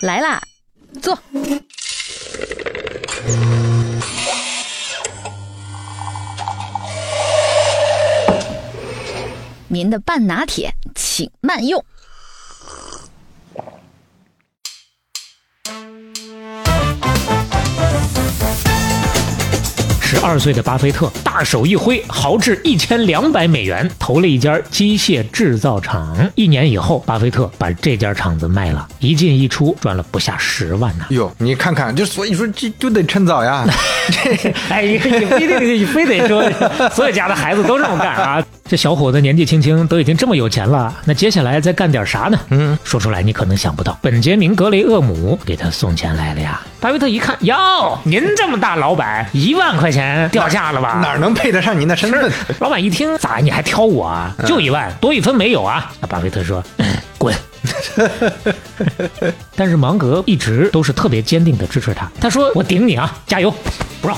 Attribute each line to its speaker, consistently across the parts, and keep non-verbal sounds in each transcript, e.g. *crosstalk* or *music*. Speaker 1: 来啦，坐。您的半拿铁，请慢用。
Speaker 2: 十二岁的巴菲特大手一挥，豪掷一千两百美元投了一家机械制造厂。一年以后，巴菲特把这家厂子卖了，一进一出赚了不下十万呢、
Speaker 3: 哟，你看看，就所以说这就得趁早呀。
Speaker 2: *laughs* 哎，你你不一定你非得说 *laughs* 所有家的孩子都这么干啊。这小伙子年纪轻轻都已经这么有钱了，那接下来再干点啥呢？嗯，说出来你可能想不到，本杰明·格雷厄姆给他送钱来了呀。巴菲特一看，哟，您这么大老板，一万块钱掉价了吧？
Speaker 3: 哪儿能配得上您的身份？
Speaker 2: 老板一听，咋你还挑我啊？就一万，多一分没有啊？那巴菲特说，嗯滚。 *laughs* 但是芒格一直都是特别坚定的支持他，他说我顶你啊，加油，不让。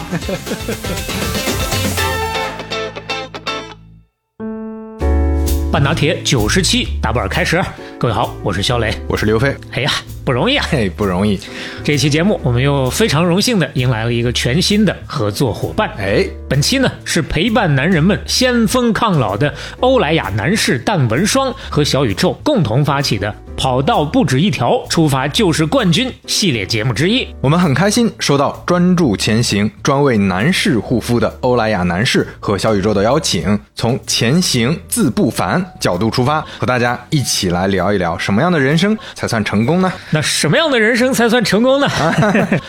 Speaker 2: *laughs* 半拿铁九十七打板开始，各位好，我是肖磊。
Speaker 3: 我是刘飞，
Speaker 2: 哎呀，不容易啊！
Speaker 3: 嘿，不容易。
Speaker 2: 这期节目我们又非常荣幸的迎来了一个全新的合作伙伴，
Speaker 3: 哎，
Speaker 2: 本期呢是陪伴男人们先锋抗老的欧莱雅男士淡纹霜和小宇宙共同发起的“跑道不止一条，出发就是冠军”系列节目之一。
Speaker 3: 我们很开心收到专注前行、专为男士护肤的欧莱雅男士和小宇宙的邀请，从前行自不凡角度出发，和大家一起来聊一聊什么样的人生才算成功呢？
Speaker 2: 那什么样的人生才算成功呢？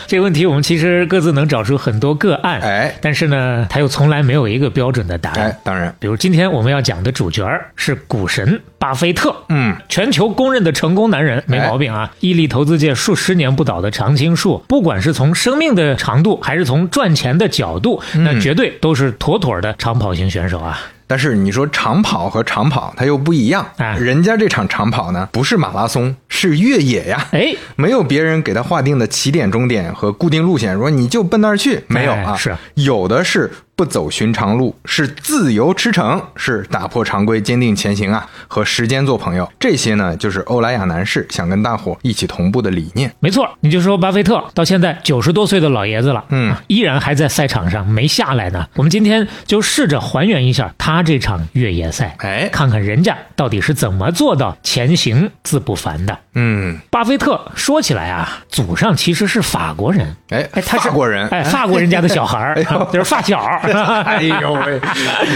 Speaker 2: 这个问题我们其实各自能找出很多个案，
Speaker 3: 哎
Speaker 2: 但是呢，它又从来没有一个标准的答案。
Speaker 3: 哎，当然，
Speaker 2: 比如今天我们要讲的主角是股神巴菲特，
Speaker 3: 嗯，
Speaker 2: 全球公认的成功男人，没毛病啊！屹立投资界数十年不倒的常青树，不管是从生命的长度，还是从赚钱的角度，那绝对都是妥妥的长跑型选手啊！
Speaker 3: 但是你说长跑和长跑它又不一样，
Speaker 2: 哎
Speaker 3: 人家这场长跑呢不是马拉松，是越野呀。
Speaker 2: 哎，
Speaker 3: 没有别人给他划定的起点、终点和固定路线，说你就奔那儿去，没有啊？
Speaker 2: 哎是
Speaker 3: 有的是不走寻常路，是自由驰骋，是打破常规、坚定前行啊，和时间做朋友。这些呢，就是欧莱雅男士想跟大伙一起同步的理念。
Speaker 2: 没错，你就说巴菲特到现在九十多岁的老爷子了，
Speaker 3: 嗯，
Speaker 2: 依然还在赛场上没下来呢。我们今天就试着还原一下他这场越野赛，
Speaker 3: 哎
Speaker 2: 看看人家到底是怎么做到前行自不凡的。
Speaker 3: 嗯，
Speaker 2: 巴菲特说起来啊，祖上其实是法国人，
Speaker 3: 哎，
Speaker 2: 哎，他是
Speaker 3: 法国人，
Speaker 2: 哎，法国人家的小孩儿，
Speaker 3: 哎呦
Speaker 2: *laughs* 就是发小。
Speaker 3: 哎呦喂，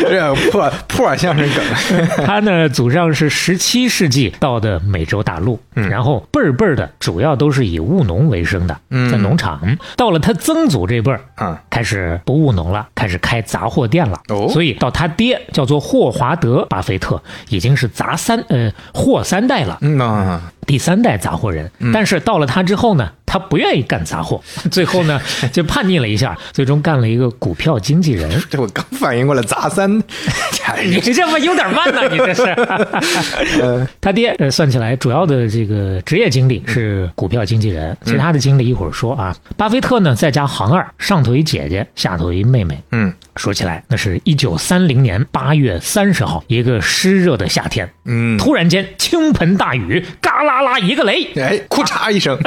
Speaker 3: 这破破相声
Speaker 2: *laughs* *laughs*
Speaker 3: 梗，
Speaker 2: 他呢，祖上是十七世纪到的美洲大陆，然后辈儿辈儿的主要都是以务农为生的，在农场。到了他曾祖这辈儿，
Speaker 3: 嗯，
Speaker 2: 开始不务农了，开始开杂货店了。
Speaker 3: 哦
Speaker 2: 所以到他爹叫做霍华德·巴菲特，已经是杂三呃霍三代了，
Speaker 3: 嗯呐，
Speaker 2: 第三代杂货人。但是到了他之后呢，他不愿意干杂货， *laughs* 最后呢就叛逆了一下，最终干了一个股票经纪人。
Speaker 3: 这我刚反应过来，
Speaker 2: *laughs*
Speaker 3: 杂三，哎
Speaker 2: 你
Speaker 3: 呦
Speaker 2: 这这不有点慢呢？你
Speaker 3: *laughs*
Speaker 2: 这是。他爹呃，算起来主要的这个职业经历是股票经纪人，其他的经历一会儿说啊。巴菲特呢，在家行二，上头一姐姐，下头一妹妹。
Speaker 3: 嗯
Speaker 2: 说起来，那是一九三零年八月三十号，一个湿热的夏天，
Speaker 3: 嗯，
Speaker 2: 突然间倾盆大雨，嘎啦啦一个
Speaker 3: *laughs*
Speaker 2: 雷，
Speaker 3: 哎，裤嚓
Speaker 2: *laughs*
Speaker 3: 一声，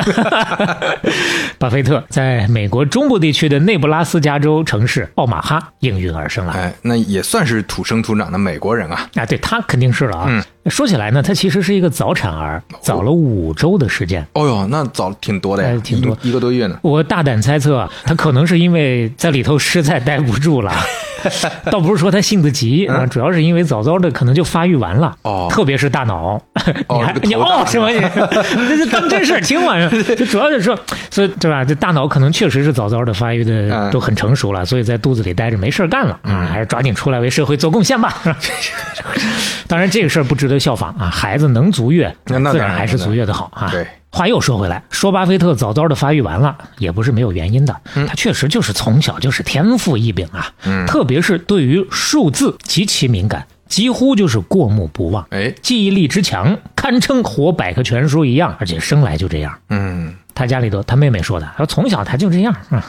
Speaker 2: 巴菲特在美国中部地区的内布拉斯加州城市奥马哈应运而生了。
Speaker 3: 哎，那也算是土生土长的美国人啊。
Speaker 2: 啊，对他肯定是了啊。说起来呢，他其实是一个早产儿，早了五周的时间。
Speaker 3: 哦呦，那早挺多的呀，
Speaker 2: 哎挺多
Speaker 3: 一一个多月呢。
Speaker 2: 我大胆猜测啊，他可能是因为在里头实在待不住
Speaker 3: *laughs*
Speaker 2: 了，倒不是说他性子急啊，主要是因为早早的可能就发育完了，
Speaker 3: 嗯哦
Speaker 2: 特别是大脑，你还
Speaker 3: 这个
Speaker 2: 你
Speaker 3: 头大
Speaker 2: 哦什么你，这是当真事儿，听我，
Speaker 3: *laughs*
Speaker 2: 就主要就是说，所以对吧？这大脑可能确实是早早的发育的
Speaker 3: 嗯
Speaker 2: 都很成熟了，所以在肚子里待着没事儿干了啊，还是抓紧出来为社会做贡
Speaker 3: *laughs*
Speaker 2: 献吧。当然，这个事儿不值得效仿啊，孩子能足月，
Speaker 3: 那那
Speaker 2: 自
Speaker 3: 当
Speaker 2: 然
Speaker 3: 然
Speaker 2: 还是
Speaker 3: 那当
Speaker 2: 足
Speaker 3: 然
Speaker 2: 月的好啊。
Speaker 3: 对。
Speaker 2: 话又说回来，说巴菲特早早的发育完了，也不是没有原因的。他确实就是从小就是天赋异禀啊，特别是对于数字极其敏感，几乎就是过目不忘，
Speaker 3: 哎，
Speaker 2: 记忆力之强，堪称活百科全书一样，而且生来就这样。
Speaker 3: 嗯，
Speaker 2: 嗯 *laughs* 他家里头，他妹妹说的，他说从小他就这样啊。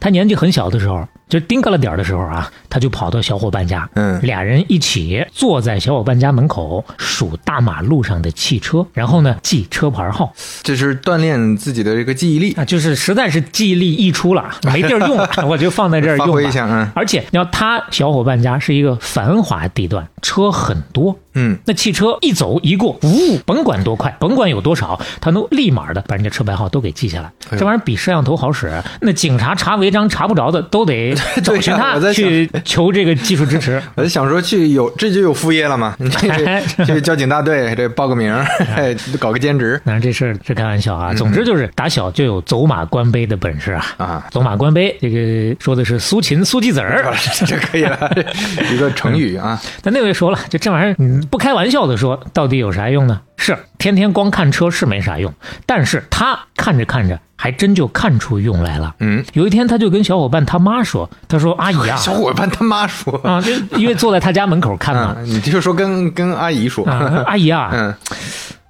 Speaker 2: 他年纪很小的时候，就盯个了点儿的时候啊，他就跑到小伙伴家，
Speaker 3: 嗯
Speaker 2: 俩人一起坐在小伙伴家门口数大马路上的汽车，然后呢记车牌号
Speaker 3: 这是锻炼自己的这个记忆力，
Speaker 2: 啊，就是实在是记忆力溢出 *laughs* 了，没地儿用了，我就放在这儿
Speaker 3: 发
Speaker 2: 用
Speaker 3: 挥
Speaker 2: 吧
Speaker 3: 一。下啊，
Speaker 2: 而且，你要他小伙伴家是一个繁华地段，车很多，
Speaker 3: 嗯，
Speaker 2: 那汽车一走一过，呜，甭管多快，甭管有多少，他能立马的把人家车牌号都给记下来。
Speaker 3: 哎呦
Speaker 2: 这玩意儿比摄像头好使，那警察查违章查不着的，都得找
Speaker 3: *laughs* 对
Speaker 2: 寻
Speaker 3: 呀
Speaker 2: 他
Speaker 3: 我在想
Speaker 2: 去求这个技术支
Speaker 3: *laughs*
Speaker 2: 持。
Speaker 3: 我就想说去有这就有副业了嘛，你 *laughs*
Speaker 2: 哎
Speaker 3: 这去交警大队这报个名儿，嘿搞个兼职
Speaker 2: 当然这事儿是开玩笑啊，
Speaker 3: 嗯
Speaker 2: 总之就是打小就有走马观碑的本事啊。
Speaker 3: 啊， *laughs*
Speaker 2: 走马观碑，这个说的是苏秦苏鸡子儿，
Speaker 3: 这可以了， *laughs* 一个成语啊，
Speaker 2: 但那位说了，就这玩意儿，你不开玩笑的说，到底有啥用呢？是天天光看车是没啥用，但是他看着看着，还真就看出用来了。
Speaker 3: 嗯，
Speaker 2: 有一天，他就跟小伙伴他妈说：“他说阿姨啊，
Speaker 3: 小伙伴他妈说，
Speaker 2: 啊，就因为坐在他家门口看嘛
Speaker 3: 啊，，你就说跟跟阿姨说，
Speaker 2: 啊，阿姨啊，
Speaker 3: 嗯，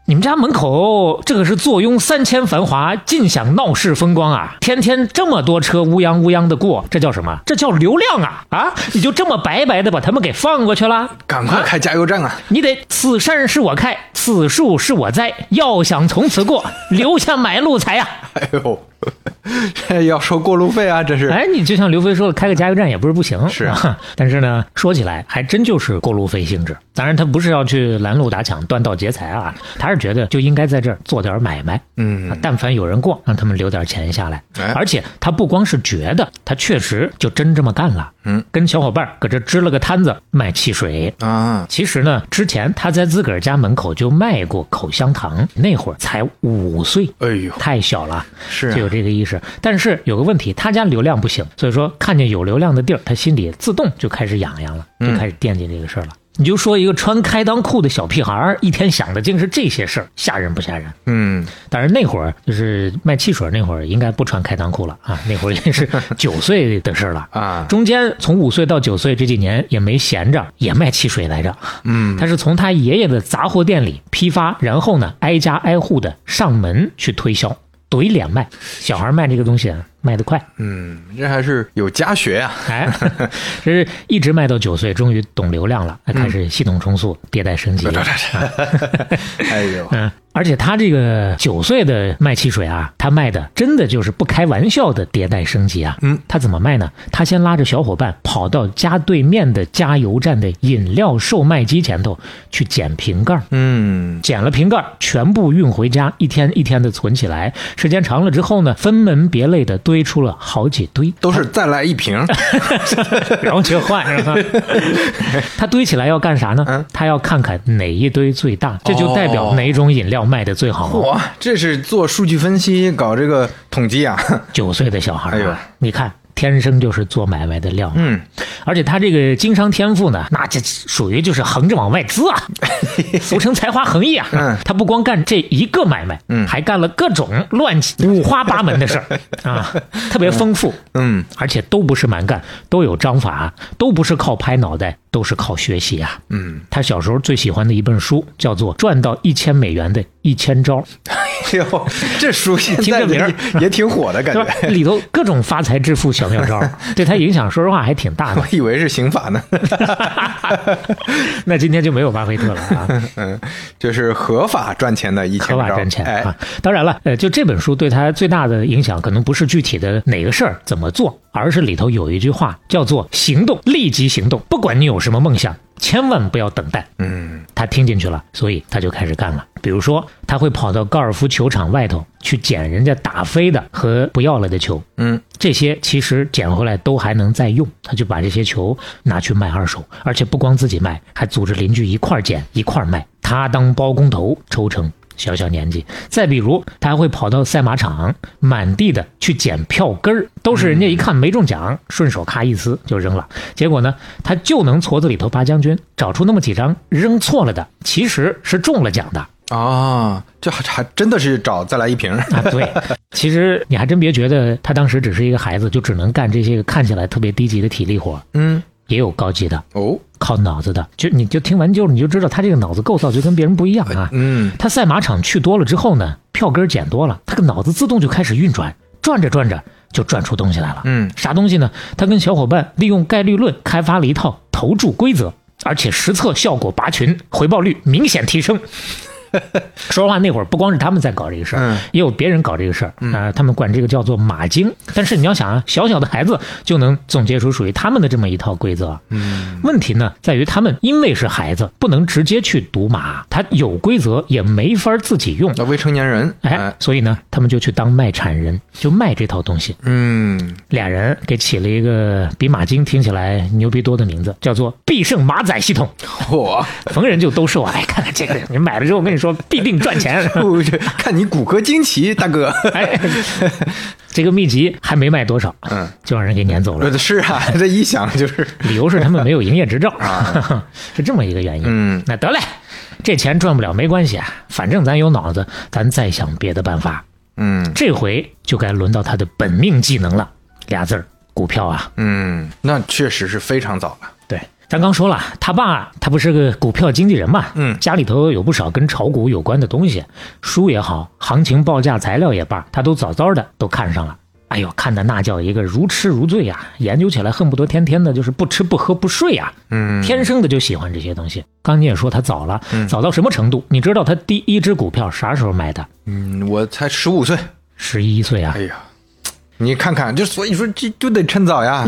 Speaker 2: 你们家门口这可是坐拥三千繁华，尽享闹市风光啊！天天这么多车乌泱乌泱的过，这叫什么？这叫流量啊！啊，你就这么白白的把他们给放过去了？
Speaker 3: 赶快开加油站啊！ *laughs*
Speaker 2: 你得此山是我开，此树是我栽，要想从此过，留下买路财啊呀、
Speaker 3: 哎呦，这 *laughs* 要收过路费啊，这是。
Speaker 2: 哎，你就像刘飞说的，开个加油站也不是不行。
Speaker 3: 是啊
Speaker 2: 啊，但是呢，说起来还真就是过路费性质。当然，他不是要去拦路打抢、断道劫财啊，他是觉得就应该在这儿做点买卖。
Speaker 3: 嗯
Speaker 2: 啊，但凡有人过，让他们留点钱下来
Speaker 3: 哎。
Speaker 2: 而且他不光是觉得，他确实就真这么干了。
Speaker 3: 嗯，
Speaker 2: 跟小伙伴儿搁这支了个摊子卖汽水。
Speaker 3: 啊，
Speaker 2: 其实呢，之前他在自个儿家门口就卖过口香糖，那会儿才五岁，
Speaker 3: 哎呦，
Speaker 2: 太小了，
Speaker 3: 是啊
Speaker 2: 就有这个意识。但是有个问题，他家流量不行，所以说看见有流量的地儿，他心里自动就开始痒痒了，
Speaker 3: 嗯
Speaker 2: 就开始惦记这个事儿了。你就说一个穿开裆裤的小屁孩儿，一天想的竟是这些事儿，吓人不吓人？
Speaker 3: 嗯，
Speaker 2: 当然那会儿就是卖汽水那会儿，应该不穿开裆裤了啊，那会儿也
Speaker 3: *laughs*
Speaker 2: 是九岁的事儿了
Speaker 3: 啊
Speaker 2: 中间从五岁到九岁这几年也没闲着，也卖汽水来着。
Speaker 3: 嗯，
Speaker 2: 他是从他爷爷的杂货店里批发，然后呢挨家挨户的上门去推销，怼脸卖。小孩卖这个东西啊，卖得快，
Speaker 3: 嗯，这还是有家学啊呀、
Speaker 2: 哎， *laughs* 这是一直卖到九岁，终于懂流量了，开始系统重塑、迭代升级。
Speaker 3: *laughs* 哎呦，
Speaker 2: 嗯，而且他这个九岁的卖汽水啊，他卖的真的就是不开玩笑的迭代升级啊。
Speaker 3: 嗯，
Speaker 2: 他怎么卖呢？他先拉着小伙伴跑到家对面的加油站的饮料售卖机前头去捡瓶盖儿，
Speaker 3: 嗯，
Speaker 2: 捡了瓶盖儿全部运回家，一天一天的存起来。时间长了之后呢，分门别类的堆出了好几堆，
Speaker 3: 都是再来一瓶，
Speaker 2: *laughs* 然后就换是吧？
Speaker 3: *laughs*
Speaker 2: 他堆起来要干啥
Speaker 3: 嗯哦
Speaker 2: 呢？他要看看哪一堆最大，这就代表哪种饮料卖的最好。啊
Speaker 3: 哇，这是做数据分析、搞这个统计啊， *laughs*
Speaker 2: 九岁的小孩
Speaker 3: 哎
Speaker 2: 儿、
Speaker 3: 呦
Speaker 2: 啊，你看。天生就是做买卖的料，
Speaker 3: 嗯，
Speaker 2: 而且他这个经商天赋呢，那这属于就是横着往外滋
Speaker 3: *laughs*
Speaker 2: 啊，俗称才华横溢啊。
Speaker 3: 嗯
Speaker 2: 他不光干这一个买卖，
Speaker 3: 嗯
Speaker 2: 还干了各种乱七五花八门的事儿
Speaker 3: *laughs*
Speaker 2: 啊，特别丰富，
Speaker 3: 嗯，
Speaker 2: 而且都不是蛮干，都有章法，都不是靠拍脑袋，都是靠学习啊。
Speaker 3: 嗯，
Speaker 2: 他小时候最喜欢的一本书叫做《赚到一千美元的一千招》，
Speaker 3: 哎呦，这书现
Speaker 2: 听
Speaker 3: 在
Speaker 2: 这名儿
Speaker 3: 也也挺火的感
Speaker 2: 对
Speaker 3: 觉
Speaker 2: 吧，？里头各种发财致富小妙招，
Speaker 3: *laughs*
Speaker 2: 对他影响，说实话还挺大的
Speaker 3: 我。以为是刑法呢， *laughs*
Speaker 2: 那今天就没有巴菲特了
Speaker 3: *laughs*
Speaker 2: 啊，
Speaker 3: 嗯，就是合法赚钱的一千
Speaker 2: 可
Speaker 3: 招，
Speaker 2: 把赚钱
Speaker 3: 哎，
Speaker 2: 啊！当然了，呃，就这本书对他最大的影响，可能不是具体的哪个事儿怎么做，而是里头有一句话叫做“行动，立即行动”。不管你有什么梦想，千万不要等待。
Speaker 3: 嗯，
Speaker 2: 他听进去了，所以他就开始干了。比如说，他会跑到高尔夫球场外头去捡人家打飞的和不要了的球。
Speaker 3: 嗯，
Speaker 2: 这些其实捡回来都还能再用，他就把这些球拿去卖二手，而且不光自己卖，还组织邻居一块儿捡一块儿卖。他当包工头抽成。小小年纪，再比如他还会跑到赛马场，满地的去捡票根儿，都是人家一看没中奖，顺手咔一撕就扔了。结果呢，他就能矬子里头拔将军，找出那么几张扔错了的，其实是中了奖的。
Speaker 3: 啊，这还还真的是找再来一瓶，
Speaker 2: *laughs* 啊，对，其实你还真别觉得他当时只是一个孩子，就只能干这些个看起来特别低级的体力活儿，
Speaker 3: 嗯，
Speaker 2: 也有高级的，
Speaker 3: 哦，
Speaker 2: 靠脑子的。就你就听完就你就知道他这个脑子构造就跟别人不一样啊。
Speaker 3: 嗯，
Speaker 2: 他赛马场去多了之后呢，票根儿捡多了，他个脑子自动就开始运转，转着转着，就赚出东西来了。
Speaker 3: 嗯
Speaker 2: 啥东西呢？他跟小伙伴利用概率论开发了一套投注规则，而且实测效果拔群，回报率明显提
Speaker 3: *laughs*
Speaker 2: 升。说实话，那会儿不光是他们在搞这个事儿，
Speaker 3: 嗯
Speaker 2: 也有别人搞这个事儿啊、他们管这个叫做马经。但是你要想啊，小小的孩子就能总结出属于他们的这么一套规则。
Speaker 3: 嗯
Speaker 2: 问题呢，在于他们因为是孩子，不能直接去读马，他有规则也没法自己用。
Speaker 3: 那未成年人，
Speaker 2: 哎，，所以呢，他们就去当卖产人，就卖这套东西。
Speaker 3: 嗯，
Speaker 2: 俩人给起了一个比马经听起来牛逼多的名字，叫做“必胜马仔系统
Speaker 3: 嚯，”。
Speaker 2: *laughs* 逢人就兜售啊，哎，看看这个，你买了之后，我跟你说必定赚钱。
Speaker 3: *laughs* 我这看你骨骼惊奇，
Speaker 2: *laughs*
Speaker 3: 大哥，
Speaker 2: 哎，这个秘籍还没卖多少，
Speaker 3: 嗯，
Speaker 2: 就让人给撵走了。
Speaker 3: 是啊，这一想就是，
Speaker 2: 理由是他们没有营业执照， *laughs* 是这么一个原因。
Speaker 3: 嗯
Speaker 2: 那得嘞，这钱赚不了没关系啊，反正咱有脑子，咱再想别的办法。
Speaker 3: 嗯
Speaker 2: 这回就该轮到他的本命技能了，俩字儿，股票啊。
Speaker 3: 嗯，那确实是非常早了，
Speaker 2: 对，咱刚说了，他爸他不是个股票经纪人嘛，
Speaker 3: 嗯
Speaker 2: 家里头有不少跟炒股有关的东西，书也好，行情报价材料也罢，他都早早的都看上了。哎呦，看的那叫一个如痴如醉呀、研究起来恨不得天天的就是不吃不喝不睡呀、
Speaker 3: 嗯
Speaker 2: 天生的就喜欢这些东西。刚你也说他早了，早到什么程度？你知道他第一只股票啥时候买的？
Speaker 3: 嗯，我才十五岁，
Speaker 2: 十一岁啊
Speaker 3: 哎！呀，你看看，就所以说这就得趁早 *laughs* 呀，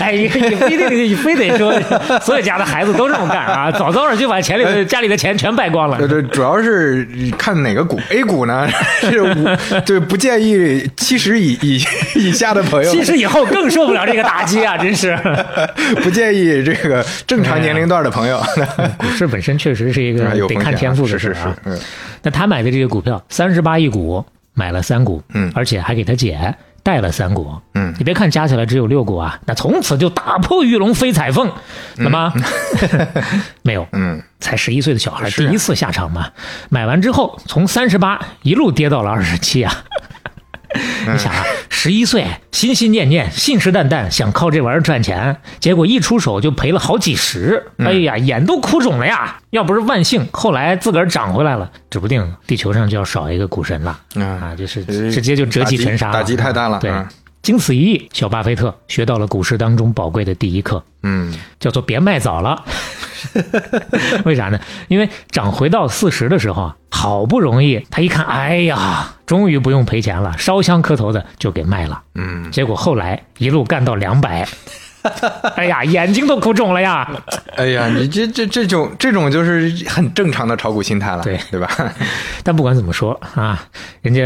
Speaker 2: 哎，你你非得你非得说， *laughs* 所有家的孩子都这么干啊，早早的就把钱里
Speaker 3: 哎
Speaker 2: 头家里的钱全败光了
Speaker 3: 这。这呃主要是看哪个股，A 股呢 *laughs* 是五，对不建议七十以以以下的 *laughs* 朋友，
Speaker 2: 七十以后更受不了这个打击啊！真是，
Speaker 3: 不建议这个正常年龄段的朋友，
Speaker 2: *laughs*
Speaker 3: 嗯
Speaker 2: 股市本身确实是一个
Speaker 3: *laughs* 有
Speaker 2: 得
Speaker 3: 风险
Speaker 2: 看
Speaker 3: 啊，
Speaker 2: 天赋的
Speaker 3: 是
Speaker 2: 事
Speaker 3: 是
Speaker 2: 儿
Speaker 3: 是
Speaker 2: 啊。，
Speaker 3: 嗯
Speaker 2: 那他买的这个股票三十八亿股，买了三股，
Speaker 3: 嗯
Speaker 2: 而且还给他姐带了三股，
Speaker 3: 嗯
Speaker 2: 你别看加起来只有六股啊，那从此就打破玉龙飞彩凤，那么没有，
Speaker 3: 嗯，
Speaker 2: 才十一岁的小孩
Speaker 3: 是
Speaker 2: 第
Speaker 3: 啊
Speaker 2: 一次下场嘛，买完之后从三十八一路跌到了二十七啊。你想啊，十一岁心心念念、信誓旦旦想靠这玩意儿赚钱，结果一出手就赔了好几十，
Speaker 3: 嗯
Speaker 2: 哎呀，眼都哭肿了呀！要不是万幸，后来自个儿涨回来了，指不定地球上就要少一个股神了、
Speaker 3: 嗯
Speaker 2: 啊！就是
Speaker 3: 呃
Speaker 2: 直接就折戟沉沙了
Speaker 3: 打击打击太大了
Speaker 2: 对，
Speaker 3: 嗯
Speaker 2: 经此一役，小巴菲特学到了股市当中宝贵的第一课，
Speaker 3: 嗯
Speaker 2: 叫做别卖早了。为啥呢？因为涨回到四十的时候啊，好不容易他一看，哎呀，终于不用赔钱了，烧香磕头的就给卖了。
Speaker 3: 嗯，
Speaker 2: 结果后来一路干到两百，哎呀，眼睛都哭肿了呀！
Speaker 3: 哎呀，你这这这种这种就是很正常的炒股心态了，
Speaker 2: 对
Speaker 3: 对吧？ *laughs*
Speaker 2: 但不管怎么说啊，人家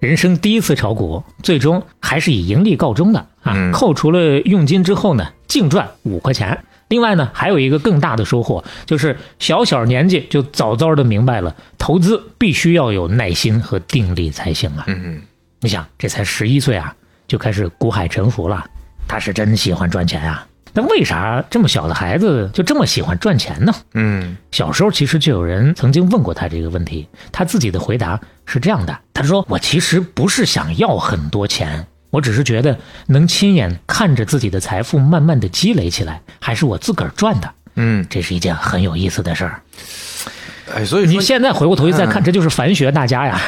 Speaker 2: 人生第一次炒股，最终还是以盈利告终的啊。
Speaker 3: 嗯
Speaker 2: 扣除了佣金之后呢，净赚五块钱。另外呢，还有一个更大的收获，就是小小年纪就早早的明白了，投资必须要有耐心和定力才行啊。
Speaker 3: 嗯
Speaker 2: 你想，这才十一岁啊，就开始股海沉浮了，他是真喜欢赚钱啊。那为啥这么小的孩子就这么喜欢赚钱呢？
Speaker 3: 嗯
Speaker 2: 小时候其实就有人曾经问过他这个问题，他自己的回答是这样的：他说：“我其实不是想要很多钱，我只是觉得能亲眼看着自己的财富慢慢的积累起来，还是我自个儿赚的，
Speaker 3: 嗯，
Speaker 2: 这是一件很有意思的事儿。
Speaker 3: 哎，所以嗯
Speaker 2: 你
Speaker 3: 说
Speaker 2: 现在回过头去再看，这就是反学大家呀。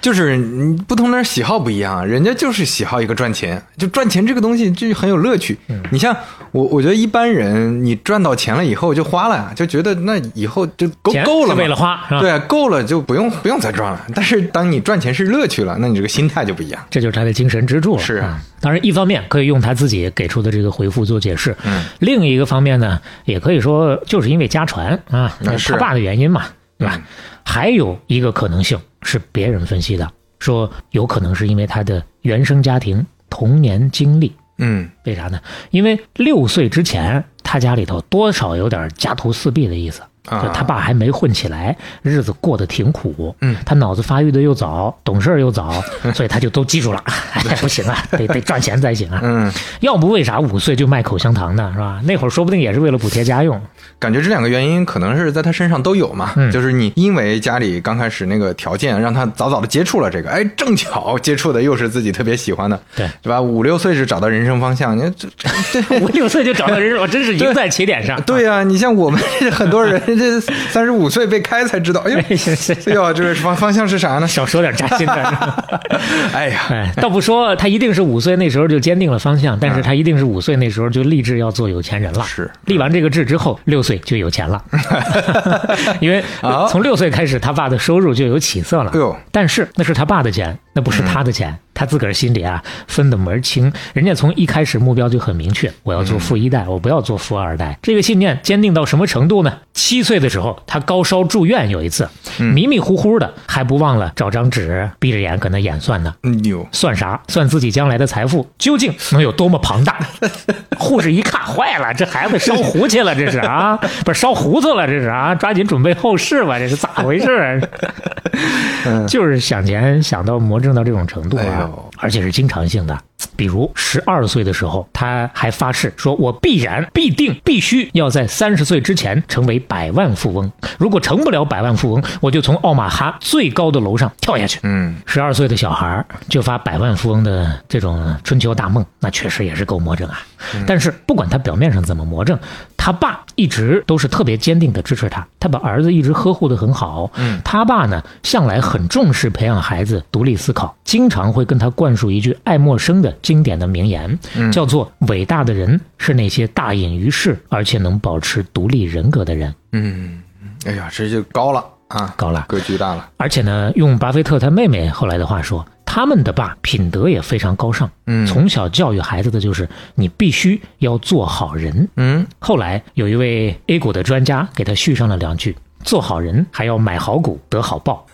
Speaker 3: 就是你不同的人喜好不一样，啊人家就是喜好一个赚钱，就赚钱这个东西就很有乐趣。
Speaker 2: 嗯
Speaker 3: 你像我，我觉得一般人你赚到钱了以后就花了，就觉得那以后就够
Speaker 2: 钱
Speaker 3: 够了
Speaker 2: 是
Speaker 3: 嘛
Speaker 2: 为了花，是吧？
Speaker 3: 对啊，够了就不用不用再赚了。但是当你赚钱是乐趣了，那你这个心态就不一样。
Speaker 2: 这就是他的精神支柱了。
Speaker 3: 是啊
Speaker 2: 啊，当然一方面可以用他自己给出的这个回复做解释，
Speaker 3: 嗯，
Speaker 2: 另一个方面呢，也可以说就是因为家传啊，
Speaker 3: 那是
Speaker 2: 他爸的原因嘛，对吧？还有一个可能性是别人分析的，说有可能是因为他的原生家庭童年经历。
Speaker 3: 嗯
Speaker 2: 为啥呢？因为六岁之前，他家里头多少有点家徒四壁的意思。
Speaker 3: 啊
Speaker 2: 就他爸还没混起来，日子过得挺苦。
Speaker 3: 嗯
Speaker 2: 他脑子发育的又早，懂事儿又
Speaker 3: *laughs*
Speaker 2: 早，所以他就都记住了。哎，不行啊，得得赚钱才行啊。
Speaker 3: 嗯，
Speaker 2: 要不为啥五岁就卖口香糖呢？是吧？那会儿说不定也是为了补贴家用。
Speaker 3: 感觉这两个原因可能是在他身上都有嘛。
Speaker 2: 嗯
Speaker 3: 就是你因为家里刚开始那个条件，让他早早的接触了这个，哎，正巧接触的又是自己特别喜欢的，
Speaker 2: 对
Speaker 3: 对吧？五六岁是找到人生方向，你这这。这
Speaker 2: *laughs*
Speaker 3: *laughs*
Speaker 2: 五六岁就找到人，我真是赢在起点上。
Speaker 3: 对呀、你像我们很多人这三十五岁被开才知道，哎
Speaker 2: *laughs*
Speaker 3: 呦，
Speaker 2: 是是是
Speaker 3: 哎呦，这个方方向是啥呢？
Speaker 2: 少说点扎心的。
Speaker 3: *laughs* 哎呀，
Speaker 2: 哎， *laughs* 倒不说他一定是五岁那时候就坚定了方向，但是他一定是五岁那时候就立志要做有钱人了。
Speaker 3: 哎是
Speaker 2: 立完这个志之后，六岁就有
Speaker 3: *laughs*
Speaker 2: 钱了，因为
Speaker 3: 啊
Speaker 2: 从六岁开始，他爸的收入就有起色了。
Speaker 3: 哎呦嗯
Speaker 2: 但是那是他爸的钱，那不是他的钱，他自个儿心里啊分得门儿清。人家从一开始目标就很明确，我要
Speaker 3: 嗯
Speaker 2: 做富一代，我不要做富二代。这个信念坚定到什么程度呢？七岁的时候，他高烧住院有一次，
Speaker 3: 嗯
Speaker 2: 迷迷糊糊的，还不忘了找张纸，闭着眼搁那演算呢。
Speaker 3: 牛，
Speaker 2: 算啥？算自己将来的财富究竟能有多么庞
Speaker 3: *laughs*
Speaker 2: 大？护士一看，坏了，这孩子烧糊去了，这是
Speaker 3: *laughs*
Speaker 2: 啊，不是烧糊涂了，这是啊，抓紧准备后事吧，这是咋回事
Speaker 3: *laughs*
Speaker 2: 啊？就是想钱想到魔怔到这种程度
Speaker 3: 嗯哎
Speaker 2: 啊
Speaker 3: 呦，
Speaker 2: 而且是经常性的。比如十二岁的时候，他还发誓说：“我必然、必定、必须要在三十岁之前成为百万富翁。如果成不了百万富翁，我就从奥马哈最高的楼上跳下去。”
Speaker 3: 嗯，
Speaker 2: 十二岁的小孩儿就发百万富翁的这种春秋大梦，那确实也是够魔怔啊。但是不管他表面上怎么魔怔，他爸一直都是特别坚定的支持他，他把儿子一直呵护的很好。嗯，他爸呢向来很重视培养孩子独立思考，经常会跟他灌输一句爱默生的经典的名言，叫做“伟大的人是那些大隐于市而且能保持独立人格的人”。
Speaker 3: 哎呀，这就高了啊，
Speaker 2: 高了。
Speaker 3: 格局大了，
Speaker 2: 而且呢，用巴菲特他妹妹后来的话说，他们的爸品德也非常高尚，
Speaker 3: 嗯
Speaker 2: 从小教育孩子的就是你必须要做好人。
Speaker 3: 嗯，
Speaker 2: 后来有一位 A 股的专家给他续上了两句：做好人还要买好股得好报。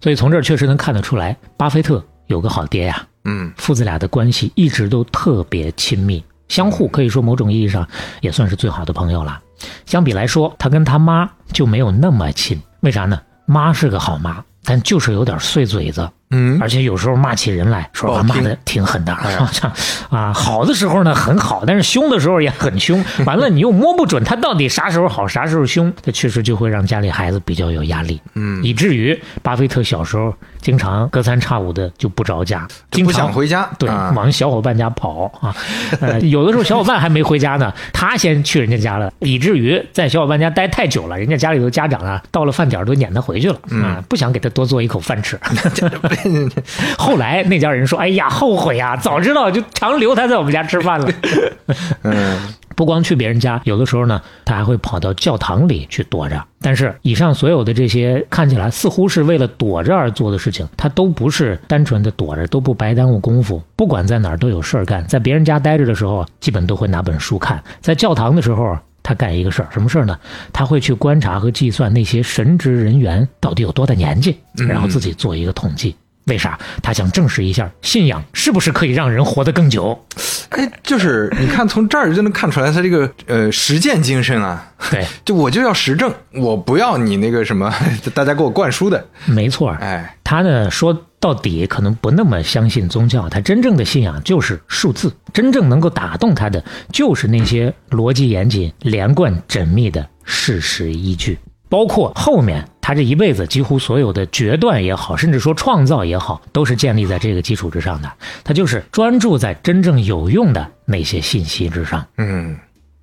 Speaker 2: 所以从这儿确实能看得出来，巴菲特有个好爹呀、
Speaker 3: 嗯，
Speaker 2: 父子俩的关系一直都特别亲密，相互可以说某种意义上也算是最好的朋友了。相比来说，他跟他妈就没有那么亲，为啥呢？妈是个好妈，但就是有点碎嘴子，
Speaker 3: 嗯，
Speaker 2: 而且有时候骂起人来，说实话啊
Speaker 3: 不
Speaker 2: 骂
Speaker 3: 好听哎
Speaker 2: 的挺狠的
Speaker 3: 呀
Speaker 2: 啊。啊， *laughs* 好的时候呢很好，但是凶的时候也很
Speaker 3: *laughs*
Speaker 2: 凶。完了，你又摸不准他到底啥时候好，啥时候凶，这确实就会让家里孩子比较有压力。嗯，以至于巴菲特小时候经常隔三差五的就不着家，经
Speaker 3: 不
Speaker 2: 常
Speaker 3: 想回家，
Speaker 2: 对，
Speaker 3: 啊，
Speaker 2: 往小伙伴家跑啊， *laughs* 呃，有的时候小伙伴还没回家呢，他先去人家家了，以至于在小伙伴家待太久了，人家家里头家长啊，到了饭点儿都撵他回去了啊，不想给他多做一口饭吃。后来那家人说：“哎呀，后悔呀、早知道就常留他在我们家吃饭了。”
Speaker 3: 嗯，
Speaker 2: 不光去别人家，有的时候呢，他还会跑到教堂里去躲着。但是，以上所有的这些看起来似乎是为了躲着而做的事情，他都不是单纯的躲着，都不白耽误功夫。不管在哪儿都有事儿干，在别人家待着的时候，基本都会拿本书看；在教堂的时候，他干一个事儿，什么事儿呢？他会去观察和计算那些神职人员到底有多大年纪，然后自己做一个统计。为啥？他想证实一下，信仰是不是可以让人活得更久？
Speaker 3: 哎，就是你看从这儿就能看出来他这个呃实践精神啊，
Speaker 2: 对，
Speaker 3: 就我就要实证，我不要你那个什么， *laughs* 大家给我灌输的，
Speaker 2: 没错儿。
Speaker 3: 哎，
Speaker 2: 他呢说到底可能不那么相信宗教，他真正的信仰就是数字，真正能够打动他的就是那些逻辑严谨、连贯、缜密的事实依据，包括后面他这一辈子几乎所有的决断也好，甚至说创造也好，都是建立在这个基础之上的。他就是专注在真正有用的那些信息之上。
Speaker 3: 嗯，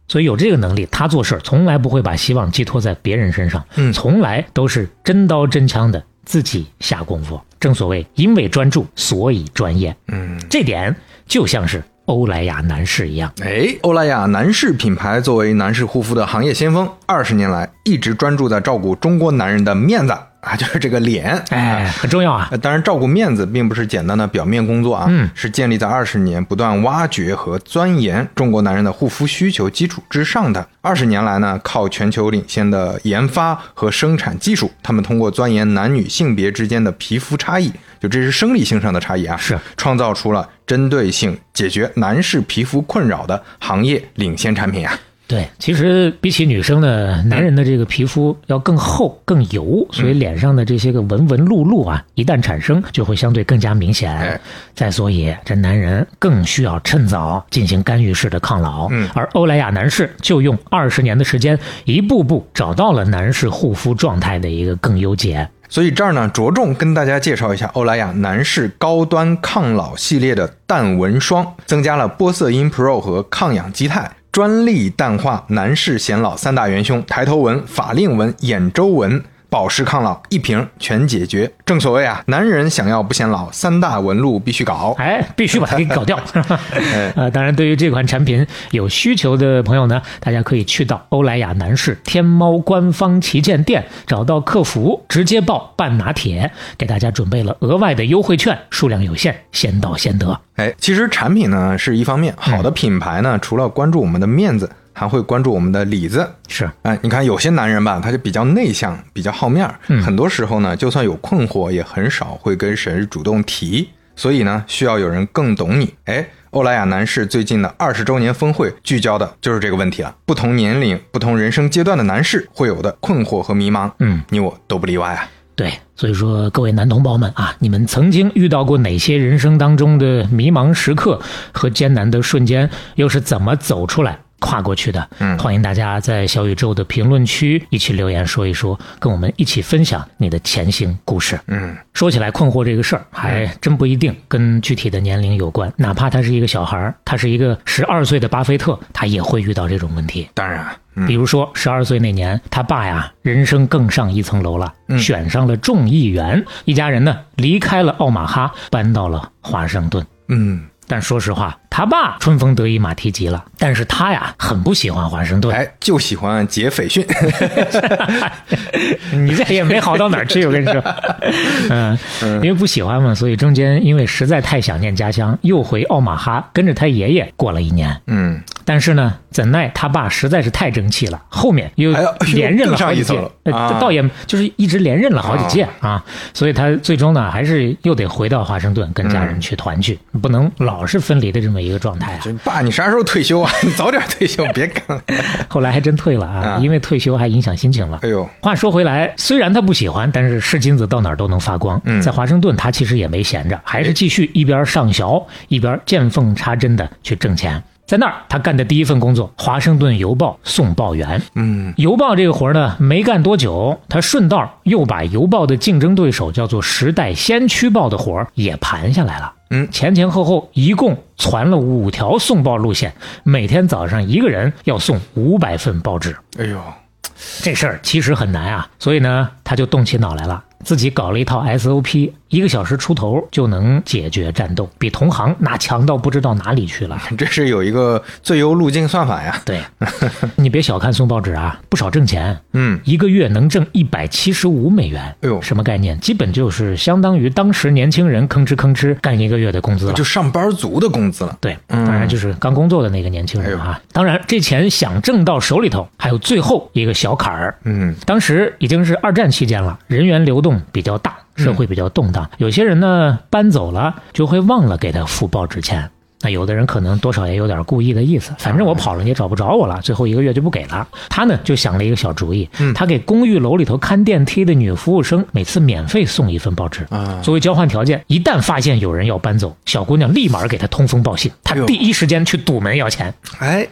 Speaker 2: 所以有这个能力，他做事儿从来不会把希望寄托在别人身上，
Speaker 3: 嗯
Speaker 2: 从来都是真刀真枪的自己下功夫。正所谓，因为专注，所以专业。
Speaker 3: 嗯，
Speaker 2: 这点就像是欧莱雅男士一样，
Speaker 3: 哎，欧莱雅男士品牌作为男士护肤的行业先锋，二十年来一直专注在照顾中国男人的面子啊，就是这个脸，
Speaker 2: 哎，很重要啊。
Speaker 3: 呃当然，照顾面子并不是简单的表面工作啊，
Speaker 2: 嗯
Speaker 3: 是建立在二十年不断挖掘和钻研中国男人的护肤需求基础之上的。二十年来呢，靠全球领先的研发和生产技术，他们通过钻研男女性别之间的皮肤差异，就这是生理性上的差异啊，
Speaker 2: 是
Speaker 3: 创造出了针对性解决男士皮肤困扰的行业领先产品啊。
Speaker 2: 对，其实比起女生呢，男人的这个皮肤要更厚、更油，
Speaker 3: 嗯
Speaker 2: 所以脸上的这些个纹纹路路啊，一旦产生就会相对更加明显
Speaker 3: 哎。
Speaker 2: 再所以，这男人更需要趁早进行干预式的抗老。
Speaker 3: 嗯
Speaker 2: 而欧莱雅男士就用二十年的时间，一步步找到了男士护肤状态的一个更优解。
Speaker 3: 所以这儿呢，着重跟大家介绍一下欧莱雅男士高端抗老系列的淡纹霜，增加了玻色因 Pro 和抗氧基肽，专利淡化男士显老三大元凶：抬头纹、法令纹、眼周纹。保湿抗老一瓶全解决，正所谓啊，男人想要不显老，三大纹路必须搞。
Speaker 2: 哎，必须把它给搞掉。呃，当然，对于这款产品有需求的朋友呢，大家可以去到欧莱雅男士天猫官方旗舰店，找到客服，直接报半拿铁，给大家准备了额外的优惠券，数量有限，先到先得。
Speaker 3: 哎，其实产品呢是一方面，好的品牌呢，除了关注我们的面子，还会关注我们的里子。
Speaker 2: 是，
Speaker 3: 哎，你看有些男人吧，他就比较内向，比较好面儿，
Speaker 2: 嗯
Speaker 3: 很多时候呢，就算有困惑，也很少会跟谁主动提。所以呢，需要有人更懂你。哎，欧莱雅男士最近的二十周年峰会聚焦的就是这个问题了。不同年龄、不同人生阶段的男士会有的困惑和迷茫，
Speaker 2: 嗯，
Speaker 3: 你我都不例外啊。
Speaker 2: 对，所以说各位男同胞们啊，你们曾经遇到过哪些人生当中的迷茫时刻和艰难的瞬间，又是怎么走出来？跨过去的，
Speaker 3: 嗯
Speaker 2: 欢迎大家在小宇宙的评论区一起留言说一说，跟我们一起分享你的前行故事。
Speaker 3: 嗯，
Speaker 2: 说起来困惑这个事儿，还真不一定跟具体的年龄有关，哪怕他是一个小孩儿，他是一个十二岁的巴菲特，他也会遇到这种问题。
Speaker 3: 当然啊，嗯
Speaker 2: 比如说，十二岁那年，他爸呀，人生更上一层楼了，选上了众议员，一家人呢离开了奥马哈，搬到了华盛顿。
Speaker 3: 嗯，
Speaker 2: 但说实话，他爸春风得意马蹄疾了，但是他呀很不喜欢华盛顿。
Speaker 3: 哎，就喜欢解斐逊。
Speaker 2: *laughs* 你这也没好到哪儿去，我 *laughs* 跟你说，嗯，因为不喜欢嘛，所以中间因为实在太想念家乡，又回奥马哈跟着他爷爷过了一年。
Speaker 3: *laughs* 嗯，
Speaker 2: 但是呢，怎奈他爸实在是太争气了，后面又
Speaker 3: 哎呦
Speaker 2: 连任
Speaker 3: 更
Speaker 2: 了
Speaker 3: 上
Speaker 2: 好几
Speaker 3: 一层
Speaker 2: 届
Speaker 3: 了，啊
Speaker 2: 呃，倒也就是一直连任了好几届啊，所以他最终呢，还是又得回到华盛顿跟家人去团聚，不能老是分离的这么一个状态啊。
Speaker 3: 这爸，你啥时候退休啊？你早点退休，别干了。
Speaker 2: 后来还真退了啊
Speaker 3: 啊，
Speaker 2: 因为退休还影响心情了。
Speaker 3: 哎呦，
Speaker 2: 话说回来，虽然他不喜欢，但是是金子到哪儿都能发光。
Speaker 3: 嗯
Speaker 2: 在华盛顿，他其实也没闲着，还是继续一边上学一边见缝插针的去挣钱。在那儿，他干的第一份工作，《华盛顿邮报》送报员。
Speaker 3: 嗯，
Speaker 2: 邮报这个活儿呢，没干多久，他顺道又把邮报的竞争对手叫做《时代先驱报》的活儿也盘下来了。
Speaker 3: 嗯
Speaker 2: 前前后后一共传了五条送报路线，每天早上一个人要送五百份报纸。
Speaker 3: 哎呦，
Speaker 2: 这事儿其实很难啊，所以呢，他就动起脑来了，自己搞了一套 SOP，一个小时出头就能解决战斗，比同行那强到不知道哪里去了。
Speaker 3: 这是有一个最优路径算法呀。 *laughs*
Speaker 2: 对，你别小看送报纸啊，不少挣钱，
Speaker 3: 嗯，
Speaker 2: 一个月能挣一百七十五美元。
Speaker 3: 哎呦
Speaker 2: 什么概念？基本就是相当于当时年轻人吭哧吭哧干一个月的工资了
Speaker 3: 就。嗯上班族的工资了。
Speaker 2: 对，当然就是刚工作的那个年轻人
Speaker 3: 哎
Speaker 2: 啊。当然，这钱想挣到手里头，还有最后一个小坎儿，
Speaker 3: 嗯
Speaker 2: 当时已经是二战期间了，人员流动比较大，社会比较动
Speaker 3: 嗯
Speaker 2: 荡，有些人呢搬走了，就会忘了给他付报纸钱。那有的人可能多少也有点故意的意
Speaker 3: 啊
Speaker 2: 思，反正我跑了你也找不着我了，最后一个月就不给了。他呢就想了一个小主意，
Speaker 3: 嗯
Speaker 2: 他给公寓楼里头看电梯的女服务生每次免费送一份报纸，
Speaker 3: 啊，
Speaker 2: 作为交换条件。一旦发现有人要搬走，小姑娘立马给他通风报信，他
Speaker 3: 哎呦
Speaker 2: 第一时间去堵门要钱。
Speaker 3: 哎，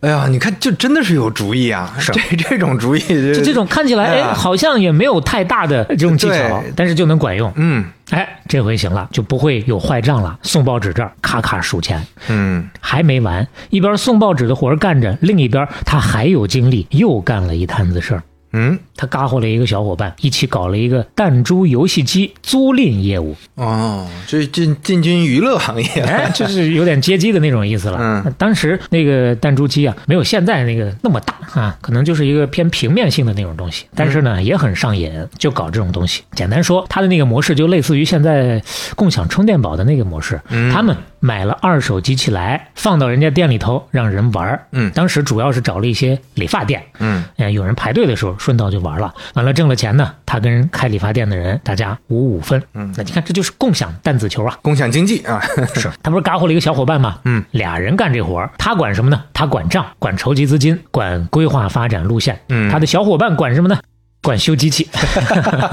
Speaker 3: 哎呀，你看，就真的是有主意啊！
Speaker 2: 是
Speaker 3: 这这种主意，
Speaker 2: 就
Speaker 3: 就
Speaker 2: 这，种看起来
Speaker 3: 哎呀
Speaker 2: 哎好像也没有太大的这种技巧
Speaker 3: 对，
Speaker 2: 但是就能管用。
Speaker 3: 嗯
Speaker 2: 哎，这回行了，就不会有坏账了。送报纸这儿咔咔数钱，
Speaker 3: 嗯，
Speaker 2: 还没完，一边送报纸的活儿干着，另一边他还有精力又干了一摊子事儿。
Speaker 3: 嗯
Speaker 2: 他嘎伙了一个小伙伴，一起搞了一个弹珠游戏机租赁业务，
Speaker 3: 哦，这进进军娱乐行 *laughs* 业了，
Speaker 2: 哎，就是有点接机的那种意思了。
Speaker 3: 嗯，
Speaker 2: 当时那个弹珠机啊，没有现在那个那么大啊，可能就是一个偏平面性的那种东西，但是
Speaker 3: 嗯
Speaker 2: 呢也很上瘾，就搞这种东西。简单说，它的那个模式就类似于现在共享充电宝的那个模式，
Speaker 3: 嗯
Speaker 2: 他们买了二手机器来，放到人家店里头让人玩儿。
Speaker 3: 嗯
Speaker 2: 当时主要是找了一些理发店，
Speaker 3: 嗯
Speaker 2: 呃，有人排队的时候，顺道就玩了，完了挣了钱呢，他跟开理发店的人大家五五分。嗯，那你看这就是共享弹子球啊。
Speaker 3: 共享经济啊， *laughs*
Speaker 2: 是 *laughs* 他不是嘎呼了一个小伙伴吗？
Speaker 3: 嗯，
Speaker 2: 俩人干这活儿，他管什么呢？他管账，管筹集资金，管规划发展路线。
Speaker 3: 嗯
Speaker 2: 他的小伙伴管什么呢？管修机器。 *laughs*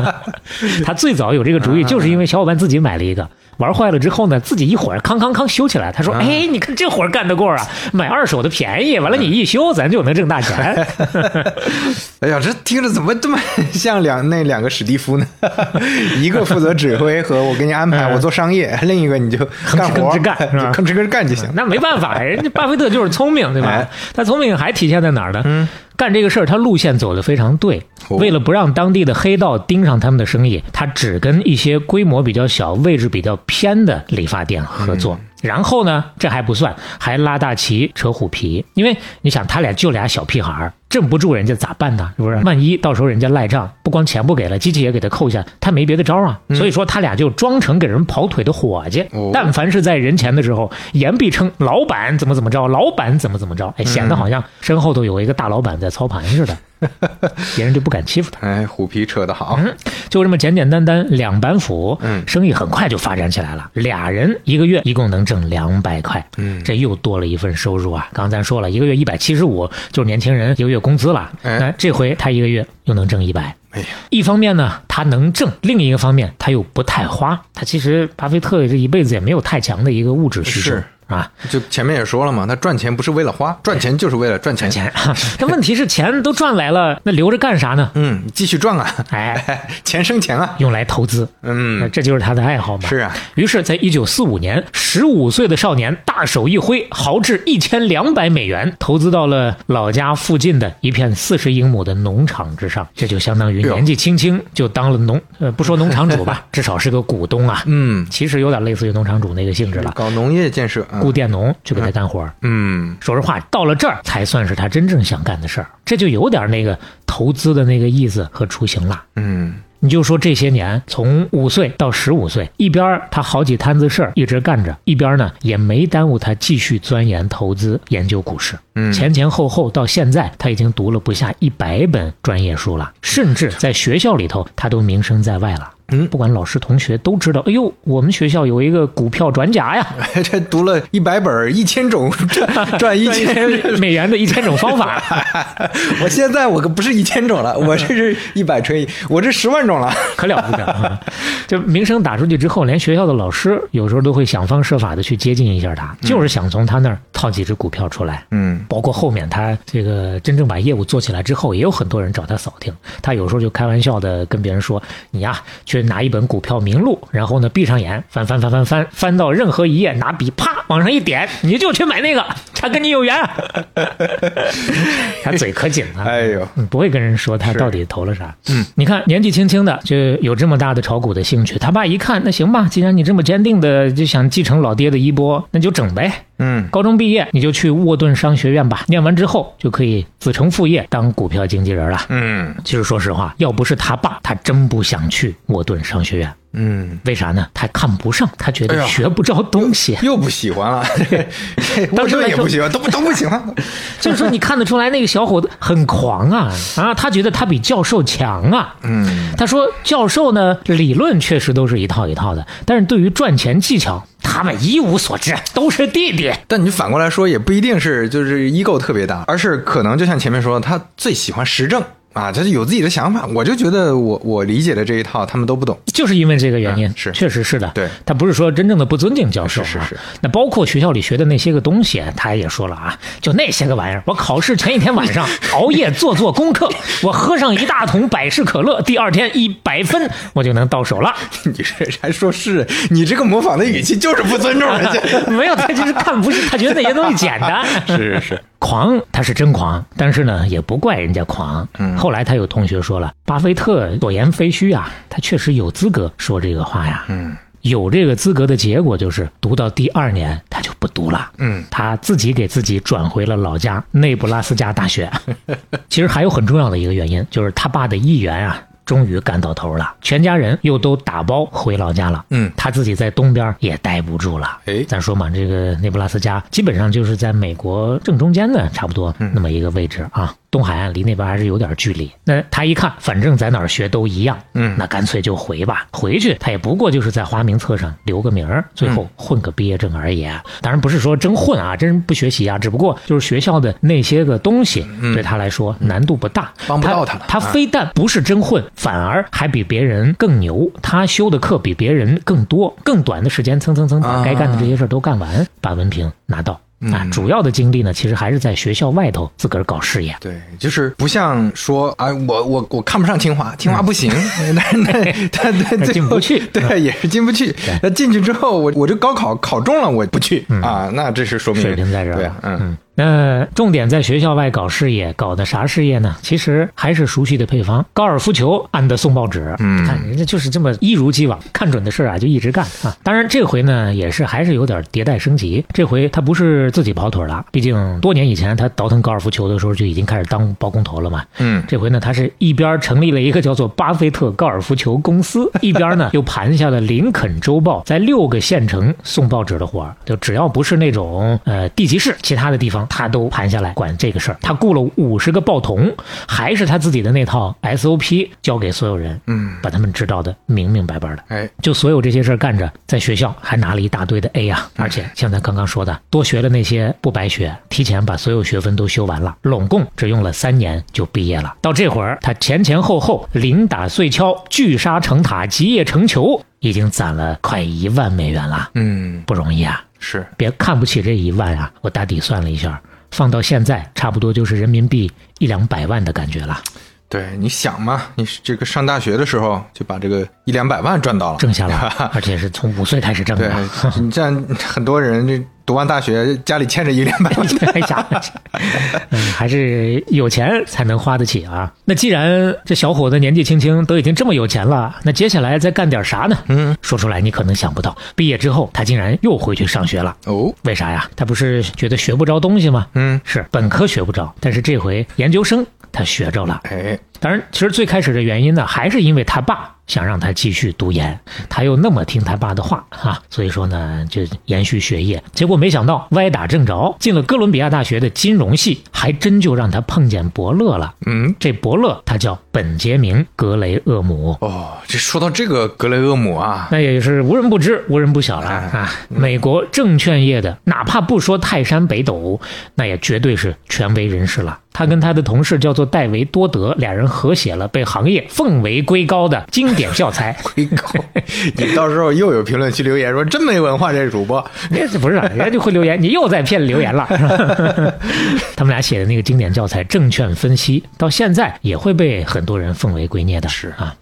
Speaker 2: 他最早有这个主
Speaker 3: 嗯
Speaker 2: 意，就是因为小伙伴自己买了一个，玩坏了之后呢，自己一会儿康康康修起来。
Speaker 3: 嗯
Speaker 2: 他说：“哎，你看这活儿干得过啊，买二手的便宜，完了你一修，咱就能挣大
Speaker 3: *laughs*
Speaker 2: 钱。
Speaker 3: 哎呀，这听着怎么这么像两那两个史蒂夫呢？ *laughs* 一个负责指挥和我给你安 *laughs* 排，我做商业；另一个你就干嗯活，
Speaker 2: 吭哧吭哧干是吧
Speaker 3: 就吭哧吭哧干就行”。
Speaker 2: 那没办法，人家巴菲特就是聪明，对吧
Speaker 3: 哎？嗯
Speaker 2: 他聪明还体现在哪儿呢？干这个事儿，他路线走得非常对。
Speaker 3: 哦
Speaker 2: 为了不让当地的黑道盯上他们的生意，他只跟一些规模比较小、位置比较偏的理发店合作。
Speaker 3: 嗯
Speaker 2: 然后呢，这还不算，还拉大旗、扯虎皮，因为你想，他俩就俩小屁孩儿，镇不住人家咋办呢？是不是？万一到时候人家赖账，不光钱不给了，机器也给他扣下，他没别的招儿啊。
Speaker 3: 嗯
Speaker 2: 所以说，他俩就装成给人跑腿的伙计
Speaker 3: 哦。
Speaker 2: 但凡是在人前的时候，言必称老板怎么怎么着，老板怎么怎么着，哎，
Speaker 3: 嗯
Speaker 2: 显得好像身后头有一个大老板在操盘
Speaker 3: *laughs*
Speaker 2: 似的，别人就不敢欺负他。嗯
Speaker 3: 哎，虎皮扯得好，
Speaker 2: 就这么简简单单两板斧，
Speaker 3: 嗯
Speaker 2: 生意很快就发展起来了。俩人一个月一共能挣两百块，
Speaker 3: 嗯
Speaker 2: 这又多了一份收入啊！刚才说了一个月一百七十五，就是年轻人一个月工资了。
Speaker 3: 哎
Speaker 2: 那这回他一个月又能挣一百。
Speaker 3: 哎呀，
Speaker 2: 一方面呢，他能挣；另一个方面，他又不太花。他其实巴菲特这一辈子也没有太强的一个物质需求
Speaker 3: 是
Speaker 2: 啊。 *laughs*
Speaker 3: 就前面也说了嘛，他赚钱不是为了花，赚钱就是为了赚钱。
Speaker 2: 钱，但问题是钱都赚来了，那留着干啥
Speaker 3: *laughs*
Speaker 2: 呢？
Speaker 3: 嗯，继续赚啊， *laughs*
Speaker 2: 哎，
Speaker 3: 钱生钱啊。
Speaker 2: 用来投资，那
Speaker 3: 嗯，
Speaker 2: 这就是他的爱好嘛。
Speaker 3: 是啊，
Speaker 2: 于是，在一九四五年，十五岁的少年大手一挥，豪掷一千两百美元，投资到了老家附近的一片四十英亩的农场之上。这就相当于
Speaker 3: 哎呦
Speaker 2: 年纪轻轻就当了农，呃，不说农场主
Speaker 3: *laughs*
Speaker 2: 吧，至少是个股东啊。
Speaker 3: 嗯，
Speaker 2: 其实有点类似于农场主那个性质了，
Speaker 3: 搞农业建设，
Speaker 2: 雇
Speaker 3: 嗯
Speaker 2: 佃农去给他干活儿。
Speaker 3: 嗯，
Speaker 2: 说实话，到了这儿才算是他真正想干的事儿，这就有点那个投资的那个意思和雏形了。
Speaker 3: 嗯， *laughs*
Speaker 2: 你就说这些年，从五岁到十五岁，一边儿他好几摊子事儿一直干着，一边儿呢也没耽误他继续钻研投资、研究股市。
Speaker 3: 嗯
Speaker 2: 前前后后到现在，他已经读了不下一百本专业书了，甚至在学校里头，他都名声在外了。
Speaker 3: 嗯
Speaker 2: 不管老师同学都知道，哎呦，我们学校有一个股票专家
Speaker 3: *laughs*
Speaker 2: 呀，
Speaker 3: 这读了一百本一千种， *laughs* 赚赚一
Speaker 2: *laughs*
Speaker 3: 千。
Speaker 2: 美元的一千种方法。
Speaker 3: 我现在我可不是一千
Speaker 2: *laughs*
Speaker 3: 种了，我这是一百乘以，我这十万种了。
Speaker 2: 可了不得、啊！就名声打出去之后，连学校的老师有时候都会想方设法的去接近一下他，就是想从他那儿套几只股票出来。
Speaker 3: 嗯，
Speaker 2: 包括后面他这个真正把业务做起来之后，也有很多人找他扫听。他有时候就开玩笑的跟别人说：“你呀、去拿一本股票名录，然后呢闭上眼翻翻翻翻翻翻到任何一页，拿笔啪往上一点，你就去买那个，他跟你有缘。”啊 *laughs* 他嘴可紧了、
Speaker 3: 哎呦，
Speaker 2: 嗯，不会跟人说他
Speaker 3: 是
Speaker 2: 到底投了啥。嗯，你看年纪轻轻的就有这么大的炒股的兴趣，他爸一看，那行吧，既然你这么坚定的就想继承老爹的衣钵，那就整呗。
Speaker 3: 嗯，
Speaker 2: 高中毕业你就去沃顿商学院吧，念完之后就可以子承父业，当股票经纪人了。
Speaker 3: 嗯，
Speaker 2: 其实说实话，要不是他爸，他真不想去沃顿商学院。
Speaker 3: 嗯，
Speaker 2: 为啥呢？他看不上，他觉
Speaker 3: 哎呀
Speaker 2: 得学不着东西。
Speaker 3: 又不喜欢了， *laughs*
Speaker 2: 当
Speaker 3: 沃
Speaker 2: 时
Speaker 3: 顿
Speaker 2: 来
Speaker 3: 也
Speaker 2: 说
Speaker 3: 不喜欢，都不都不喜欢。
Speaker 2: 就是说，你看得出来那个小伙子很狂啊啊！他觉得他比教授强啊。
Speaker 3: 嗯，
Speaker 2: 他说，教授呢，理论确实都是一套一套的，但是对于赚钱技巧，他们一无所知，都是弟弟。
Speaker 3: 但你反过来说，也不一定是就是异构特别大，而是可能就像前面说的，他最喜欢实证啊，他就有自己的想法。我就觉得我我理解的这一套，他们都
Speaker 2: *laughs*
Speaker 3: 不懂。
Speaker 2: 就是因为这个原因，
Speaker 3: 嗯是
Speaker 2: 确实是的。
Speaker 3: 对
Speaker 2: 他不是说真正的不尊敬教授、啊，
Speaker 3: 是是是
Speaker 2: 那包括学校里学的那些个东西，他也说了啊，就那些个玩意儿，我考试前一天晚上熬夜做做功课，我喝上一大桶百事可乐，第二天一百分我就能到手了。
Speaker 3: 你这还说是你这个模仿的语气就是不尊重人家。
Speaker 2: *laughs* 没有，他就是看不是，他觉得那些东西简 *laughs* 单。
Speaker 3: 是是是，
Speaker 2: 狂，他是真狂，但是呢，也不怪人家狂。
Speaker 3: 嗯
Speaker 2: 后来他有同学说了，巴菲特所言非虚啊，他确实有资格说这个话呀。
Speaker 3: 嗯
Speaker 2: 有这个资格的结果就是，读到第二年他就不读了。
Speaker 3: 嗯
Speaker 2: 他自己给自己转回了老家内布拉斯加大 *laughs* 学。其实还有很重要的一个原因，就是他爸的议员啊，终于干到头了，全家人又都打包回老家了。
Speaker 3: 嗯，
Speaker 2: 他自己在东边也待不住了。
Speaker 3: 哎
Speaker 2: 咱说嘛，
Speaker 3: 嗯
Speaker 2: 这个内布拉斯加基本上就是在美国正中间的，差不多那么一个位置啊。东海岸离那边还是有点距离。那他一看，反正在哪儿学都一样，
Speaker 3: 嗯
Speaker 2: 那干脆就回吧。回去他也不过就是在花名册上留个名
Speaker 3: 嗯
Speaker 2: 儿，最后混个毕业证而已啊。当然不是说真混啊，真不学习啊，只不过就是学校的那些个东西对他来说难度不大，
Speaker 3: 嗯帮不到他了
Speaker 2: 他
Speaker 3: 啊
Speaker 2: 非但不是真混，反而还比别人更牛。他修的课比别人更多，更短的时间蹭蹭蹭把
Speaker 3: 啊
Speaker 2: 该干的这些事儿都干完，把文凭拿到。啊，主要的精力呢，其实还是在学校外头自个儿搞事业。
Speaker 3: *laughs* 对，就是不像说啊，我我我看不上清华，清
Speaker 2: *laughs*
Speaker 3: 华不行，但但但但最
Speaker 2: 进不
Speaker 3: 后
Speaker 2: 去
Speaker 3: 对，也是进不去。那进去之后，我我这高考考中了，我不去啊，那这是说明
Speaker 2: 嗯水平在这儿
Speaker 3: 对
Speaker 2: 了
Speaker 3: 啊，，嗯，
Speaker 2: 那重点在学校外搞事业，搞的啥事业呢？其实还是熟悉的配方，高尔夫球按的送报纸。
Speaker 3: 嗯
Speaker 2: 看人家就是这么一如既往，看准的事儿啊就一直干啊。当然这回呢也是还是有点迭代升级，这回他不是自己跑腿儿了，毕竟多年以前他倒腾高尔夫球的时候就已经开始当包工头了嘛。
Speaker 3: 嗯
Speaker 2: 这回呢，他是一边儿成立了一个叫做巴菲特高尔夫球公司，一边儿呢 *laughs* 又盘下了林肯周报在六个县城送报纸的活儿。就只要不是那种呃地级市，其他的地方他都盘下来管这个事儿。他雇了五十个报童，还是他自己的那套 SOP 交给所有人，
Speaker 3: 嗯，
Speaker 2: 把他们指导的明明白白的。
Speaker 3: 哎，
Speaker 2: 就所有这些事儿干着，在学校还拿了一大堆的 A 啊，而且像咱刚刚说的，多学了那些不白学，提前把所有学分都修完了，拢共只用了三年就毕业了。到这会儿，他前前后后零打碎敲，聚沙成塔，集腋成裘，已经攒了快一万美元了，
Speaker 3: 嗯，
Speaker 2: 不容易啊！
Speaker 3: 是
Speaker 2: 别看不起这一万啊，我打底算了一下，放到现在差不多就是人民币一两百万的感觉了。
Speaker 3: 对，你想嘛，你是这个上大学的时候就把这个一两百万赚到了，
Speaker 2: 挣下来，
Speaker 3: *laughs*
Speaker 2: 而且是从五岁开始挣
Speaker 3: 对
Speaker 2: 的。
Speaker 3: 你这样很多人这读完大学家里欠着一两
Speaker 2: *laughs*
Speaker 3: 百万，
Speaker 2: 还想， *laughs* 嗯，还是有钱才能花得起啊。那既然这小伙子年纪轻轻都已经这么有钱了，那接下来再干点啥呢？嗯，说出来你可能想不到，毕业之后他竟然又回去上学了。
Speaker 3: 哦，
Speaker 2: 为啥呀？他不是觉得学不着东西吗？
Speaker 3: 嗯，
Speaker 2: 是本科学不着，但是这回研究生他学着了。
Speaker 3: 哎，
Speaker 2: 当然，其实最开始的原因呢，还是因为他爸想让他继续读研，他又那么听他爸的话哈、所以说呢，就延续学业。结果没想到歪打正着，进了哥伦比亚大学的金融系，还真就让他碰见伯乐了。
Speaker 3: 嗯，
Speaker 2: 这伯乐他叫本杰明·格雷厄姆。
Speaker 3: 哦，这说到这个格雷厄
Speaker 2: *laughs*
Speaker 3: 姆啊，
Speaker 2: 那也是无人不知、无人不晓了
Speaker 3: 哎
Speaker 2: 啊！美国证券业的，哪怕不说泰山北斗，那也绝对是权威人士了。他跟他的同事叫做戴维多德，俩人合写了被行业奉为圭臬的经典教材。
Speaker 3: 回狗，你到时候又有评论区留言说真没文化这主播，
Speaker 2: *laughs* 那不是、啊，人家就会留言，你又在骗留言了。 *laughs* 他们俩写的那个经典教材《证券分析》，到现在也会被很多人奉为圭臬的。
Speaker 3: 是
Speaker 2: 啊。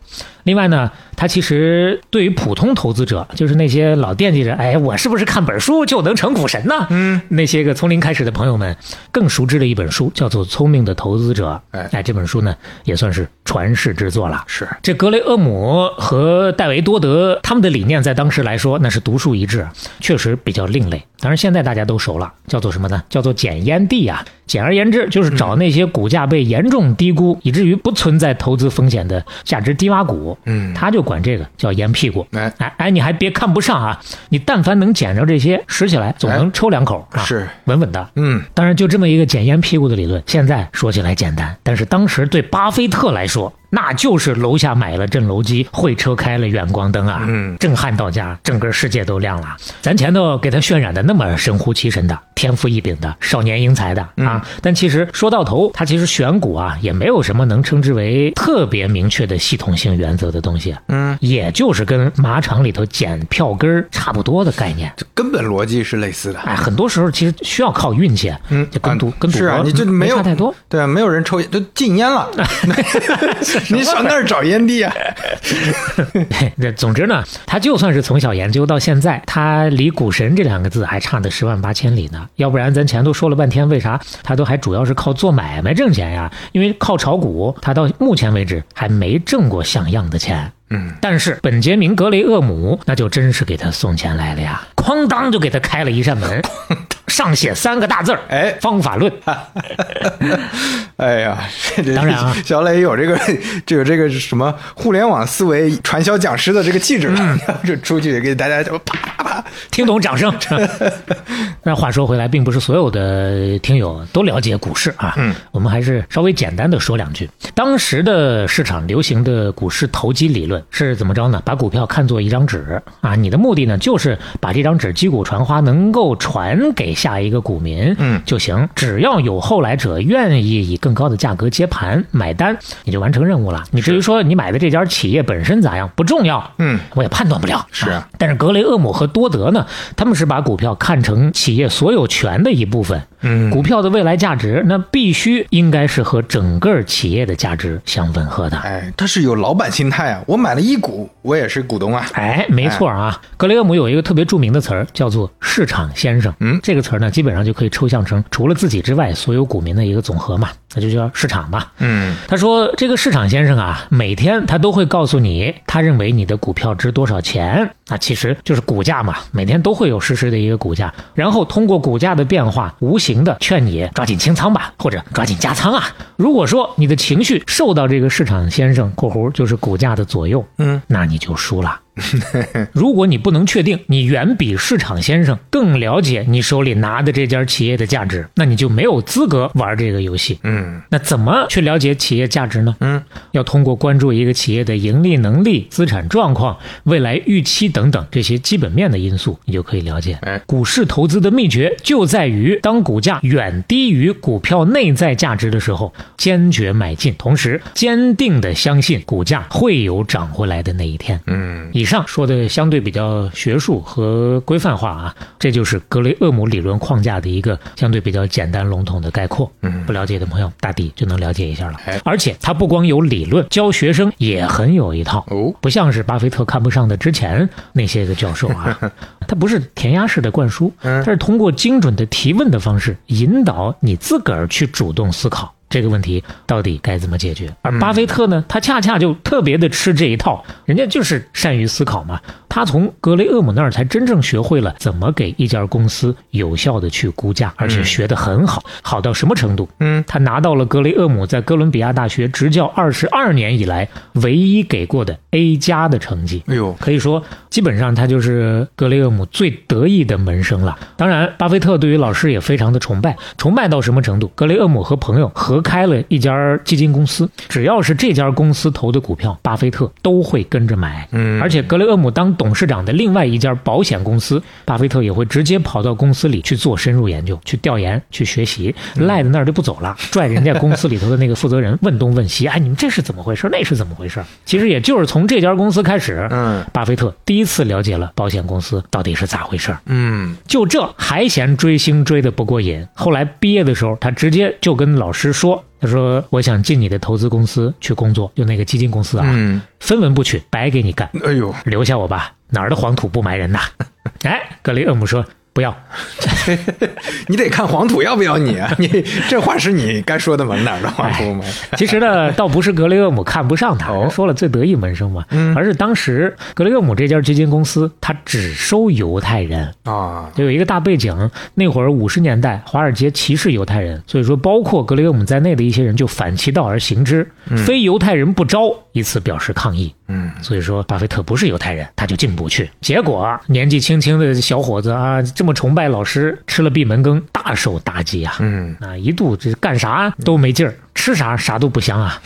Speaker 2: 另外呢，他其实对于普通投资者，就是那些老惦记着，哎，我是不是看本书就能成股神呢？嗯，那些个从零开始的朋友们，更熟知的一本书叫做《聪明的投资者》。
Speaker 3: 哎
Speaker 2: 哎，这本书呢，也算是传世之作了。
Speaker 3: 是
Speaker 2: 这格雷厄姆和戴维多德他们的理念在当时来说那是独树一帜，确实比较另类。当然现在大家都熟了，叫做什么呢？叫做捡烟蒂啊。简而言之，就是找那些股价被严重低估，以至于不存在投资风险的价值低洼股，
Speaker 3: 嗯
Speaker 2: 他就管这个叫烟屁股。
Speaker 3: 哎
Speaker 2: 哎哎，你还别看不上啊，你但凡能捡着这些，拾起来总能抽两口啊，
Speaker 3: 哎是
Speaker 2: 稳稳的。
Speaker 3: 嗯，
Speaker 2: 当然，就这么一个捡烟屁股的理论，现在说起来简单，但是当时对巴菲特来说，那就是楼下买了震楼机，会车开了远光灯啊，
Speaker 3: 嗯，
Speaker 2: 震撼到家，整个世界都亮了。咱前头给他渲染的那么神乎其神的、天赋异禀的、少年英才的
Speaker 3: 嗯
Speaker 2: 啊，但其实说到头，他其实选股啊，也没有什么能称之为特别明确的系统性原则的东西，啊
Speaker 3: 嗯，
Speaker 2: 也就是跟马场里头捡票根儿差不多的概念。
Speaker 3: 这根本逻辑是类似的。
Speaker 2: 哎，很多时候其实需要靠运气，
Speaker 3: 嗯
Speaker 2: 就跟赌、
Speaker 3: 啊
Speaker 2: 跟赌博
Speaker 3: 是啊你这
Speaker 2: 没
Speaker 3: 没有
Speaker 2: 差太
Speaker 3: *laughs*
Speaker 2: 多。
Speaker 3: 对啊，没有人抽烟，都禁
Speaker 2: *laughs*
Speaker 3: 烟了， *laughs* 你上那儿找烟蒂啊？
Speaker 2: 那总之呢，他就算是从小研究到现在，他离股神这两个字还差的十万八千里呢。要不然咱前头说了半天，为啥他都还主要是靠做买卖挣钱呀？因为靠炒股，他到目前为止还没挣过像样的钱。
Speaker 3: 嗯，
Speaker 2: 但是本杰明·格雷厄姆那就真是给他送钱来了呀，哐当就给他开了一扇门。上写三个大字儿，
Speaker 3: 哎
Speaker 2: 方法论。
Speaker 3: 哎呀，这这
Speaker 2: 当然
Speaker 3: *laughs*
Speaker 2: 啊
Speaker 3: 小磊有这个这有这个什么互联网思维传销讲师的这个气质了， *laughs* 就出去给大家就啪啪，
Speaker 2: 听懂掌
Speaker 3: *laughs*
Speaker 2: 声。那话说回来，并不是所有的听友都了解股市啊。
Speaker 3: 嗯，
Speaker 2: 我们还是稍微简单的说两句。当时的市场流行的股市投机理论是怎么着呢？把股票看作一张纸啊，你的目的呢就是把这张纸击鼓传花，能够传给下一个股民，
Speaker 3: 嗯
Speaker 2: 就行。只要有后来者愿意以更高的价格接盘买单，你就完成任务了。你至于说你买的这家企业本身咋样，不重要。
Speaker 3: 嗯，
Speaker 2: 我也判断不了。
Speaker 3: 是啊
Speaker 2: 啊，但是格雷厄姆和多德呢，他们是把股票看成企业所有权的一部分。
Speaker 3: 嗯
Speaker 2: 股票的未来价值，那必须应该是和整个企业的价值相吻合的。
Speaker 3: 哎，他是有老板心态啊，我买了一股，我也是股东啊，
Speaker 2: 哎，没错啊，格雷厄姆有一个特别著名的词儿，叫做“市场先生”。
Speaker 3: 嗯
Speaker 2: 这个词儿呢，基本上就可以抽象成除了自己之外所有股民的一个总和嘛，那就叫市场吧。
Speaker 3: 嗯
Speaker 2: 他说：“这个市场先生啊，每天他都会告诉你，他认为你的股票值多少钱。那其实就是股价嘛，每天都会有实时的一个股价，然后通过股价的变化，无形的劝你抓紧清仓吧，或者抓紧加仓啊。如果说你的情绪受到这个市场先生（括弧就是股价的左右），
Speaker 3: 嗯，
Speaker 2: 那你就输了。”如果你不能确定你远比市场先生更了解你手里拿的这家企业的价值，那你就没有资格玩这个游戏。
Speaker 3: 嗯
Speaker 2: 那怎么去了解企业价值呢？
Speaker 3: 嗯，
Speaker 2: 要通过关注一个企业的盈利能力、资产状况、未来预期等等这些基本面的因素，你就可以了解。
Speaker 3: 哎
Speaker 2: 股市投资的秘诀就在于，当股价远低于股票内在价值的时候，坚决买进，同时坚定的相信股价会有涨回来的那一天。
Speaker 3: 嗯，
Speaker 2: 以上说的相对比较学术和规范化啊，这就是格雷厄姆理论框架的一个相对比较简单笼统的概括。
Speaker 3: 嗯
Speaker 2: 不了解的朋友大抵就能了解一下了
Speaker 3: 哎。
Speaker 2: 而且他不光有理论，教学生也很有一套。
Speaker 3: 哦，
Speaker 2: 不像是巴菲特看不上的之前那些个教授
Speaker 3: *laughs*
Speaker 2: 啊，他不是填鸭式的灌输，
Speaker 3: 嗯
Speaker 2: 他是通过精准的提问的方式引导你自个儿去主动思考这个问题到底该怎么解决。而巴菲特呢，他恰恰就特别的吃这一套，人家就是善于思考嘛。他从格雷厄姆那儿才真正学会了怎么给一家公司有效的去估价，而且学得很好，好到什么程度？
Speaker 3: 嗯，
Speaker 2: 他拿到了格雷厄姆在哥伦比亚大学执教二十二年以来唯一给过的 A 加的成绩。
Speaker 3: 哎呦，
Speaker 2: 可以说，基本上他就是格雷厄姆最得意的门生了。当然，巴菲特对于老师也非常的崇拜，崇拜到什么程度？格雷厄姆和朋友合开了一家基金公司，只要是这家公司投的股票，巴菲特都会跟着买。
Speaker 3: 嗯
Speaker 2: 而且格雷厄姆当董事长的另外一家保险公司，巴菲特也会直接跑到公司里去做深入研究、去调研、去学习，
Speaker 3: 嗯
Speaker 2: 赖在那儿就不走了，拽人家公司里头的那个负责人问东问西，哎，你们这是怎么回事？那是怎么回事？其实也就是从这家公司开始，
Speaker 3: 嗯
Speaker 2: 巴菲特第一次了解了保险公司到底是咋回事儿。
Speaker 3: 嗯
Speaker 2: 就这还嫌追星追的不过瘾。后来毕业的时候，他直接就跟老师说：“他说我想进你的投资公司去工作，就那个基金公司啊，
Speaker 3: 嗯，
Speaker 2: 分文不取，白给你干。”
Speaker 3: 哎呦，
Speaker 2: 留下我吧，哪儿的黄土不埋人呐！ *laughs* 哎，格雷厄姆说不要，
Speaker 3: 你得看黄土要不要你啊， *laughs* 你这话是你该说的吗？哪儿的黄土吗？
Speaker 2: 其实呢，倒不是格雷厄姆看不上他，
Speaker 3: 哦
Speaker 2: 人说了最得意门生嘛，而是当时格雷厄姆这家基金公司，它只收犹太人，
Speaker 3: 啊，
Speaker 2: 就有一个大背景。那会儿五十年代，华尔街歧视犹太人，所以说包括格雷厄姆在内的一些人就反其道而行之，非犹太人不招，以此表示抗议。
Speaker 3: 嗯
Speaker 2: 所以说，巴菲特不是犹太人，他就进不去。结果年纪轻轻的小伙子啊，这么崇拜老师，吃了闭门羹，大受打击啊！
Speaker 3: 嗯
Speaker 2: 啊，一度这干啥都没劲儿，吃啥啥都不香啊，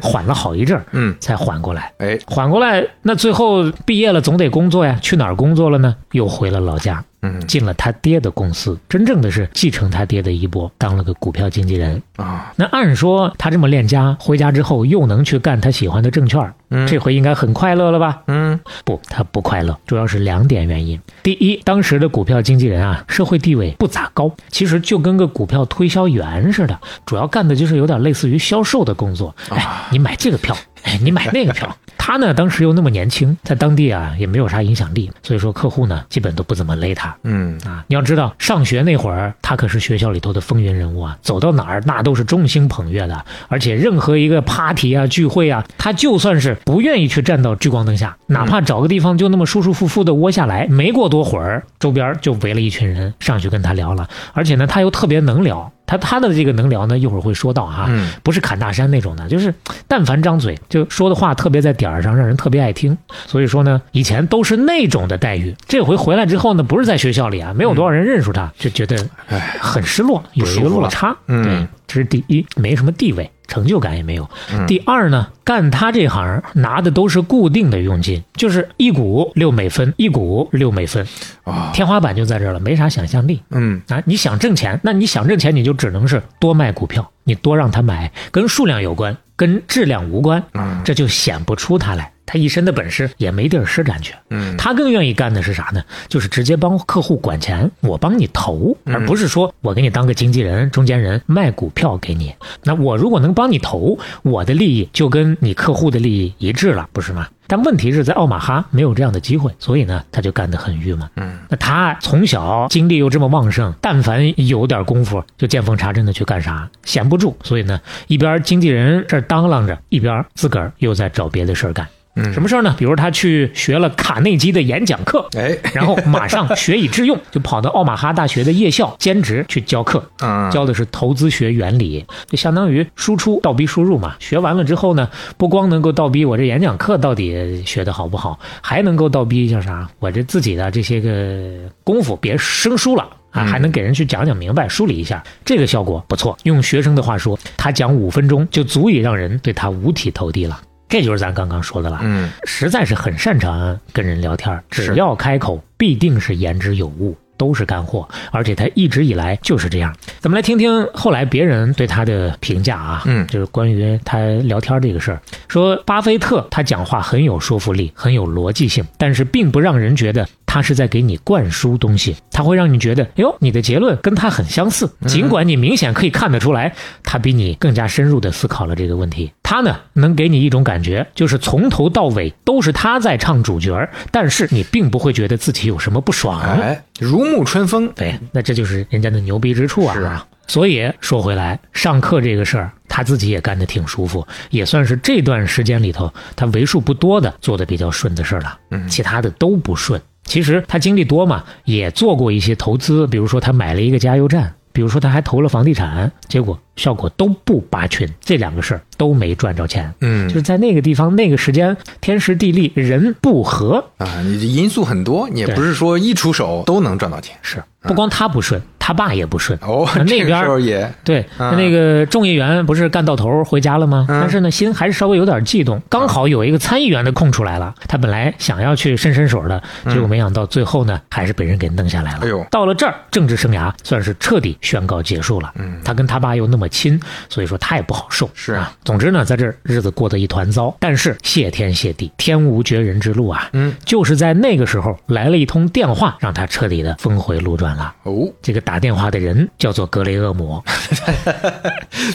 Speaker 2: 缓了好一阵儿，
Speaker 3: 嗯，
Speaker 2: 才缓过来。
Speaker 3: 哎，
Speaker 2: 缓过来，那最后毕业了总得工作呀，去哪儿工作了呢？又回了老家，
Speaker 3: 嗯
Speaker 2: 进了他爹的公司，真正的是继承他爹的衣钵，当了个股票经纪人。
Speaker 3: 啊，
Speaker 2: 那按说他这么恋家，回家之后又能去干他喜欢的证券儿，
Speaker 3: 嗯
Speaker 2: 这回应该很快乐了吧？
Speaker 3: 嗯
Speaker 2: 不，他不快乐，主要是两点原因。第一，当时的股票经纪人啊，社会地位不咋高，其实就跟个股票
Speaker 3: 啊
Speaker 2: 推销员似的，主要干的就是有点类似于销售的工作。哎，你买这个票，哎，你买那个
Speaker 3: *laughs*
Speaker 2: 票。他呢，当时又那么年轻，在当地啊也没有啥影响力，所以说客户呢基本都不怎么勒他
Speaker 3: 嗯，
Speaker 2: 啊。你要知道，上学那会儿他可是学校里头的风云人物啊，走到哪儿那都是众星捧月的，而且任何一个 party 啊聚会啊，他就算是不愿意去站到聚光灯下，哪怕找个地方就那么舒舒服服的窝下来，没过多会儿，周边就围了一群人上去跟他聊了，而且呢他又特别能聊。他他的这个能聊呢，一会儿会说到啊哈、
Speaker 3: 嗯
Speaker 2: 不是侃大山那种的，就是但凡张嘴就说的话特别在点儿上，让人特别爱听。所以说呢，以前都是那种的待遇，这回回来之后呢，不是在学校里啊，没有多少人认识他，就觉得
Speaker 3: 嗯哎，
Speaker 2: 很失落，有一
Speaker 3: 不舒
Speaker 2: 个
Speaker 3: 服了
Speaker 2: 落差。
Speaker 3: 嗯
Speaker 2: 对，这是第一，没什么地位，成就感也没有。
Speaker 3: 嗯
Speaker 2: 第二呢，干他这行拿的都是固定的佣金，就是一股六美分，一股六美分，
Speaker 3: 啊，
Speaker 2: 天花板就在这儿了，没啥想象力。
Speaker 3: 嗯
Speaker 2: 啊，你想挣钱，那你想挣钱，你就只能是多卖股票，你多让他买，跟数量有关，跟质量无关，
Speaker 3: 嗯
Speaker 2: 这就显不出他来。他一身的本事也没地儿施展去。
Speaker 3: 嗯，
Speaker 2: 他更愿意干的是啥呢？就是直接帮客户管钱，我帮你投，
Speaker 3: 嗯
Speaker 2: 而不是说我给你当个经纪人、中间人卖股票给你。那我如果能帮你投，我的利益就跟你客户的利益一致了，不是吗？但问题是在奥马哈没有这样的机会，所以呢，他就干得很郁闷。
Speaker 3: 嗯，
Speaker 2: 那他从小精力又这么旺盛，但凡有点功夫，就见缝插针的去干啥，闲不住。所以呢，一边经纪人这儿当啷着，一边自个儿又在找别的事儿干。
Speaker 3: 嗯
Speaker 2: 什么事儿呢？比如他去学了卡内基的演讲课，
Speaker 3: 哎，
Speaker 2: 然后马上学以致用，就跑到奥马哈大学的夜校兼职去教课。
Speaker 3: 啊，
Speaker 2: 教的是投资学原理，就相当于输出倒逼输入嘛。学完了之后呢，不光能够倒逼我这演讲课到底学的好不好，还能够倒逼叫啥，我这自己的这些个功夫别生疏了。啊，还能给人去讲讲明白、梳理一下，这个效果不错。用学生的话说，他讲五分钟就足以让人对他五体投地了。这就是咱刚刚说的了。
Speaker 3: 嗯
Speaker 2: 实在是很擅长跟人聊天儿，
Speaker 3: 是
Speaker 2: 只要开口必定是言之有物，都是干货，而且他一直以来就是这样。咱们来听听后来别人对他的评价啊，
Speaker 3: 嗯
Speaker 2: 就是关于他聊天这个事儿，说巴菲特他讲话很有说服力，很有逻辑性，但是并不让人觉得他是在给你灌输东西，他会让你觉得，哎呦，你的结论跟他很相似，尽管你明显可以看得出来，他比你更加深入的思考了这个问题。他呢，能给你一种感觉，就是从头到尾都是他在唱主角儿，但是你并不会觉得自己有什么不爽。啊
Speaker 3: 哎，如沐春风，
Speaker 2: 对，哎那这就是人家的牛逼之处啊。
Speaker 3: 是啊
Speaker 2: 所以说回来，上课这个事儿，他自己也干得挺舒服，也算是这段时间里头他为数不多的做的比较顺的事儿了。
Speaker 3: 嗯
Speaker 2: 其他的都不顺。其实他经历多嘛，也做过一些投资，比如说他买了一个加油站，比如说他还投了房地产，结果效果都不拔群，这两个事儿都没赚着钱。
Speaker 3: 嗯
Speaker 2: 就是在那个地方、那个时间、天时地利人不和，
Speaker 3: 啊，你这因素很多，你也
Speaker 2: 对
Speaker 3: 不是说一出手都能赚到钱。
Speaker 2: 是不光他不顺，他爸也不顺。
Speaker 3: 啊哦，
Speaker 2: 那
Speaker 3: 这
Speaker 2: 那
Speaker 3: 个
Speaker 2: 边儿
Speaker 3: 时候也，
Speaker 2: 对，
Speaker 3: 嗯
Speaker 2: 那个众议员不是干到头儿回家了吗？
Speaker 3: 嗯
Speaker 2: 但是呢，心还是稍微有点悸动。刚好有一个参议员的空出来了，他本来想要去伸伸手的，结果没想到最后呢，还是被人给弄下来了。
Speaker 3: 嗯哎呦
Speaker 2: 到了这儿，政治生涯算是彻底宣告结束了。嗯，他跟他爸又那么亲，所以说他也不好受。
Speaker 3: 是
Speaker 2: 啊，总之呢，在这儿日子过得一团糟。但是谢天谢地，天无绝人之路啊。
Speaker 3: 嗯，
Speaker 2: 就是在那个时候来了一通电话，让他彻底的峰回路转了。
Speaker 3: 哦， *laughs*
Speaker 2: 这个打电话的人叫做格雷厄姆，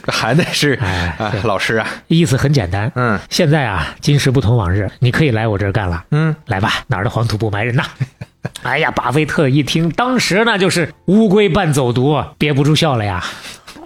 Speaker 3: 这还得是
Speaker 2: 哎
Speaker 3: 啊，老师啊，
Speaker 2: 意思很简单。
Speaker 3: 嗯
Speaker 2: 现在啊，今时不同往日，你可以来我这儿干了。
Speaker 3: 嗯，
Speaker 2: 来吧，哪儿的黄土不埋
Speaker 3: *laughs*
Speaker 2: 人呐！哎呀，巴菲特一听，当时那就是乌龟伴走读，憋不住笑了呀。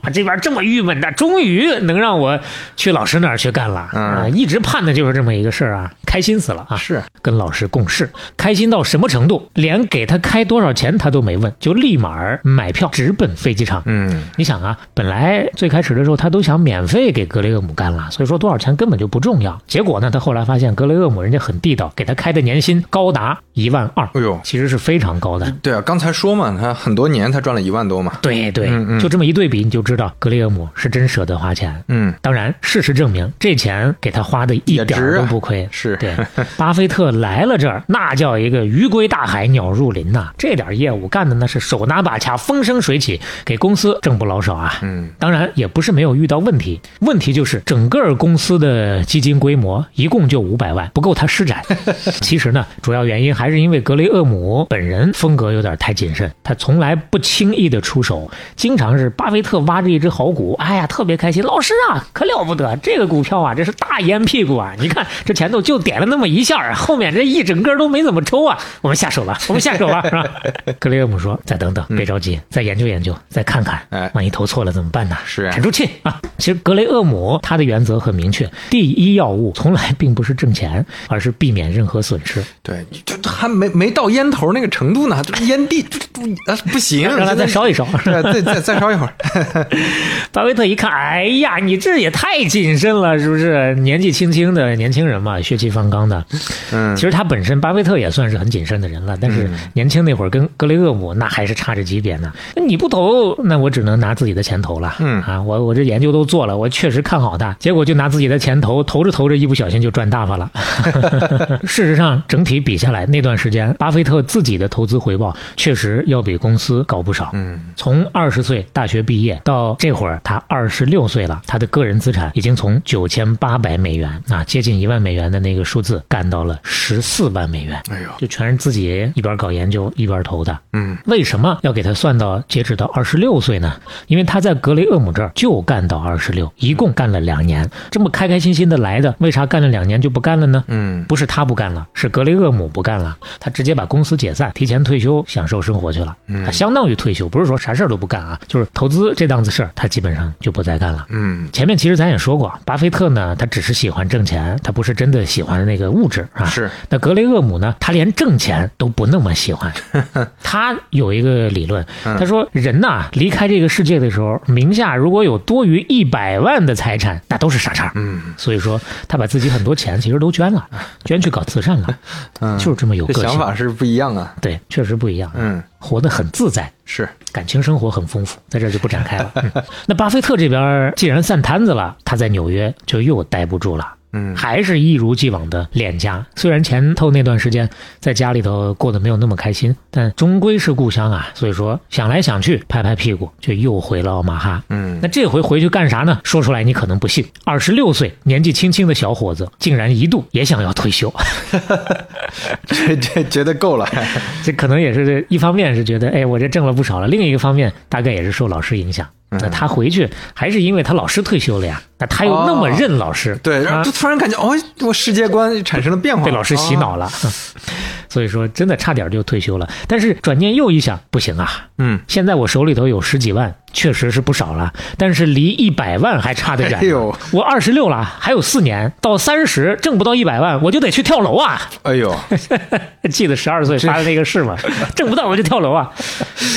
Speaker 2: 我这边这么郁闷的，终于能让我去老师那儿去干了。
Speaker 3: 嗯
Speaker 2: 啊一直盼的就是这么一个事儿啊，开心死了啊！
Speaker 3: 是，
Speaker 2: 跟老师共事，开心到什么程度？连给他开多少钱他都没问，就立马儿买票直奔飞机场。
Speaker 3: 嗯
Speaker 2: 你想啊，本来最开始的时候他都想免费给格雷厄姆干了，所以说多少钱根本就不重要。结果呢，他后来发现格雷厄姆人家很地道，给他开的年薪高达一万二，
Speaker 3: 哎呦
Speaker 2: 其实是非常高的。
Speaker 3: 对啊，刚才说嘛，他很多年他赚了一万多嘛，
Speaker 2: 对对，
Speaker 3: 嗯嗯
Speaker 2: 就这么一对比，你就知道格雷厄姆是真舍得花钱。
Speaker 3: 嗯，
Speaker 2: 当然，事实证明，这钱给他花的一点
Speaker 3: 也
Speaker 2: 儿
Speaker 3: 值啊
Speaker 2: 都不亏。
Speaker 3: 是 *laughs*
Speaker 2: 对，巴菲特来了这儿，那叫一个鱼归大海，鸟入林呐、这点业务干的那是手拿把掐，风生水起，给公司挣不老少啊。
Speaker 3: 嗯
Speaker 2: 当然也不是没有遇到问题，问题就是整个公司的基金规模一共就五百万，不够他施
Speaker 3: *laughs*
Speaker 2: 展。其实呢，主要原因还是因为格雷厄姆本人风格有点太谨慎，他从来不轻易的出手，经常是巴菲特挖拉着一只好股，哎呀，特别开心。老师啊，可了不得，这个股票啊，这是大烟屁股啊！你看这前头就点了那么一下啊，后面这一整个都没怎么抽啊。我们下手吧，我们下手吧，
Speaker 3: *laughs*
Speaker 2: 是吧？格雷厄姆说：“再等等，别着急，再研究研究，再看看
Speaker 3: 嗯哎，
Speaker 2: 万一投错了怎么办呢？”
Speaker 3: 是啊
Speaker 2: 沉住气啊！其实格雷厄姆他的原则很明确，第一要务从来并不是挣钱，而是避免任何损失。
Speaker 3: 对，就就还没没到烟头那个程度呢，就烟蒂就就啊不行，
Speaker 2: 让他再烧一烧。
Speaker 3: 对，再再再烧一会儿。
Speaker 2: 巴菲特一看，哎呀，你这也太谨慎了，是不是？年纪轻轻的年轻人嘛，血气方刚的。
Speaker 3: 嗯
Speaker 2: 其实他本身巴菲特也算是很谨慎的人了，但是年轻那会儿跟格雷厄姆那还是差着级别呢。那你不投，那我只能拿自己的钱投了。
Speaker 3: 嗯
Speaker 2: 啊，我我这研究都做了，我确实看好它，结果就拿自己的钱投，投着投着一不小心就赚大发了。 *laughs* 事实上，整体比下来那段时间，巴菲特自己的投资回报确实要比公司高不少。
Speaker 3: 嗯，
Speaker 2: 从二十岁大学毕业到这会儿，他二十六岁了，他的个人资产已经从九千八百美元啊，接近一万美元的那个数字，干到了十四万美元，
Speaker 3: 哎呦，
Speaker 2: 就全是自己一边搞研究一边投的。
Speaker 3: 嗯，
Speaker 2: 为什么要给他算到截止到二十六岁呢？因为他在格雷厄姆这儿就干到二十六，一共干了两年，这么开开心心的来的，为啥干了两年就不干了呢？
Speaker 3: 嗯，
Speaker 2: 不是他不干了，是格雷厄姆不干了，他直接把公司解散，提前退休，享受生活去了。他相当于退休，不是说啥事儿都不干啊，就是投资这档子事儿，他基本上就不再干了。
Speaker 3: 嗯，
Speaker 2: 前面其实咱也说过，巴菲特呢，他只是喜欢挣钱，他不是真的喜欢那个物质啊。
Speaker 3: 是。
Speaker 2: 那格雷厄姆呢，他连挣钱都不那么喜欢。他有一个理论，他说人呐、离开这个世界的时候，名下如果有多余一百万的财产，那都是傻叉。
Speaker 3: 嗯，
Speaker 2: 所以说他把自己很多钱其实都捐
Speaker 3: *laughs*
Speaker 2: 了，捐去搞慈善了，
Speaker 3: 嗯
Speaker 2: 就是这么有
Speaker 3: 这
Speaker 2: 个性。
Speaker 3: 想法是不一样啊。
Speaker 2: 对，确实不一样，
Speaker 3: 嗯，
Speaker 2: 活得很自在。
Speaker 3: 是，
Speaker 2: 感情生活很丰富，在这儿就不展开了。嗯那巴菲特这边既然散摊子了，他在纽约就又待不住了。
Speaker 3: 嗯
Speaker 2: 还是一如既往的恋家。虽然前头那段时间在家里头过得没有那么开心，但终归是故乡啊。所以说想来想去，拍拍屁股就又回了奥马哈。
Speaker 3: 嗯
Speaker 2: 那这回回去干啥呢？说出来你可能不信，二十六岁年纪轻轻的小伙子，竟然一度也想要退休。 *laughs*
Speaker 3: *laughs* 这这觉得够了。
Speaker 2: 这可能也是一方面是觉得，哎，我这挣了不少了；另一个方面，大概也是受老师影响。
Speaker 3: 嗯
Speaker 2: 那他回去还是因为他老师退休了呀，那他又那么认老师，
Speaker 3: 哦对，然
Speaker 2: 啊
Speaker 3: 后就突然感觉，哦，我世界观产生了变化，
Speaker 2: 被老师洗
Speaker 3: 哦。
Speaker 2: 脑了。嗯所以说，真的差点就退休了。但是转念又一想，不行啊，
Speaker 3: 嗯，
Speaker 2: 现在我手里头有十几万，确实是不少了，但是离一百万还差得远呢。
Speaker 3: 哎呦
Speaker 2: 我二十六了，还有四年，到三十挣不到一百万，我就得去跳楼啊！ *laughs*
Speaker 3: 哎呦，
Speaker 2: 记得十二岁发的那个誓
Speaker 3: *laughs*
Speaker 2: 吗？挣不到我就跳楼啊！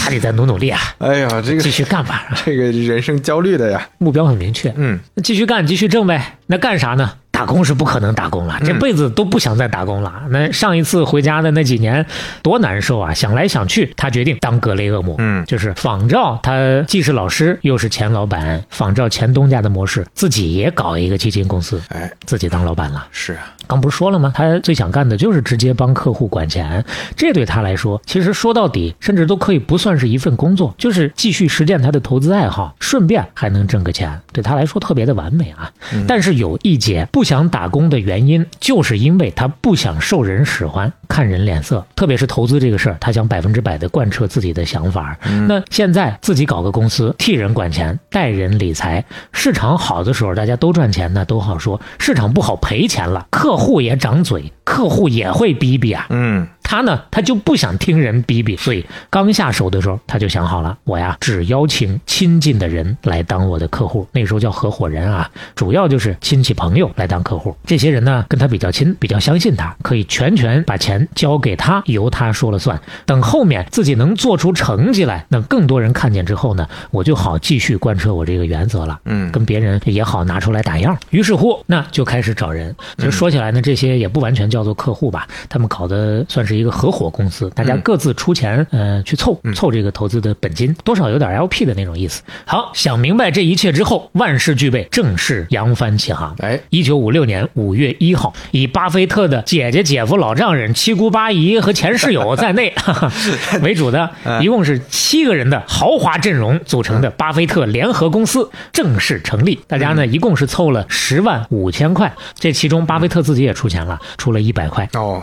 Speaker 2: 还得再努努力啊，
Speaker 3: 哎呦，这
Speaker 2: 继
Speaker 3: 个
Speaker 2: 续干吧。
Speaker 3: 这个人生焦虑的呀。
Speaker 2: 目标很明确，
Speaker 3: 嗯
Speaker 2: 那继续干，继续挣呗。那干啥呢？打工是不可能打工
Speaker 3: 嗯
Speaker 2: 了，这辈子都不想再打工了。那上一次回家的那几年多难受啊！想来想去，他决定当格雷厄姆，
Speaker 3: 嗯
Speaker 2: 就是仿照他既是老师又是前老板，仿照前东家的模式，自己也搞一个基金公司，
Speaker 3: 哎，
Speaker 2: 自己当老板了。
Speaker 3: 是啊，
Speaker 2: 刚不是说了吗？他最想干的就是直接帮客户管钱，这对他来说，其实说到底，甚至都可以不算是一份工作，就是继续实践他的投资爱好，顺便还能挣个钱，对他来说特别的完美啊。但是有一节不想打工的原因，就是因为他不想受人使唤，看人脸色，特别是投资这个事儿，他想百分之百的贯彻自己的想法。那现在自己搞个公司，替人管钱，带人理财，市场好的时候大家都赚钱呢，都好说；市场不好赔钱了，客户也长嘴，客户也会逼逼啊。
Speaker 3: 嗯
Speaker 2: 他呢，他就不想听人逼逼，所以刚下手的时候，他就想好了，我呀只邀请亲近的人来当我的客户，那时候叫合伙人啊，主要就是亲戚朋友来当客户。这些人呢，跟他比较亲，比较相信他，可以全权把钱交给他，由他说了算。等后面自己能做出成绩来，那更多人看见之后呢，我就好继续贯彻我这个原则了。
Speaker 3: 嗯
Speaker 2: 跟别人也好拿出来打样。于是乎，那就开始找人。其实说起来呢，这些也不完全叫做客户吧，他们搞的算是一个合伙公司，大家各自出钱，呃，去凑凑这个投资的本金，多少有点 LP 的那种意思。好，想明白这一切之后，万事俱备，正式扬帆起航。
Speaker 3: 哎，
Speaker 2: 一九五六年五月一号，以巴菲特的姐姐、姐夫、老丈人、七姑八姨和前室友在内哈哈为主的，一共是七个人的豪华阵容组成的巴菲特联合公司正式成立。大家呢，一共是凑了十万五千块，这其中巴菲特自己也出钱了，出了一百块。
Speaker 3: 哦，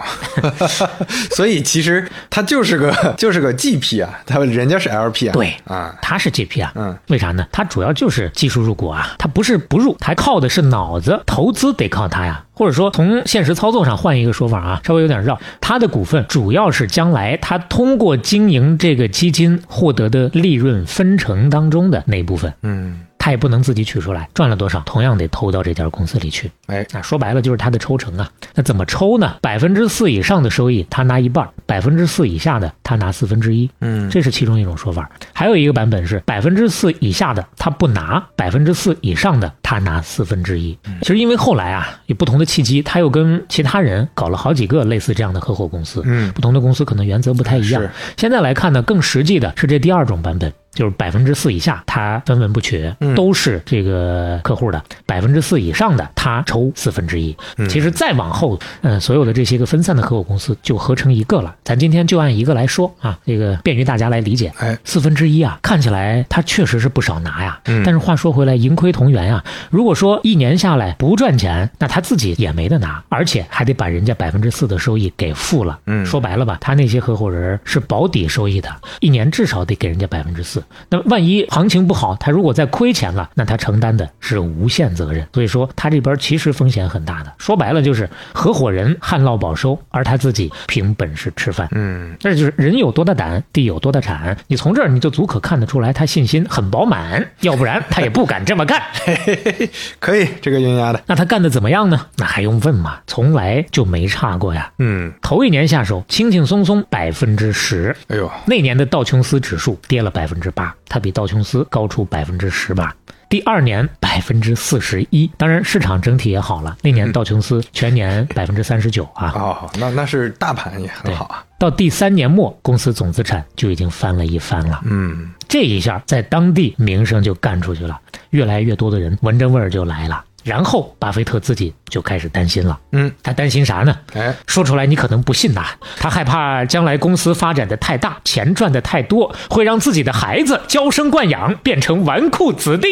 Speaker 3: *laughs* 所以其实它就是个就是个 GP 啊，他人家是 LP 啊，
Speaker 2: 对
Speaker 3: 啊，
Speaker 2: 它是 GP 啊，
Speaker 3: 嗯，
Speaker 2: 为啥呢？它主要就是技术入股啊，它不是不入，它靠的是脑子，投资得靠它呀。或者说，从现实操作上换一个说法啊，稍微有点绕。它的股份主要是将来它通过经营这个基金获得的利润分成当中的那一部分，
Speaker 3: 嗯，
Speaker 2: 它也不能自己取出来，赚了多少同样得投到这家公司里去。
Speaker 3: 哎，
Speaker 2: 那啊说白了就是它的抽成啊。那怎么抽呢？百分之四以上的收益他拿一半儿，百分之四以下的他拿四分之一。
Speaker 3: 嗯
Speaker 2: 这是其中一种说法。还有一个版本是百分之四以下的他不拿，百分之四以上的他拿四分之一。其实因为后来啊，有不同的契机，他又跟其他人搞了好几个类似这样的合伙公司。
Speaker 3: 嗯
Speaker 2: 不同的公司可能原则不太一样
Speaker 3: 是。
Speaker 2: 现在来看呢，更实际的是这第二种版本。就是百分之四以下，他分文不取，
Speaker 3: 嗯
Speaker 2: 都是这个客户的；百分之四以上的，他抽四分之一。
Speaker 3: 嗯
Speaker 2: 其实再往后，嗯、所有的这些个分散的合伙公司就合成一个了。咱今天就按一个来说啊，这个便于大家来理解。
Speaker 3: 哎，
Speaker 2: 四分之一啊，看起来他确实是不少拿呀。
Speaker 3: 嗯
Speaker 2: 但是话说回来，盈亏同源呀、如果说一年下来不赚钱，那他自己也没得拿，而且还得把人家百分之四的收益给付了。
Speaker 3: 嗯
Speaker 2: 说白了吧，他那些合伙人是保底收益的，一年至少得给人家百分之四。那万一行情不好，他如果再亏钱了，那他承担的是无限责任。所以说，他这边其实风险很大的。说白了就是合伙人旱涝保收，而他自己凭本事吃饭。
Speaker 3: 嗯
Speaker 2: 这就是人有多大胆，地有多大产。你从这儿你就足可看得出来，他信心很饱满，要不然他也不敢这么干。
Speaker 3: 可以，这个应押的，
Speaker 2: 那他干的怎么样呢？那还用问吗？从来就没差过呀。
Speaker 3: 嗯，
Speaker 2: 头一年下手，轻轻松松百分之十。
Speaker 3: 哎呦，
Speaker 2: 那年的道琼斯指数跌了百分之八，它比道琼斯高出百分之十八。第二年百分之四十一，当然市场整体也好了。那年道琼斯全年百分之三十九啊，
Speaker 3: 哦，那那是大盘也很好啊，
Speaker 2: 到第三年末，公司总资产就已经翻了一番了。
Speaker 3: 嗯
Speaker 2: 这一下在当地名声就干出去了，越来越多的人闻着味儿就来了。然后巴菲特自己就开始担心了，
Speaker 3: 嗯，
Speaker 2: 他担心啥呢？
Speaker 3: 哎，
Speaker 2: 说出来你可能不信呐，他害怕将来公司发展的太大，钱赚的太多，会让自己的孩子娇生惯养，变成纨绔子弟。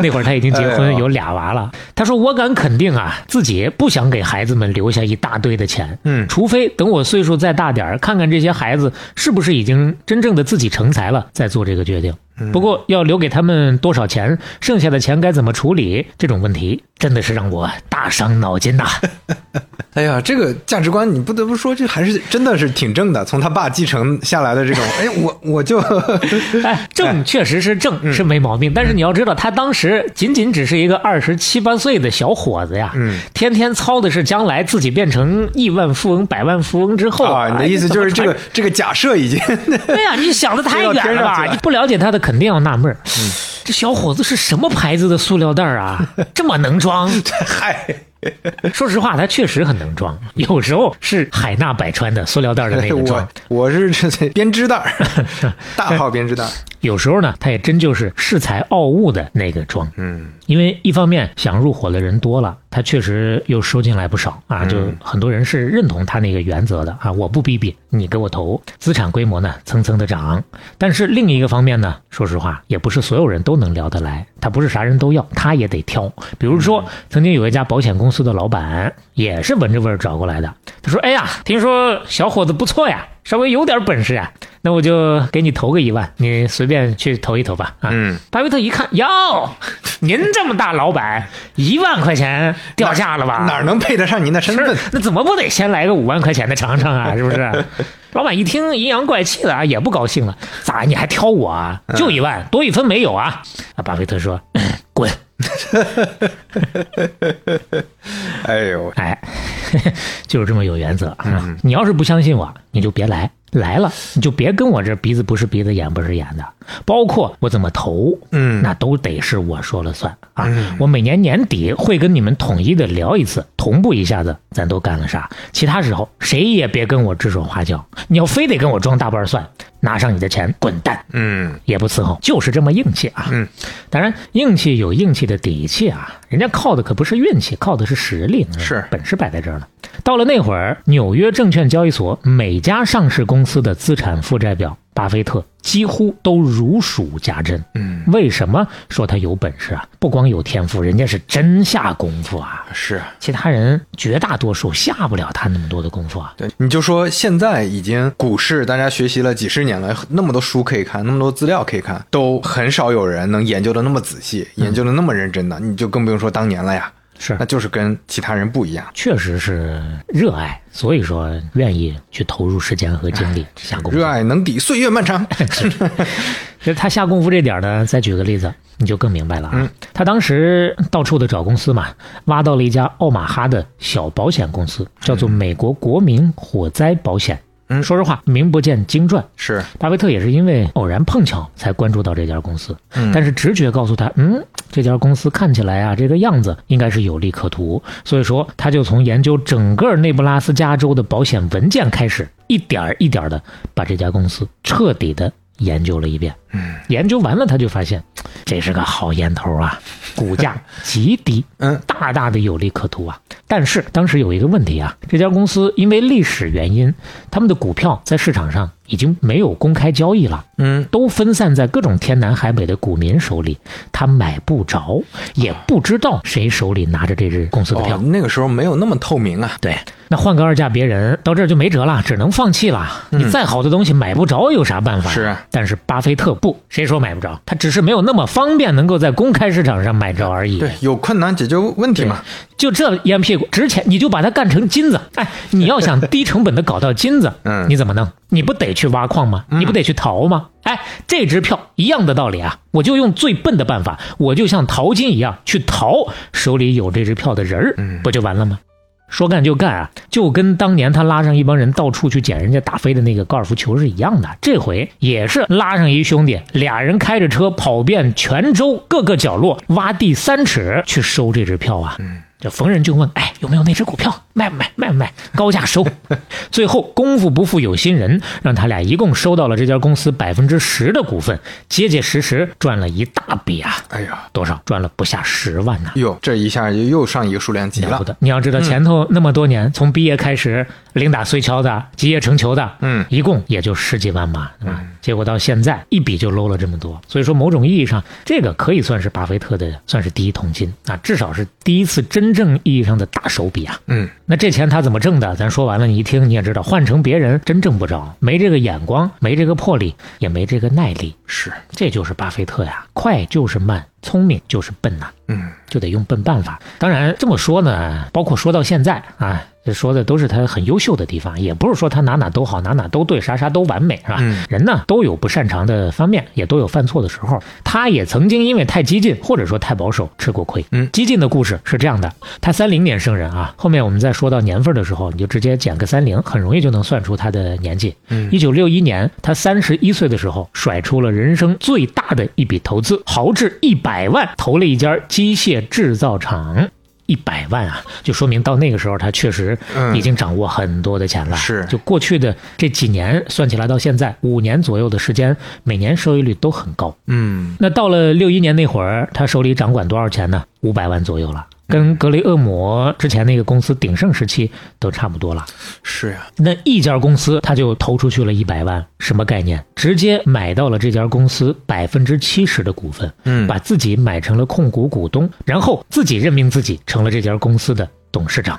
Speaker 2: 那会儿他已经结
Speaker 3: 哎
Speaker 2: 婚
Speaker 3: 呦
Speaker 2: 有俩娃了，他说我敢肯定啊，自己不想给孩子们留下一大堆的钱，
Speaker 3: 嗯
Speaker 2: 除非等我岁数再大点儿，看看这些孩子是不是已经真正的自己成才了，再做这个决定。不过要留给他们多少钱，剩下的钱该怎么处理，这种问题真的是让我大伤脑筋呐、
Speaker 3: 哎呀，这个价值观你不得不说，这还是真的是挺正的，从他爸继承下来的 *laughs* 这种，哎，我我就啊
Speaker 2: 哎， *laughs* 正确实是正、
Speaker 3: 嗯
Speaker 2: 是没毛病，但是你要知道，他当时仅仅只是一个二十七八岁的小伙子呀，
Speaker 3: 嗯
Speaker 2: 天天操的是将来自己变成亿万富翁、百万富翁之后
Speaker 3: 啊，你的意思就是这个这个假设已经 *laughs*
Speaker 2: 对呀、你想的太远了吧？你不了解他的，肯定要纳闷儿。
Speaker 3: 嗯
Speaker 2: 这小伙子是什么牌子的塑料袋儿啊？
Speaker 3: *laughs*
Speaker 2: 这么能装？
Speaker 3: 嗨，
Speaker 2: 说实话，他确实很能装，有时候是海纳百川的塑料袋儿的那个装
Speaker 3: 哎我，我是这这编织袋儿， *laughs* 大号编织袋儿，
Speaker 2: 有时候呢，他也真就是恃才傲物的那个装。
Speaker 3: 嗯
Speaker 2: 因为一方面想入伙的人多了，他确实又收进来不少啊，就很多人是认同他那个原则的啊，我不逼逼，你给我投，资产规模呢蹭蹭的涨。但是另一个方面呢，说实话，也不是所有人都能聊得来，他不是啥人都要，他也得挑。比如说，曾经有一家保险公司的老板也是闻着味儿找过来的，他说：“哎呀，听说小伙子不错呀，稍微有点本事呀，那我就给你投个一万，你随便去投一投吧。”啊，
Speaker 3: 嗯，
Speaker 2: 巴菲特一看，哟，您这么大老板，一万块钱掉价了吧？
Speaker 3: 哪儿能配得上您的身份
Speaker 2: 是？那怎么不得先来个五万块钱的尝尝啊？是不是？ *laughs* 老板一听阴阳怪气的啊，也不高兴了，咋你还挑我啊？就
Speaker 3: 嗯
Speaker 2: 一万，多一分没有啊？啊，巴菲特说，嗯滚！
Speaker 3: 哎呦，
Speaker 2: 哎， *laughs* 就是这么有原则啊！你要是不相信我，你就别来。来了，你就别跟我这鼻子不是鼻子，眼不是眼的。包括我怎么投，
Speaker 3: 嗯
Speaker 2: 那都得是我说了算啊。我每年年底会跟你们统一的聊一次，同步一下子咱都干了啥。其他时候谁也别跟我指手画脚。你要非得跟我装大瓣蒜，拿上你的钱滚蛋。
Speaker 3: 嗯
Speaker 2: 也不伺候，就是这么硬气啊。
Speaker 3: 嗯，
Speaker 2: 当然硬气有硬气的底气啊，人家靠的可不是运气，靠的是实力，
Speaker 3: 是
Speaker 2: 本事摆在这儿呢。到了那会儿，纽约证券交易所每家上市公公司的资产负债表，巴菲特几乎都如数家珍。
Speaker 3: 嗯，
Speaker 2: 为什么说他有本事啊？不光有天赋，人家是真下功夫啊！
Speaker 3: 是啊。
Speaker 2: 其他人绝大多数下不了他那么多的功夫啊。
Speaker 3: 对，你就说现在已经股市，大家学习了几十年了，那么多书可以看，那么多资料可以看，都很少有人能研究的那么仔细，研究的那么认真的，你就更不用说当年了呀。
Speaker 2: *laughs* 是
Speaker 3: 那就是跟其他人不一样，
Speaker 2: 确实是热爱，所以说愿意去投入时间和精力下功夫。
Speaker 3: 哎热爱能抵岁月漫长。
Speaker 2: 就是他下功夫这点儿呢，再举个例子，你就更明白了啊。
Speaker 3: 嗯
Speaker 2: 他当时到处的找公司嘛，挖到了一家奥马哈的小保险公司，叫做美国国民火灾保险。
Speaker 3: 嗯
Speaker 2: 说实话，名不见经传。
Speaker 3: 是，
Speaker 2: 巴菲特也是因为偶然碰巧才关注到这家公司，
Speaker 3: 嗯
Speaker 2: 但是直觉告诉他，嗯，这家公司看起来啊，这个样子应该是有利可图，所以说他就从研究整个内布拉斯加州的保险文件开始，一点儿一点的把这家公司彻底的研究了一遍。
Speaker 3: 嗯
Speaker 2: 研究完了，他就发现这是个好烟头
Speaker 3: *laughs*
Speaker 2: 啊，股价极低，
Speaker 3: 嗯，
Speaker 2: 大大的有利可图啊。但是当时有一个问题啊，这家公司因为历史原因，他们的股票在市场上已经没有公开交易了。
Speaker 3: 嗯，
Speaker 2: 都分散在各种天南海北的股民手里，他买不着，也不知道谁手里拿着这只公司的票。
Speaker 3: 哦，那个时候没有那么透明啊。
Speaker 2: 对，那换个二价别人，到这儿就没辙了，只能放弃了。你再好的东西买不着，有啥办法？
Speaker 3: 嗯是啊
Speaker 2: 但是巴菲特不，谁说买不着？他只是没有那么方便，能够在公开市场上买着而已。
Speaker 3: 对，有困难解决问题嘛。
Speaker 2: 就这烟屁股值钱，你就把它干成金子。哎，你要想低成本的搞到金子，
Speaker 3: 嗯
Speaker 2: 你怎么弄？你不得去挖矿吗？你不得去淘吗？哎，这支票一样的道理啊，我就用最笨的办法，我就像淘金一样去淘手里有这支票的人儿，不就完了吗？说干就干啊，就跟当年他拉上一帮人到处去捡人家打飞的那个高尔夫球是一样的。这回也是拉上一兄弟，俩人开着车跑遍泉州各个角落，挖地三尺去收这支票啊。这逢人就问：“哎，有没有那只股票？卖不卖？卖不卖？高价收。” *laughs* 最后功夫不负有心人，让他俩一共收到了这家公司百分之十的股份，结结实实赚了一大笔啊！
Speaker 3: 哎呀，
Speaker 2: 多少？赚了不下十万呐、
Speaker 3: 哟，这一下就又上一个数量级
Speaker 2: 了不
Speaker 3: 了。
Speaker 2: 得！你要知道，前头那么多年，从毕业开始，零打碎敲的，集腋成裘的，
Speaker 3: 嗯
Speaker 2: 一共也就十几万吧，对吧？结果到现在一笔就搂了这么多，所以说某种意义上，这个可以算是巴菲特的算是第一桶金啊，至少是第一次真正意义上的大手笔啊。
Speaker 3: 嗯，
Speaker 2: 那这钱他怎么挣的？咱说完了，你一听你也知道，换成别人真挣不着，没这个眼光，没这个魄力，也没这个耐力，
Speaker 3: 是，
Speaker 2: 这就是巴菲特呀，快就是慢，聪明就是笨呐、
Speaker 3: 嗯
Speaker 2: 就得用笨办法。当然这么说呢，包括说到现在啊，这说的都是他很优秀的地方，也不是说他哪哪都好，哪哪都对，啥啥都完美，是吧？
Speaker 3: 嗯
Speaker 2: 人呢都有不擅长的方面，也都有犯错的时候。他也曾经因为太激进或者说太保守吃过亏。
Speaker 3: 嗯
Speaker 2: 激进的故事是这样的，他三零年生人啊，后面我们再说到年份的时候，你就直接减个三零，很容易就能算出他的年纪。
Speaker 3: 嗯
Speaker 2: 一九六一年，他三十一岁的时候，甩出了人生最大的一笔投资，豪掷一百万投了一家机械制造厂。一百万啊，就说明到那个时候，他确实
Speaker 3: 嗯
Speaker 2: 已经掌握很多的钱了。
Speaker 3: 是
Speaker 2: 就过去的这几年算起来，到现在五年左右的时间，每年收益率都很高。
Speaker 3: 嗯，
Speaker 2: 那到了六一年那会儿，他手里掌管多少钱呢？五百万左右了，跟格雷厄姆之前那个公司鼎盛时期都差不多了。
Speaker 3: 是啊呀、
Speaker 2: 那一家公司他就投出去了一百万，什么概念？直接买到了这家公司百分之七十的股份，
Speaker 3: 嗯
Speaker 2: 把自己买成了控股股东，然后自己任命自己成了这家公司的董事
Speaker 3: *laughs*
Speaker 2: 长。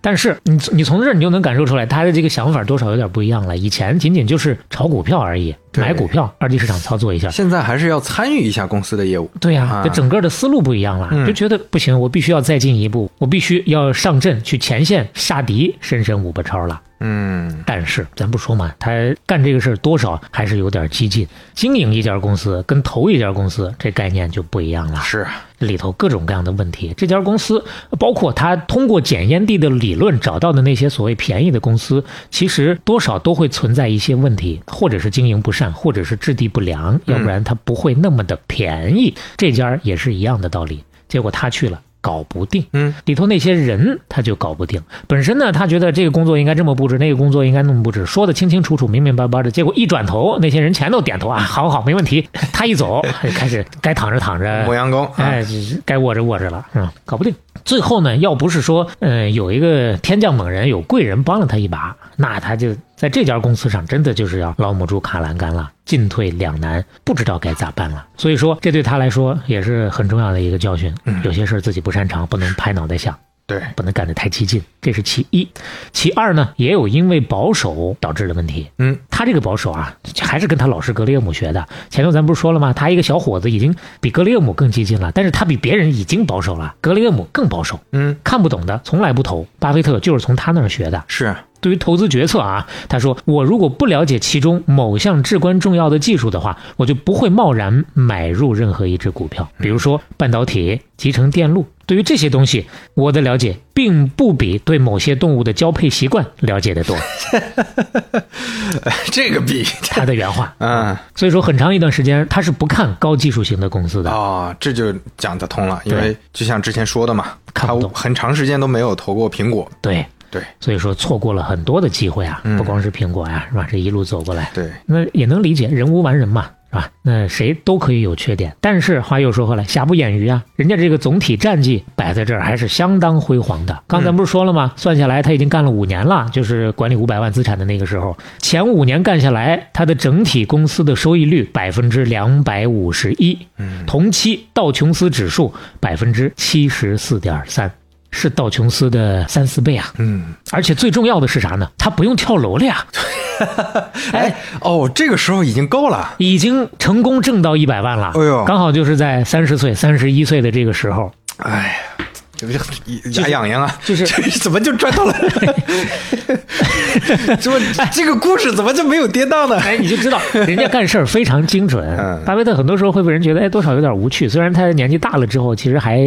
Speaker 2: 但是你你从这儿你就能感受出来，他的这个想法多少有点不一样了。以前仅仅就是炒股票而已，
Speaker 3: 对
Speaker 2: 买股票，二级市场操作一下，
Speaker 3: 现在还是要参与一下公司的业务。
Speaker 2: 对呀、
Speaker 3: 啊
Speaker 2: 这整个的思路不一样了，
Speaker 3: 嗯
Speaker 2: 就觉得不行，我必须要再进一步，我必须要上阵去前线杀敌，深深五不超了。
Speaker 3: 嗯
Speaker 2: 但是咱不说嘛，他干这个事儿多少还是有点激进。经营一家公司跟投一家公司这概念就不一样了，
Speaker 3: 是，啊
Speaker 2: 里头各种各样的问题。这家公司呃包括他通过检验地的理论找到的那些所谓便宜的公司，其实多少都会存在一些问题，或者是经营不善，或者是质地不良，要不然它不会那么的便宜。这家也是一样的道理。结果他去了，搞不定。
Speaker 3: 嗯
Speaker 2: 里头那些人他就搞不定。本身呢，他觉得这个工作应该这么布置，那个工作应该那么布置，说的清清楚楚、明明白白的。结果一转头，那些人全都点头啊，好好，没问题。他一走，开始该躺着躺着，
Speaker 3: 磨洋工。啊
Speaker 2: 哎哎，这是该握着握着了，是吧？搞不定。最后呢，要不是说，呃，有一个天降猛人，有贵人帮了他一把，那他就在这家公司上真的就是要老母猪卡栏杆了，进退两难，不知道该咋办了。所以说，这对他来说也是很重要的一个教训。有些事儿自己不擅长，不能拍脑袋想。
Speaker 3: 对，
Speaker 2: 不能干得太激进，这是其一。其二呢，也有因为保守导致的问题。
Speaker 3: 嗯，
Speaker 2: 他这个保守啊，还是跟他老师格列厄姆学的。前头咱不是说了吗？他一个小伙子已经比格列厄姆更激进了，但是他比别人已经保守了，格列厄姆更保守。
Speaker 3: 嗯，
Speaker 2: 看不懂的从来不投，巴菲特就是从他那儿学的。
Speaker 3: 是，啊
Speaker 2: 对于投资决策啊，他说：“我如果不了解其中某项至关重要的技术的话，我就不会贸然买入任何一只股票。比如说半导体、集成电路，对于这些东西，我的了解并不比对某些动物的交配习惯了解的多。
Speaker 3: *laughs* 这个比”
Speaker 2: 他的原话。
Speaker 3: 嗯
Speaker 2: 所以说，很长一段时间他是不看高技术型的公司的。
Speaker 3: 哦，这就讲得通了，因为就像之前说的嘛，
Speaker 2: 看
Speaker 3: 他
Speaker 2: 不懂
Speaker 3: 很长时间都没有投过苹果，
Speaker 2: 对，
Speaker 3: 对
Speaker 2: 所以说错过了很多的机会啊，
Speaker 3: 嗯
Speaker 2: 不光是苹果呀、是吧？这一路走过来。
Speaker 3: 对，
Speaker 2: 那也能理解，人无完人嘛，是吧？那谁都可以有缺点，但是话又说回来，瑕不掩瑜啊，人家这个总体战绩摆在这儿还是相当辉煌的。刚才
Speaker 3: 嗯
Speaker 2: 不是说了吗？算下来他已经干了五年了，就是管理五百万资产的那个时候，前五年干下来，他的整体公司的收益率百分之两百五十一，
Speaker 3: 嗯
Speaker 2: 同期道琼斯指数百分之七十四点三，是道琼斯的三四倍啊！
Speaker 3: 嗯，
Speaker 2: 而且最重要的是啥呢？他不用跳楼了
Speaker 3: *laughs*
Speaker 2: 呀！
Speaker 3: 哎，哦，这个时候已经够了，
Speaker 2: 已经成功挣到一百万了。
Speaker 3: 哎呦
Speaker 2: 刚好就是在三十岁、三十一岁的这个时候，
Speaker 3: 哎呀，这不就牙痒痒啊？
Speaker 2: 就是
Speaker 3: 这怎么就赚到了？ *laughs* 怎么
Speaker 2: *laughs* 哎
Speaker 3: 这个故事怎么就没有跌宕呢？
Speaker 2: 哎，你就知道人家干事儿非常精准
Speaker 3: 嗯。
Speaker 2: 巴菲特很多时候会被人觉得，哎，多少有点无趣。虽然他年纪大了之后，其实还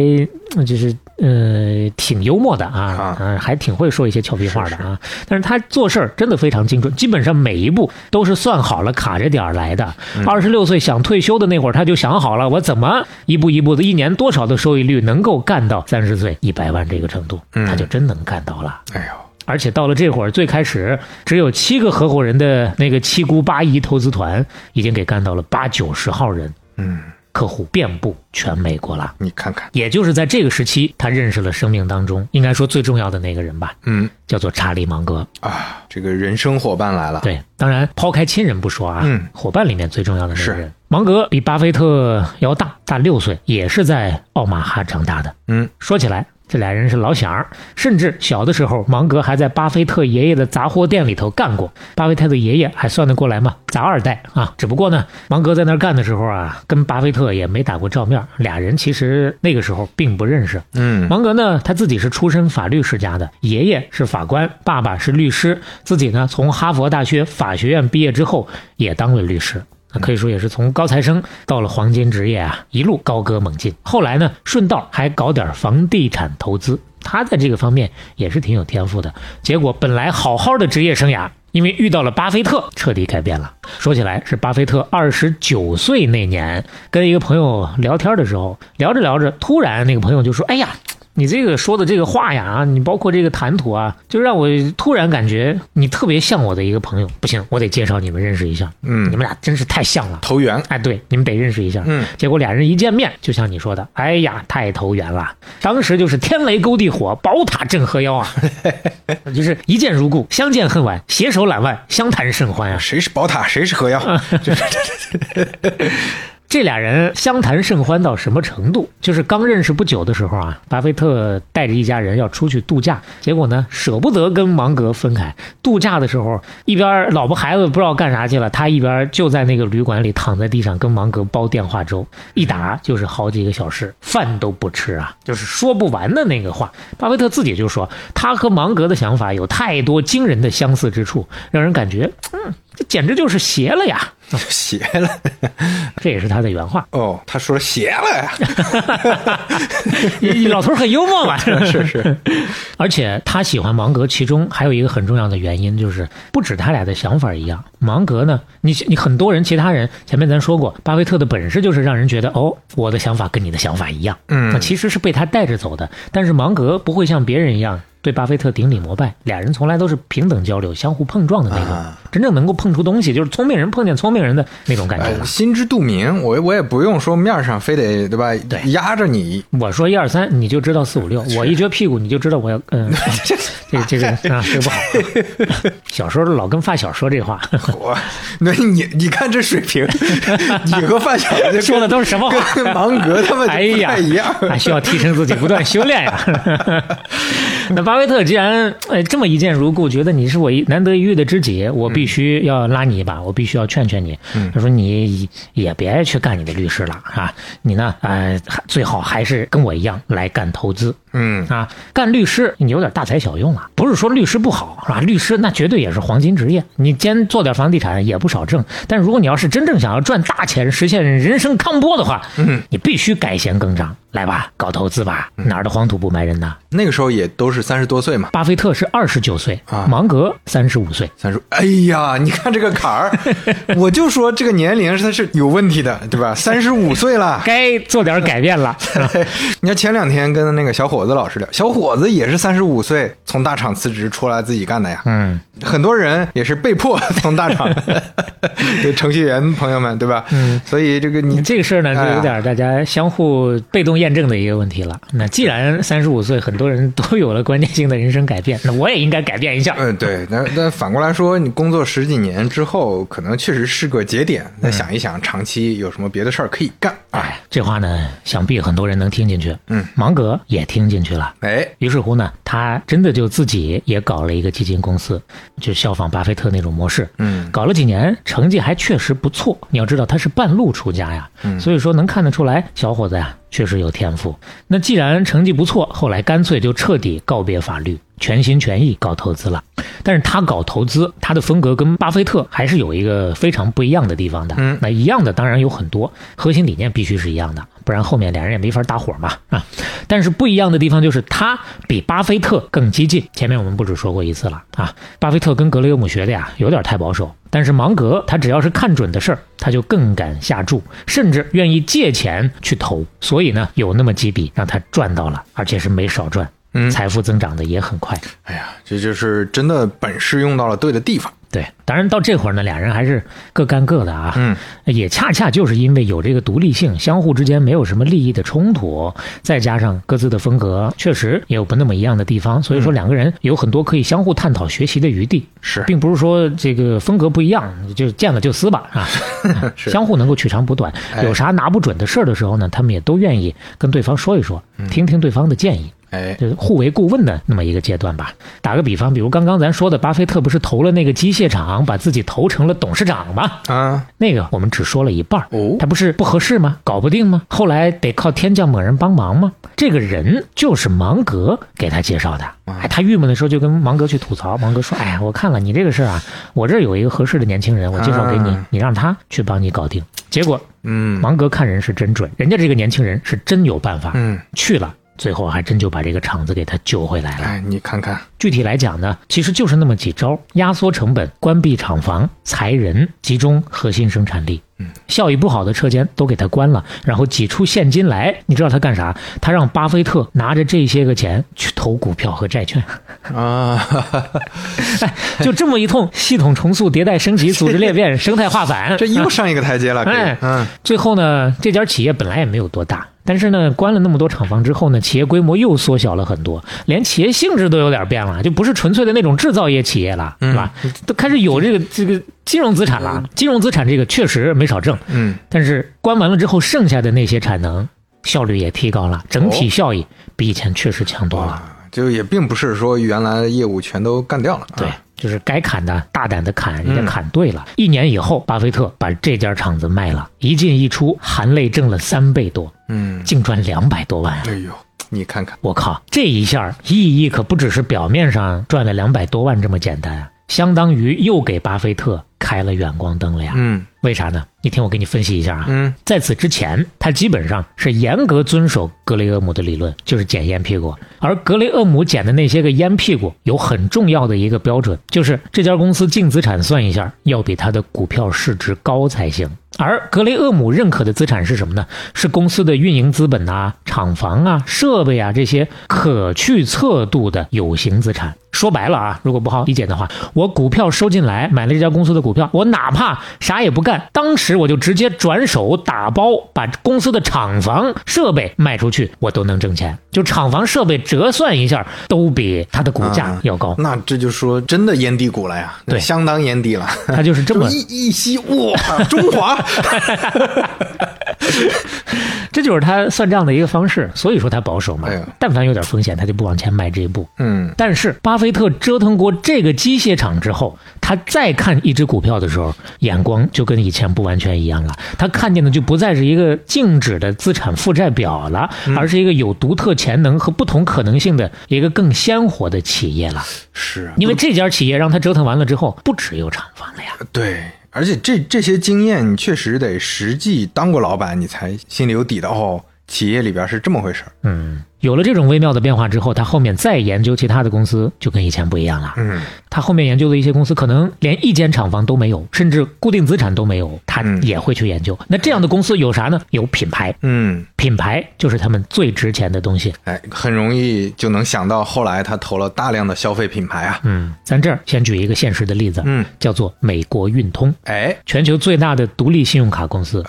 Speaker 2: 嗯就是呃挺幽默的啊，
Speaker 3: 啊
Speaker 2: 嗯，还挺会说一些俏皮话的啊。但是他做事儿真的非常精准，基本上每一步都是算好了卡着点儿来的。二十六岁想退休的那会儿，他就想好了，我怎么一步一步的，一年多少的收益率能够干到三十岁一百万这个程度，
Speaker 3: 嗯
Speaker 2: 他就真能干到了。
Speaker 3: 哎呦，
Speaker 2: 而且到了这会儿，最开始只有七个合伙人的那个七姑八姨投资团，已经给干到了八九十号人，
Speaker 3: 嗯，
Speaker 2: 客户遍布全美国了。
Speaker 3: 你看看，
Speaker 2: 也就是在这个时期，他认识了生命当中应该说最重要的那个人吧，
Speaker 3: 嗯
Speaker 2: 叫做查理芒格。
Speaker 3: 啊，这个人生伙伴来了，
Speaker 2: 对，当然抛开亲人不说啊，
Speaker 3: 啊嗯
Speaker 2: 伙伴里面最重要的那个
Speaker 3: 是
Speaker 2: 人，芒格比巴菲特要大，大六岁，也是在奥马哈长大的。
Speaker 3: 嗯，
Speaker 2: 说起来，这俩人是老乡儿，甚至小的时候，芒格还在巴菲特爷爷的杂货店里头干过。巴菲特的爷爷还算得过来吗？杂二代啊。只不过呢，芒格在那儿干的时候啊，跟巴菲特也没打过照面儿，俩人其实那个时候并不认识。
Speaker 3: 嗯
Speaker 2: 芒格呢，他自己是出身法律世家的，爷爷是法官，爸爸是律师，自己呢从哈佛大学法学院毕业之后也当了律师。那可以说也是从高材生到了黄金职业啊，一路高歌猛进。后来呢，顺道还搞点房地产投资，他在这个方面也是挺有天赋的。结果本来好好的职业生涯，因为遇到了巴菲特，彻底改变了。说起来是巴菲特二十九岁那年，跟一个朋友聊天的时候，聊着聊着，突然那个朋友就说：“哎呀，你这个说的这个话呀，啊，你包括这个谈吐啊，就让我突然感觉你特别像我的一个朋友。不行，我得介绍你们认识一下，你
Speaker 3: 嗯，
Speaker 2: 们俩真是太像了。
Speaker 3: 投缘，
Speaker 2: 哎，对，你们得认识一下。
Speaker 3: 嗯
Speaker 2: 结果俩人一见面，就像你说的，哎呀，太投缘了，当时就是天雷勾地火，宝塔镇河妖
Speaker 3: *laughs*
Speaker 2: 啊，就是一见如故，相见恨晚，携手揽腕，相谈甚欢啊。
Speaker 3: 谁是宝塔，谁是河妖？
Speaker 2: 这俩人相谈甚欢到什么程度？就是刚认识不久的时候啊，巴菲特带着一家人要出去度假，结果呢舍不得跟芒格分开。度假的时候，一边老婆孩子不知道干啥去了，他一边就在那个旅馆里躺在地上跟芒格煲电话粥，一打就是好几个小时，饭都不吃啊，就是说不完的那个话。巴菲特自己就说，他和芒格的想法有太多惊人的相似之处，让人感觉，嗯，这简直就是邪了呀！
Speaker 3: 邪了
Speaker 2: 这也是他的原话。
Speaker 3: 哦，他说邪了呀，
Speaker 2: 你 *laughs* 老头儿很幽默嘛，
Speaker 3: *laughs* 是 *laughs* 是，
Speaker 2: 而且他喜欢芒格，其中还有一个很重要的原因就是，不止他俩的想法一样，芒格呢，你你很多人，其他人前面咱说过，巴菲特的本事就是让人觉得哦，我的想法跟你的想法一样，
Speaker 3: 嗯
Speaker 2: 那其实是被他带着走的。但是芒格不会像别人一样对巴菲特顶礼膜拜，俩人从来都是平等交流、相互碰撞的那种，
Speaker 3: 啊
Speaker 2: 真正能够碰出东西，就是聪明人碰见聪明人的那种感觉
Speaker 3: 呃
Speaker 2: 了。
Speaker 3: 心知肚明，我我也不用说面上非得对吧，压着 *laughs* 你，
Speaker 2: 我说一二三，你就知道四五六；我一撅屁股，你就知道我要嗯，啊这这个啊，这个不好。小时候老跟发小说这话，
Speaker 3: 我 *laughs* 那你你看这水 *laughs* 平，你和范晓就跟
Speaker 2: 说的都是什么话？
Speaker 3: 跟芒格他
Speaker 2: *laughs*
Speaker 3: 们
Speaker 2: 哎
Speaker 3: 就不
Speaker 2: 呀
Speaker 3: 太一样。，
Speaker 2: 还需要提升自己，不断修炼呀。 *laughs* 那巴菲特既然呃这么一见如故，觉得你是我一难得一遇的知己，我必须要拉你一把，我必须要劝劝你。他说你也别去干你的律师了啊，你呢呃还最好还是跟我一样来干投资。
Speaker 3: 嗯，
Speaker 2: 啊，干律师你有点大材小用啊，不是说律师不好啊，律师那绝对也是黄金职业，你兼做点房地产也不少挣。但如果你要是真正想要赚大钱，实现人生康波的话，嗯，你必须改弦更张，来吧，搞投资吧，
Speaker 3: 嗯
Speaker 2: 哪儿的黄土不埋人呐？
Speaker 3: 那个时候也都是三十多岁嘛，
Speaker 2: 巴菲特是二十九岁
Speaker 3: 啊，
Speaker 2: 芒格三十五岁。
Speaker 3: 三十。哎呀，你看这个
Speaker 2: *laughs*
Speaker 3: 坎儿，我就说这个年龄它是有问题的，对吧？三十五
Speaker 2: *laughs*
Speaker 3: 岁了。
Speaker 2: 该做点改变
Speaker 3: *laughs*
Speaker 2: 了，
Speaker 3: 你看前两天跟那个小伙子老师聊，小伙子也是三十五岁从大厂辞职出来自己干的呀。
Speaker 2: 嗯，
Speaker 3: 很多人也是被迫从大
Speaker 2: *laughs*
Speaker 3: 厂，对程序员朋友们，对吧？嗯，所以这个你
Speaker 2: 这个事儿呢，
Speaker 3: 哎
Speaker 2: 就
Speaker 3: 呀
Speaker 2: 有点大家相互被动验证的一个问题了。那既然三十五岁，很多人都有了关键性的人生改变，那我也应该改变一下。
Speaker 3: *laughs* 嗯，对，那那反过来说，你工作十几年之后，可能确实是个节点。再想一想，长期有什么别的事儿可以干啊？
Speaker 2: 哎，这话呢，想必很多人能听进去。
Speaker 3: 嗯，
Speaker 2: 芒格也听进去了。
Speaker 3: 哎，
Speaker 2: 于是乎呢，他真的就自己也搞了一个基金公司，就效仿巴菲特那种模式。
Speaker 3: 嗯
Speaker 2: 搞了几年，成绩还确实不错。你要知道，他是半路出家呀，
Speaker 3: 嗯
Speaker 2: 所以说能看得出来，小伙子呀确实有天赋。那既然成绩不错，后来干脆就彻底告别法律，全心全意搞投资了。但是他搞投资，他的风格跟巴菲特还是有一个非常不一样的地方的。
Speaker 3: 嗯
Speaker 2: 那一样的当然有很多，核心理念必须是一样的，不然后面俩人也没法搭伙嘛啊。但是不一样的地方就是他比巴菲特更激进。前面我们不止说过一次了啊，巴菲特跟格雷厄姆学的呀，有点太保守。但是芒格他只要是看准的事儿，他就更敢下注，甚至愿意借钱去投。所以呢，有那么几笔让他赚到了，而且是没少赚，
Speaker 3: 嗯
Speaker 2: 财富增长的也很快。
Speaker 3: 哎呀，这就是真的本事用到了对的地方。
Speaker 2: 对，当然到这会儿呢，俩人还是各干各的啊。
Speaker 3: 嗯，
Speaker 2: 也恰恰就是因为有这个独立性，相互之间没有什么利益的冲突，再加上各自的风格确实也有不那么一样的地方，所以
Speaker 3: 嗯
Speaker 2: 说两个人有很多可以相互探讨学习的余地，
Speaker 3: 是
Speaker 2: 并不是说这个风格不一样就见了就撕吧
Speaker 3: *laughs*
Speaker 2: 啊，
Speaker 3: 是
Speaker 2: 相互能够取长补短，
Speaker 3: 哎
Speaker 2: 有啥拿不准的事儿的时候呢，他们也都愿意跟对方说一说，
Speaker 3: 嗯
Speaker 2: 听听对方的建议。
Speaker 3: 哎，
Speaker 2: 就是互为顾问的那么一个阶段吧。打个比方，比如刚刚咱说的，巴菲特不是投了那个机械厂，把自己投成了董事长吗？
Speaker 3: 啊，
Speaker 2: 那个我们只说了一半儿
Speaker 3: 哦
Speaker 2: 他不是不合适吗？搞不定吗？后来得靠天降猛人帮忙吗？这个人就是芒格给他介绍的。哎，他郁闷的时候就跟芒格去吐槽，芒格说：“哎呀，我看了你这个事儿啊，我这儿有一个合适的年轻人，我介绍给你
Speaker 3: 啊，
Speaker 2: 你让他去帮你搞定。”结果
Speaker 3: 嗯
Speaker 2: 芒格看人是真准，人家这个年轻人是真有办法，
Speaker 3: 嗯，
Speaker 2: 去了，最后还真就把这个厂子给他救回来了。
Speaker 3: 哎，你看看，
Speaker 2: 具体来讲呢，其实就是那么几招：压缩成本、关闭厂房、裁人、集中核心生产力。嗯，效益不好的车间都给他关了，然后挤出现金来。你知道他干啥？他让巴菲特拿着这些个钱去投股票和债券。 *laughs*
Speaker 3: 啊， *laughs*
Speaker 2: 哎，就这么一通系统重塑、迭代升级、组织裂变、生态化反，
Speaker 3: 这
Speaker 2: 啊
Speaker 3: 又上一个台阶了，
Speaker 2: 哎
Speaker 3: 给嗯，
Speaker 2: 最后呢，这家企业本来也没有多大，但是呢，关了那么多厂房之后呢，企业规模又缩小了很多，连企业性质都有点变了，就不是纯粹的那种制造业企业了，是吧？都开始有这个这个金融资产了，金融资产这个确实没少挣，
Speaker 3: 嗯，
Speaker 2: 但是关完了之后，剩下的那些产能效率也提高了，整体效益比以前确实强多了。
Speaker 3: 哇，就也并不是说原来的业务全都干掉了，啊
Speaker 2: 对，，就是该砍的大胆的砍，人家砍对了。一年以后，巴菲特把这家厂子卖了，一进一出，含泪挣了三倍多，
Speaker 3: 嗯，
Speaker 2: 净赚两百多万啊！
Speaker 3: 哎呦，你看看，
Speaker 2: 我靠，这一下儿意义可不只是表面上赚了两百多万这么简单啊，相当于又给巴菲特。开了远光灯了呀。
Speaker 3: 嗯
Speaker 2: 为啥呢？你听我给你分析一下啊。
Speaker 3: 嗯
Speaker 2: 在此之前，他基本上是严格遵守格雷厄姆的理论，就是捡烟屁股。而格雷厄姆捡的那些个烟屁股，有很重要的一个标准，就是这家公司净资产算一下，要比它的股票市值高才行。而格雷厄姆认可的资产是什么呢？是公司的运营资本啊、厂房啊、设备啊这些可去测度的有形资产。说白了啊，如果不好理解的话，我股票收进来，买了这家公司的股票，我哪怕啥也不干，当时我就直接转手打包，把公司的厂房设备卖出去，我都能挣钱。就厂房设备折算一下，都比它的股价要高。
Speaker 3: 那这就说真的烟蒂股了呀，
Speaker 2: 对
Speaker 3: 相当烟蒂了。
Speaker 2: 它就是这么，
Speaker 3: 一一吸，哇，中 *laughs* 华，
Speaker 2: 这就是他算账的一个方式。所以说他保守嘛
Speaker 3: 哎呀，
Speaker 2: 但凡有点风险，他就不往前迈这一步。
Speaker 3: 嗯
Speaker 2: 但是巴菲特折腾过这个机械厂之后，他再看一只股票的时候，眼光就跟以前不完全一样了。他看见的就不再是一个静止的资产负债表了，而是一个有独特潜能和不同可能性的一个更鲜活的企业了。
Speaker 3: 是啊，
Speaker 2: 因为这家企业让他折腾完了之后，不只有厂房了呀。
Speaker 3: 对，而且这这些经验，你确实得实际当过老板，你才心里有底的哦。企业里边是这么回事儿，
Speaker 2: 嗯，有了这种微妙的变化之后，他后面再研究其他的公司就跟以前不一样了。
Speaker 3: 嗯，
Speaker 2: 他后面研究的一些公司，可能连一间厂房都没有，甚至固定资产都没有，他
Speaker 3: 嗯
Speaker 2: 也会去研究。那这样的公司有啥呢？有品牌，
Speaker 3: 嗯，
Speaker 2: 品牌就是他们最值钱的东西。
Speaker 3: 哎，很容易就能想到后来他投了大量的消费品牌啊，
Speaker 2: 嗯，咱这儿先举一个现实的例子，
Speaker 3: 嗯，
Speaker 2: 叫做美国运通，
Speaker 3: 哎
Speaker 2: 全球最大的独立信用卡公司。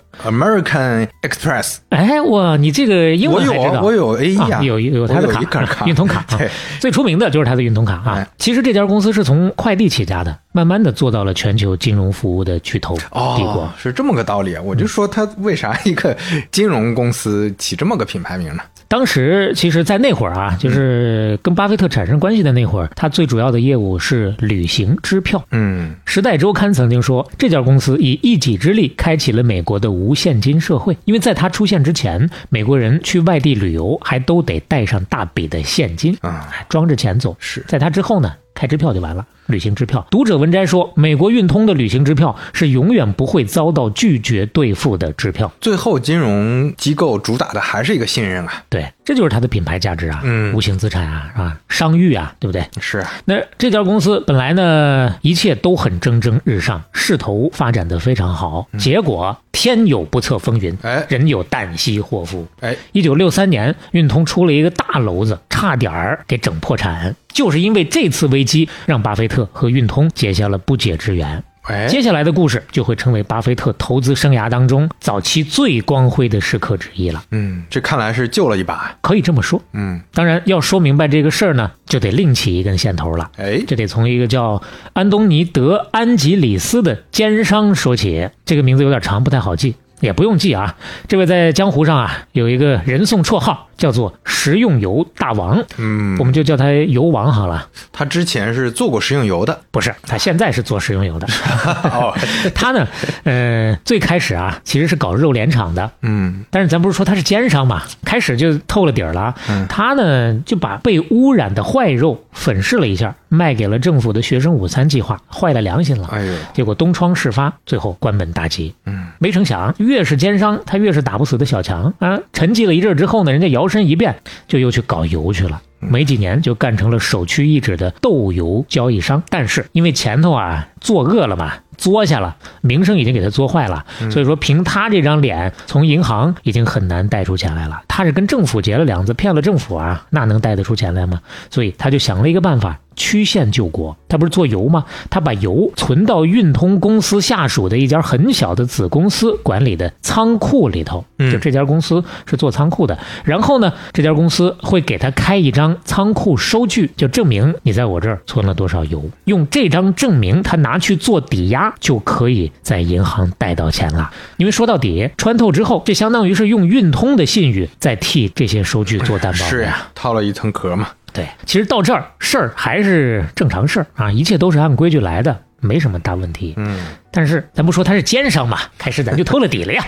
Speaker 3: ，American Express，
Speaker 2: 哎，哇，你这个英
Speaker 3: 我
Speaker 2: 文
Speaker 3: 有
Speaker 2: 还知
Speaker 3: 啊
Speaker 2: 道？
Speaker 3: 我有 A 呀、
Speaker 2: 啊，有有他的
Speaker 3: 我有
Speaker 2: 卡，
Speaker 3: 一根卡
Speaker 2: *laughs* 运通
Speaker 3: *laughs*
Speaker 2: 卡、啊
Speaker 3: 对，
Speaker 2: 最出名的就是他的运通卡啊
Speaker 3: 哎。
Speaker 2: 其实这家公司是从快递起家的，慢慢的做到了全球金融服务的巨头帝国。
Speaker 3: 哦，是这么个道理啊，我就说他为啥一个金融公司起这么个品牌名呢？
Speaker 2: 当时其实，在那会儿
Speaker 3: 嗯
Speaker 2: 啊，就是跟巴菲特产生关系的那会儿，他最主要的业务是旅行支票。
Speaker 3: 嗯
Speaker 2: 《时代周刊》曾经说，这家公司以一己之力开启了美国的无现金社会，因为在他出现之前，美国人去外地旅游还都得带上大笔的现金，
Speaker 3: 啊，
Speaker 2: 装着钱走。
Speaker 3: 是
Speaker 2: 在他之后呢，开支票就完了，旅行支票。读者文摘说，美国运通的旅行支票是永远不会遭到拒绝兑付的支票。
Speaker 3: 最后金融机构主打的还是一个信任啊，
Speaker 2: 对，这就是它的品牌价值啊，
Speaker 3: 嗯
Speaker 2: 无形资产啊，啊，商誉啊，对不对？
Speaker 3: 是啊
Speaker 2: 那这家公司本来呢，一切都很蒸蒸日上，势头发展的非常好，结果天有不测风云，
Speaker 3: 嗯哎
Speaker 2: 人有旦夕祸福。
Speaker 3: 哎，
Speaker 2: 一九六三年，运通出了一个大篓子，差点儿给整破产，就是因为这次危机，让巴菲特和运通结下了不解之缘。
Speaker 3: 哎，
Speaker 2: 接下来的故事就会成为巴菲特投资生涯当中早期最光辉的时刻之一了，
Speaker 3: 嗯，这看来是救了一把，
Speaker 2: 可以这么说。
Speaker 3: 嗯，
Speaker 2: 当然，要说明白这个事儿呢，就得另起一根线头了。
Speaker 3: 哎，
Speaker 2: 这得从一个叫安东尼·德·安吉里斯的奸商说起。这个名字有点长，不太好记，也不用记啊。这位在江湖上啊有一个人送绰号叫做“食用油大王”，
Speaker 3: 嗯
Speaker 2: 我，们就叫他油王好了。
Speaker 3: 他之前是做过食用油的，
Speaker 2: 不是，他现在是做食用油的。
Speaker 3: *laughs* 哦，
Speaker 2: 他呢，呃，最开始啊其实是搞肉联厂的，
Speaker 3: *laughs* 嗯
Speaker 2: 但是咱不是说他是奸商嘛，开始就透了底儿了啊。
Speaker 3: 嗯
Speaker 2: 他呢就把被污染的坏肉粉饰了一下，卖给了政府的学生午餐计划，坏了良心了。
Speaker 3: 哎呦，
Speaker 2: 结果东窗事发，最后关门大吉。
Speaker 3: 嗯，
Speaker 2: 没成想，越是奸商，他越是打不死的小强啊！沉寂了一阵之后呢，人家摇身一变，就又去搞油去了。没几年就干成了首屈一指的豆油交易商，但是因为前头啊作恶了嘛，作下了，名声已经给他作坏了，所以说凭他这张脸，从银行已经很难贷出钱来了。他是跟政府结了梁子，骗了政府啊，那能贷得出钱来吗？所以他就想了一个办法，曲线救国。他不是做油吗？他把油存到运通公司下属的一家很小的子公司管理的仓库里头。
Speaker 3: 嗯
Speaker 2: 就这家公司是做仓库的。然后呢，这家公司会给他开一张仓库收据，就证明你在我这儿存了多少油。用这张证明，他拿去做抵押，就可以在银行贷到钱了。因为说到底，穿透之后，这相当于是用运通的信誉在替这些收据做担保。
Speaker 3: 是啊呀，套了一层壳嘛，
Speaker 2: 对，其实到这儿事儿还是正常事儿啊，一切都是按规矩来的，没什么大问题。
Speaker 3: 嗯，
Speaker 2: 但是咱不说他是奸商嘛，开始咱就透了底了呀。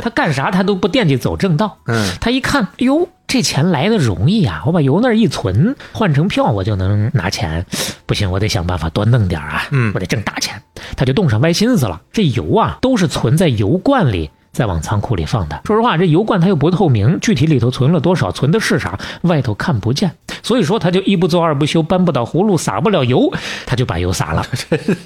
Speaker 2: 他干啥他都不惦记走正道。
Speaker 3: 嗯，
Speaker 2: 他一看，哎呦，这钱来的容易啊，我把油那儿一存，换成票我就能拿钱。不行，我得想办法多弄点儿啊，
Speaker 3: 嗯
Speaker 2: 我得挣大钱。他就动上歪心思了。这油啊，都是存在油罐里。再往仓库里放的。说实话，这油罐它又不透明，具体里头存了多少，存的是啥，外头看不见。所以说，他就一不做二不休，搬不倒葫芦，撒不了油，他就把油撒了，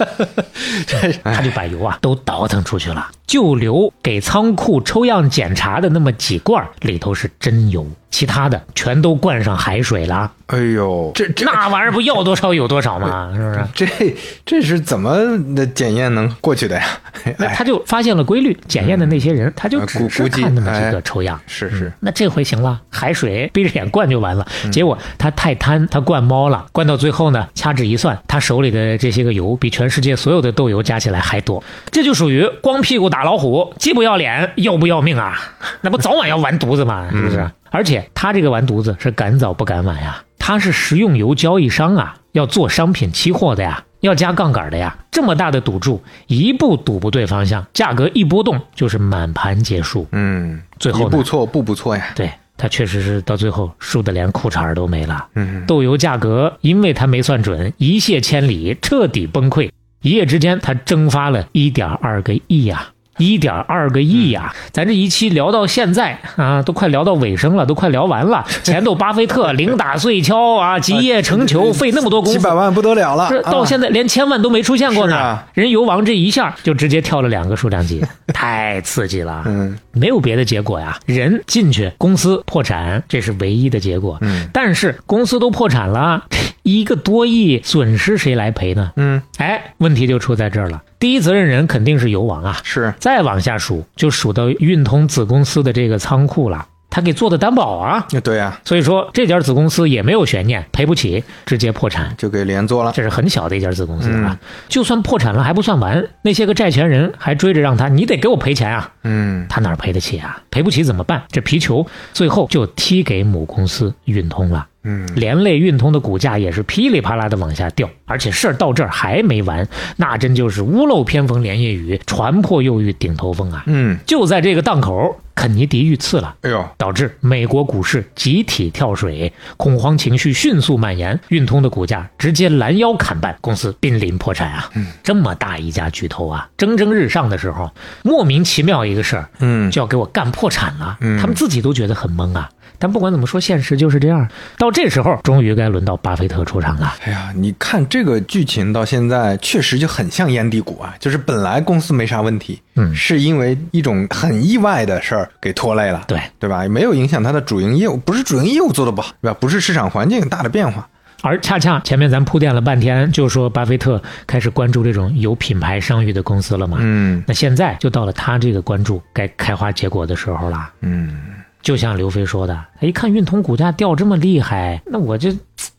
Speaker 2: *laughs* 他就把
Speaker 3: 哎
Speaker 2: 油啊都倒腾出去了，就留给仓库抽样检查的那么几罐儿，里头是真油，其他的全都灌上海水了。
Speaker 3: 哎呦，这哎这
Speaker 2: 那玩意儿不要多少有多少嘛，是不是？
Speaker 3: 这这是怎么的检验能过去的呀？ *laughs*
Speaker 2: 那
Speaker 3: 哎，
Speaker 2: 他就发现了规律，检验的那些人，他就
Speaker 3: 呃
Speaker 2: 只
Speaker 3: 估
Speaker 2: 是
Speaker 3: 估计
Speaker 2: 看那么几
Speaker 3: 哎
Speaker 2: 个抽样。
Speaker 3: 是是，
Speaker 2: 那这回行了，海水闭着眼灌就完了。结果他太贪，他灌猫了，灌到最后呢，掐指一算，他手里的这些个油比全世界所有的豆油加起来还多，这就属于光屁股打老虎，既不要脸又不要命啊！那不早晚要完犊子吗？是不是？而且他这个完犊子是赶早不赶晚呀，他是食用油交易商啊，要做商品期货的呀。要加杠杆的呀，这么大的赌注，一步赌不对方向，价格一波动就是满盘皆输。
Speaker 3: 嗯，
Speaker 2: 最
Speaker 3: 一
Speaker 2: 后呢
Speaker 3: 步错步步错呀，
Speaker 2: 对他确实是到最后输的连裤衩儿都没了。
Speaker 3: 嗯，
Speaker 2: 豆油价格因为他没算准，一泻千里，彻底崩溃。一夜之间，他蒸发了一点二个亿呀、一点二个亿呀、咱这一期聊到现在啊，都快聊到尾声了，都快聊完了。前头巴菲特 *laughs* 零打碎敲啊，集腋成裘，费那么多功
Speaker 3: 几
Speaker 2: 夫
Speaker 3: 百，万不得了了
Speaker 2: 是，到
Speaker 3: 啊
Speaker 2: 现在连千万都没出现过
Speaker 3: 是
Speaker 2: 呢。
Speaker 3: 啊
Speaker 2: 人油王这一下就直接跳了两个数量级，
Speaker 3: *laughs*
Speaker 2: 太刺激了。
Speaker 3: 嗯，
Speaker 2: 没有别的结果呀，人进去，公司破产，这是唯一的结果。
Speaker 3: 嗯，
Speaker 2: 但是公司都破产了，一个多亿损失谁来赔呢？
Speaker 3: 嗯，
Speaker 2: 哎，问题就出在这儿了，第一责任人肯定是油王啊。
Speaker 3: 是，
Speaker 2: 再往下数，就数到运通子公司的这个仓库了，他给做的担保啊。
Speaker 3: 那对呀，
Speaker 2: 所以说这家子公司也没有悬念，赔不起，直接破产。
Speaker 3: 就给连坐了，
Speaker 2: 这是很小的一家子公司啊，就算破产了还不算完，那些个债权人还追着让他，你得给我赔钱啊，
Speaker 3: 嗯，
Speaker 2: 他哪儿赔得起啊？赔不起怎么办？这皮球最后就踢给母公司运通了。
Speaker 3: 嗯，
Speaker 2: 连累运通的股价也是噼里啪啦的往下掉，而且事儿到这儿还没完，那真就是屋漏偏逢连夜雨，船破又遇顶头风啊！
Speaker 3: 嗯，
Speaker 2: 就在这个档口，肯尼迪遇刺了。
Speaker 3: 哎呦，
Speaker 2: 导致美国股市集体跳水，恐慌情绪迅速蔓延，运通的股价直接拦腰砍半，公司濒临破产啊！
Speaker 3: 嗯
Speaker 2: 这么大一家巨头啊，蒸蒸日上的时候，莫名其妙一个事儿
Speaker 3: 嗯，
Speaker 2: 就要给我干破产了，
Speaker 3: 嗯
Speaker 2: 他们自己都觉得很懵啊。但不管怎么说，现实就是这样。到这时候，终于该轮到巴菲特出场了。
Speaker 3: 哎呀，你看这个剧情到现在，确实就很像烟蒂股啊，就是本来公司没啥问题，
Speaker 2: 嗯
Speaker 3: 是因为一种很意外的事儿给拖累了，
Speaker 2: 对
Speaker 3: 对吧？没有影响它的主营业务，不是主营业务做的不好，对吧？不是市场环境大的变化，
Speaker 2: 而恰恰前面咱铺垫了半天，就说巴菲特开始关注这种有品牌声誉的公司了嘛。
Speaker 3: 嗯
Speaker 2: 那现在就到了他这个关注该开花结果的时候啦。
Speaker 3: 嗯，
Speaker 2: 就像刘飞说的，他一看运通股价掉这么厉害，那我就，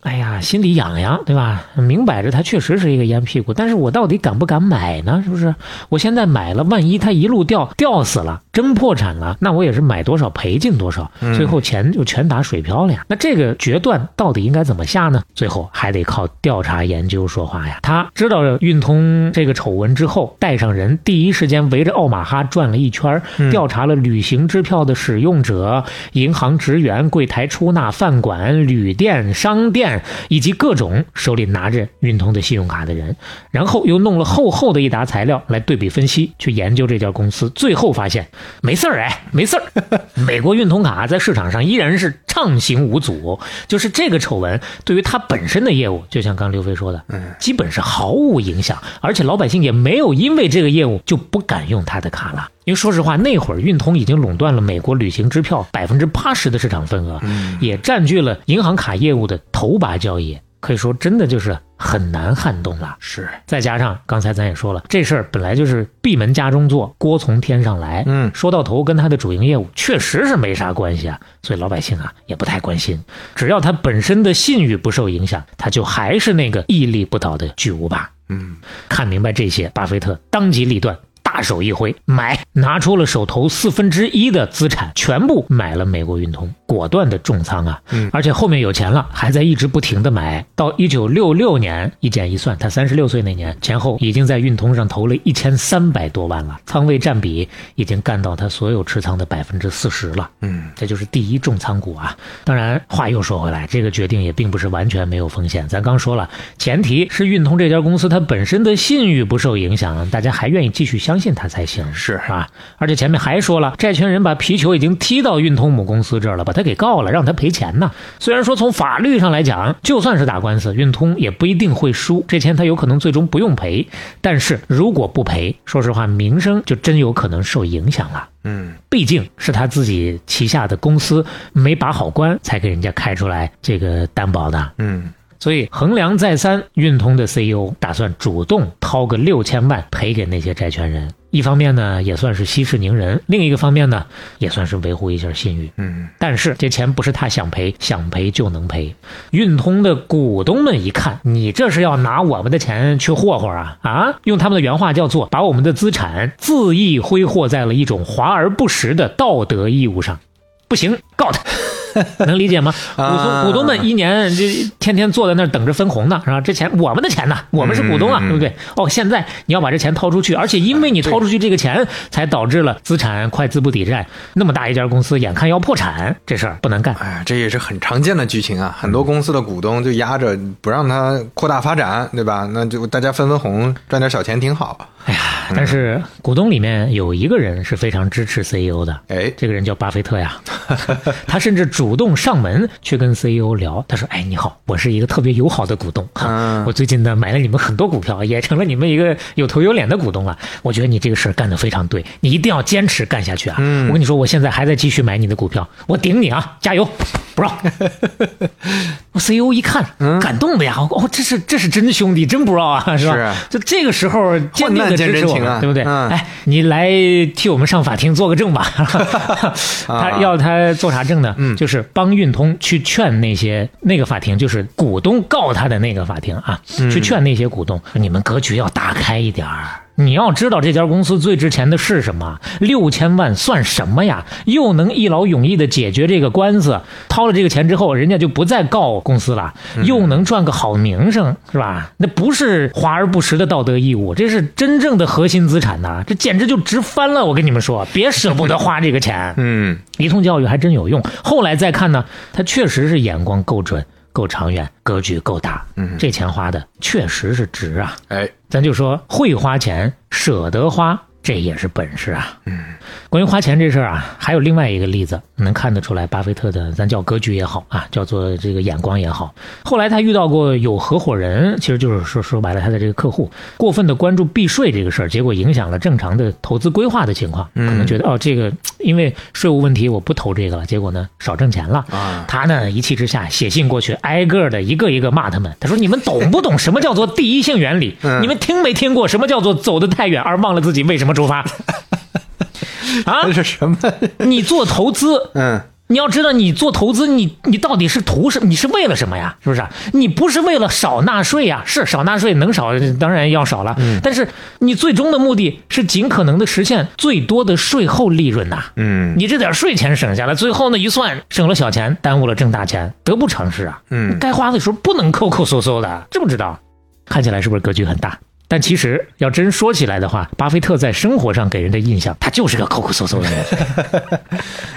Speaker 2: 哎呀，心里痒痒，对吧？明摆着它确实是一个烟屁股，但是我到底敢不敢买呢？是不是？我现在买了，万一它一路掉，掉死了，真破产了，那我也是买多少赔进多少，最后钱就全打水漂了呀。那这个决断到底应该怎么下呢？最后还得靠调查研究说话呀。他知道了运通这个丑闻之后，带上人第一时间围着奥马哈转了一圈儿，调查了旅行支票的使用者、银行职员、柜台出纳、饭馆、旅店、商店，以及各种手里拿着运通的信用卡的人，然后又弄了厚厚的一沓材料来对比分析，去研究这家公司。最后发现没事儿，哎，没事儿，美国运通卡在市场上依然是畅行无阻。就是这个丑闻对于它本身的业务，就像刚刘飞说的，
Speaker 3: 嗯
Speaker 2: 基本是毫无影响，而且老百姓也没有因为这个业务就不敢用它的卡了。因为说实话，那会儿运通已经垄断了美国旅行支票百分之八十的市场份额，
Speaker 3: 嗯
Speaker 2: 也占据了银行卡业务的头把交椅，可以说真的就是很难撼动了。
Speaker 3: 是，
Speaker 2: 再加上刚才咱也说了，这事儿本来就是闭门家中坐，锅从天上来。
Speaker 3: 嗯
Speaker 2: 说到头跟他的主营业务确实是没啥关系啊，所以老百姓啊也不太关心。只要他本身的信誉不受影响，他就还是那个屹立不倒的巨无霸。
Speaker 3: 嗯
Speaker 2: 看明白这些，巴菲特当机立断，大手一挥，买，拿出了手头四分之一的资产，全部买了美国运通，果断的重仓啊！
Speaker 3: 嗯
Speaker 2: 而且后面有钱了，还在一直不停的买，到一九六六年一减一算，他三十六岁那年前后已经在运通上投了一千三百多万了，仓位占比已经干到他所有持仓的百分之四十了。
Speaker 3: 嗯，
Speaker 2: 这就是第一重仓股啊。当然，话又说回来，这个决定也并不是完全没有风险。咱刚说了，前提是运通这家公司它本身的信誉不受影响，大家还愿意继续相信它才行。
Speaker 3: 是
Speaker 2: 啊，而且前面还说了，债权人把皮球已经踢到运通母公司这儿了，把他给告了，让他赔钱呢。虽然说从法律上来讲，就算是打官司，运通也不一定会输，这钱他有可能最终不用赔。但是如果不赔，说实话，名声就真有可能受影响了。
Speaker 3: 嗯，
Speaker 2: 毕竟是他自己旗下的公司没把好关，才给人家开出来这个担保的。
Speaker 3: 嗯，
Speaker 2: 所以衡量再三，运通的 CEO 打算主动掏个六千万赔给那些债权人。一方面呢，也算是息事宁人；另一个方面呢，也算是维护一下信誉。
Speaker 3: 嗯，
Speaker 2: 但是这钱不是他想赔，想赔就能赔。运通的股东们一看，你这是要拿我们的钱去霍霍啊啊！用他们的原话叫做把我们的资产恣意挥霍在了一种华而不实的道德义务上，不行，告
Speaker 3: *laughs*
Speaker 2: 他。能理解吗？股
Speaker 3: 啊
Speaker 2: 东股东们一年这天天坐在那儿等着分红呢，是吧？这钱我们的钱呢，我们是股东啊，
Speaker 3: 嗯嗯嗯
Speaker 2: 对不对？哦，现在你要把这钱掏出去，而且因为你掏出去这个钱，才导致了资产快资不抵债，那么大一家公司眼看要破产，这事儿不能干。
Speaker 3: 哎呀，这也是很常见的剧情啊。很多公司的股东就压着不让它扩大发展，对吧？那就大家分分红，赚点小钱挺好。
Speaker 2: 哎呀，但是股东里面有一个人是非常支持 CEO 的，
Speaker 3: 哎，
Speaker 2: 这个人叫巴菲特呀， *laughs* 他甚至主动上门去跟 CEO 聊，他说：“哎，你好，我是一个特别友好的股东，哈
Speaker 3: 嗯，
Speaker 2: 我最近呢买了你们很多股票，也成了你们一个有头有脸的股东了。我觉得你这个事儿干得非常对，你一定要坚持干下去啊！
Speaker 3: 嗯
Speaker 2: 我跟你说，我现在还在继续买你的股票，我顶你啊，加油，不让。” *laughs* 我 CEO 一看，感动的呀！哦，这是这是真兄弟，真 bro 啊，是吧？
Speaker 3: 嗯是
Speaker 2: 就这个时候坚定的支持我
Speaker 3: 患难见真情啊
Speaker 2: 们，对不对？
Speaker 3: 嗯
Speaker 2: 哎，你来替我们上法庭做个证吧。 *laughs* 他要他做啥证呢？
Speaker 3: 嗯
Speaker 2: 就是帮运通去劝那些那个法庭，就是股东告他的那个法庭啊，去劝那些股东，你们格局要打开一点儿。你要知道这家公司最值钱的是什么？六千万算什么呀？又能一劳永逸的解决这个官司，掏了这个钱之后，人家就不再告公司了，又能赚个好名声，是吧？那不是华而不实的道德义务，这是真正的核心资产呐、这简直就值翻了！我跟你们说，别舍不得花这个钱。
Speaker 3: 嗯，
Speaker 2: 一通教育还真有用。后来再看呢，他确实是眼光够准、够长远、格局够大。
Speaker 3: 嗯
Speaker 2: 这钱花的确实是值啊。
Speaker 3: 哎， *laughs*
Speaker 2: 咱就说会花钱、舍得花，这也是本事啊。
Speaker 3: 嗯，
Speaker 2: 关于花钱这事儿啊，还有另外一个例子，能看得出来巴菲特的，咱叫格局也好啊，叫做这个眼光也好。后来他遇到过有合伙人，其实就是说说白了，他的这个客户过分的关注避税这个事儿，结果影响了正常的投资规划的情况，
Speaker 3: 嗯
Speaker 2: 可能觉得哦，这个因为税务问题我不投这个了，结果呢少挣钱了。
Speaker 3: 啊，
Speaker 2: 他呢一气之下写信过去，挨个的一个一个骂他们。他说：“你们懂不懂什么叫做第一性原理？
Speaker 3: *laughs* 嗯
Speaker 2: 你们听没听过什么叫做走得太远而忘了自己为什么出发？ *laughs* 啊
Speaker 3: 这，是什么？
Speaker 2: 你做投资。”
Speaker 3: 嗯，
Speaker 2: 你要知道，你做投资，你你到底是图什？你是为了什么呀？是不是？你不是为了少纳税呀？是少纳税能少，当然要少了。
Speaker 3: 嗯
Speaker 2: 但是你最终的目的是尽可能的实现最多的税后利润呐、
Speaker 3: 嗯，
Speaker 2: 你这点税钱省下来，最后呢一算，省了小钱，耽误了挣大钱，得不偿失啊！
Speaker 3: 嗯，
Speaker 2: 该花的时候不能抠抠搜搜的，知不知道？看起来是不是格局很大？但其实要真说起来的话，巴菲特在生活上给人的印象，他就是个抠抠搜搜的人。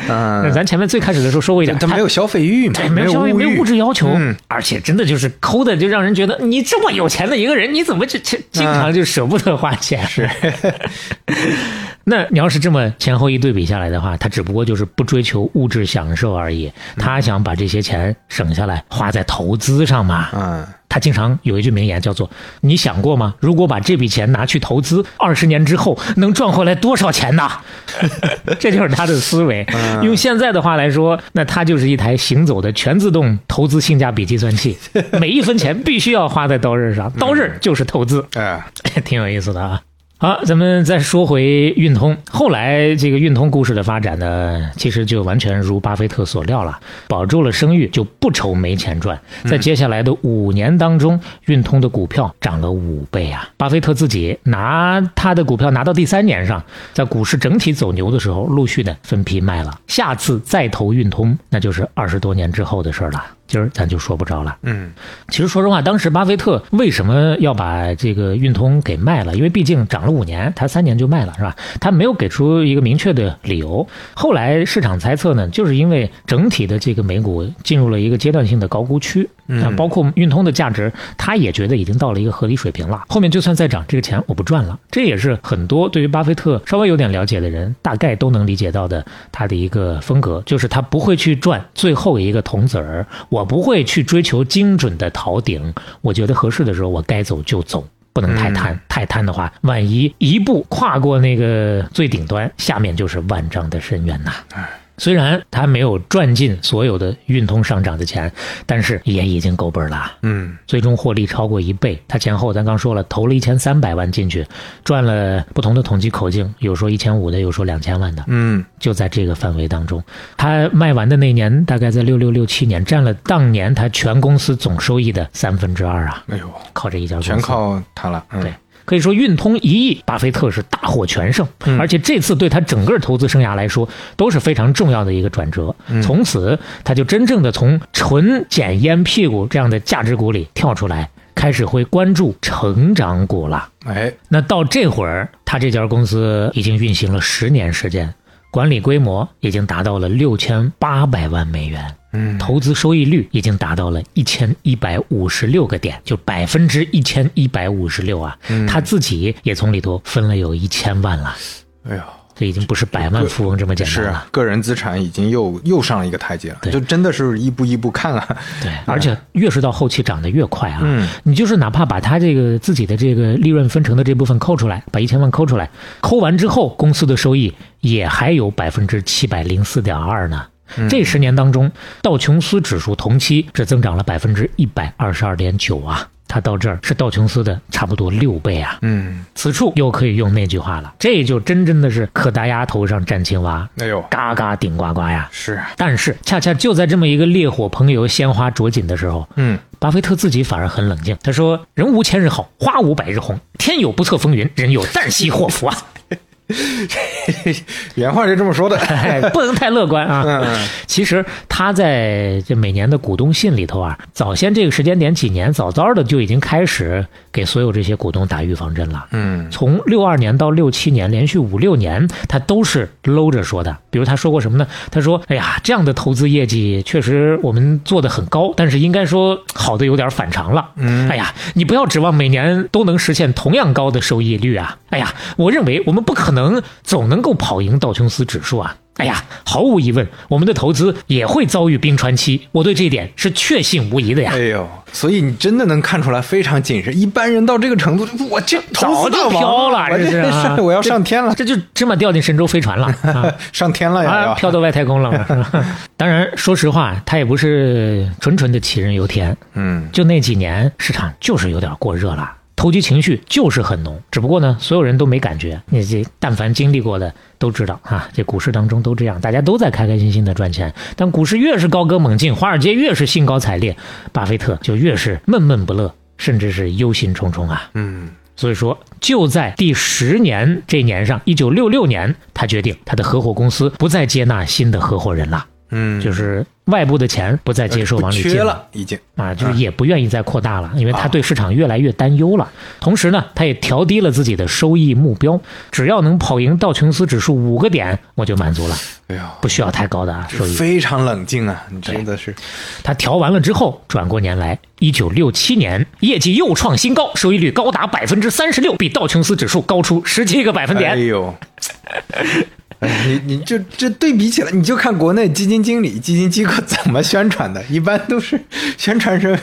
Speaker 2: 那
Speaker 3: 嗯，
Speaker 2: 咱前面最开始的时候说过一点，
Speaker 3: 他没有消费欲嘛，
Speaker 2: 对，没有消费，没有物
Speaker 3: 欲，
Speaker 2: 质要求，
Speaker 3: 嗯
Speaker 2: 而且真的就是抠的，就让人觉得你这么有钱的一个人，你怎么就经经常就舍不得花钱？是。 *laughs* 那你要是这么前后一对比下来的话，他只不过就是不追求物质享受而已，他想把这些钱省下来花在投资上嘛。
Speaker 3: 嗯，
Speaker 2: 他经常有一句名言叫做：“你想过吗？如果把这笔钱拿去投资，二十年之后能赚回来多少钱呢？” *laughs* 这就是他的思维。用现在的话来说，那他就是一台行走的全自动投资性价比计算器，每一分钱必须要花在刀刃上，刀刃就是投资，
Speaker 3: 哎，
Speaker 2: *laughs* 挺有意思的啊。好，咱们再说回运通。后来这个运通故事的发展呢，其实就完全如巴菲特所料了，保住了声誉，就不愁没钱赚。在接下来的五年当中，运通的股票涨了五倍啊！巴菲特自己拿他的股票拿到第三年上，在股市整体走牛的时候，陆续的分批卖了。下次再投运通，那就是二十多年之后的事儿了。今儿咱就说不着了。
Speaker 3: 嗯
Speaker 2: 其实说实话，当时巴菲特为什么要把这个运通给卖了？因为毕竟涨了五年，他三年就卖了，是吧？他没有给出一个明确的理由。后来市场猜测呢，就是因为整体的这个美股进入了一个阶段性的高估区，啊，包括运通的价值，他也觉得已经到了一个合理水平了。后面就算再涨，这个钱我不赚了。这也是很多对于巴菲特稍微有点了解的人，大概都能理解到的他的一个风格，就是他不会去赚最后一个铜子儿，我不会去追求精准的逃顶，我觉得合适的时候我该走就走。不能太贪，太贪的话，万一一步跨过那个最顶端，下面就是万丈的深渊呐、虽然他没有赚尽所有的运通上涨的钱，但是也已经够本儿了。
Speaker 3: 嗯
Speaker 2: 最终获利超过一倍。他前后咱刚说了，投了一千三百万进去，赚了不同的统计口径，有说一千五的，有说两千万的，
Speaker 3: 嗯
Speaker 2: 就在这个范围当中。他卖完的那年，大概在六六六七年，占了当年他全公司总收益的三分之二啊，
Speaker 3: 哎呦，
Speaker 2: 靠这一家公司
Speaker 3: 全靠他了。嗯
Speaker 2: 对，可以说运通一役，巴菲特是大获全胜，而且这次对他整个投资生涯来说都是非常重要的一个转折。从此，他就真正的从纯捡烟屁股这样的价值股里跳出来，开始会关注成长股了。
Speaker 3: 哎，
Speaker 2: 那到这会儿，他这家公司已经运行了十年时间，管理规模已经达到了六千八百万美元。
Speaker 3: 嗯
Speaker 2: 投资收益率已经达到了一千一百五十六个点，就百分之一千一百五十六啊！他自己也从里头分了有一千万了，
Speaker 3: 哎呦，
Speaker 2: 这已经不是百万富翁这么简
Speaker 3: 是
Speaker 2: 单
Speaker 3: 啊
Speaker 2: 了。
Speaker 3: 个人资产已经又又上了一个台阶了，
Speaker 2: 对
Speaker 3: 就真的是一步一步看
Speaker 2: *laughs*
Speaker 3: 啊。
Speaker 2: 对，而且越是到后期涨得越快啊！
Speaker 3: 嗯
Speaker 2: 你就是哪怕把他这个自己的这个利润分成的这部分扣出来，把一千万扣出来，扣完之后，公司的收益也还有百分之七百零四点二呢。这十年当中，道琼斯指数同期只增长了百分之一百二十二点九啊，它到这儿是道琼斯的差不多六倍啊。
Speaker 3: 嗯，
Speaker 2: 此处又可以用那句话了，这就真真的是可达鸭头上站青蛙，
Speaker 3: 哎呦，
Speaker 2: 嘎嘎顶呱呱呀。
Speaker 3: 是啊，
Speaker 2: 但是恰恰就在这么一个烈火烹油、鲜花着锦的时候，
Speaker 3: 嗯
Speaker 2: 巴菲特自己反而很冷静，他说：“人无千日好，花无百日红，天有不测风云，人有旦夕祸福啊， *laughs*
Speaker 3: 原话是这么说
Speaker 2: *laughs*
Speaker 3: 的。
Speaker 2: 哎不能太乐观啊。”
Speaker 3: 嗯
Speaker 2: 其实他在这每年的股东信里头啊，早先这个时间点几年，早早的就已经开始给所有这些股东打预防针了。
Speaker 3: 嗯
Speaker 2: 从六二年到六七年，连续五六年，他都是搂着说的。比如他说过什么呢？他说：“哎呀，这样的投资业绩确实我们做的很高，但是应该说好的有点反常了。
Speaker 3: 嗯
Speaker 2: 哎呀，你不要指望每年都能实现同样高的收益率啊！哎呀，我认为我们不可能总能够跑赢道琼斯指数啊！哎呀，毫无疑问，我们的投资也会遭遇冰川期，我对这一点是确信无疑的呀。
Speaker 3: 哎呦，所以你真的能看出来非常谨慎。一般人到这个程度，我这投
Speaker 2: 早
Speaker 3: 资大
Speaker 2: 就
Speaker 3: 王
Speaker 2: 飘了，
Speaker 3: 我
Speaker 2: 这是啊
Speaker 3: *laughs* 上我要上天了，
Speaker 2: 这就芝麻掉进神州飞船了啊！
Speaker 3: 上天了哎呀！
Speaker 2: 啊，
Speaker 3: 要
Speaker 2: 飘到外太空了
Speaker 3: *laughs*
Speaker 2: 嘛。是吧当然，说实话，他也不是纯纯的杞人忧天。
Speaker 3: 嗯
Speaker 2: 就那几年，市场就是有点过热了，投机情绪就是很浓。只不过呢，所有人都没感觉。你这但凡经历过的都知道啊，这股市当中都这样，大家都在开开心心的赚钱。但股市越是高歌猛进，华尔街越是兴高采烈，巴菲特就越是闷闷不乐，甚至是忧心忡忡啊。
Speaker 3: 嗯
Speaker 2: 所以说，就在第十年这年上，一九六六年，他决定他的合伙公司不再接纳新的合伙人了，
Speaker 3: 嗯，呃
Speaker 2: 就是外部的钱不再接受往里进
Speaker 3: 缺了啊已经。
Speaker 2: 啊，就是也不愿意再扩大了，因为他对市场越来越担忧了。同时呢，他也调低了自己的收益目标，只要能跑赢道琼斯指数五个点，我就满足了，
Speaker 3: 哎呦，
Speaker 2: 不需要太高的啊收益。
Speaker 3: 非常冷静啊！你真的是，
Speaker 2: 他调完了之后，转过年来，一九六七年业绩又创新高，收益率高达百分之三十六，比道琼斯指数高出十七个百分点。
Speaker 3: 哎呦，哎你你就这对比起来，你就看国内基金经理、基金机构怎么宣传的，一般都是宣传成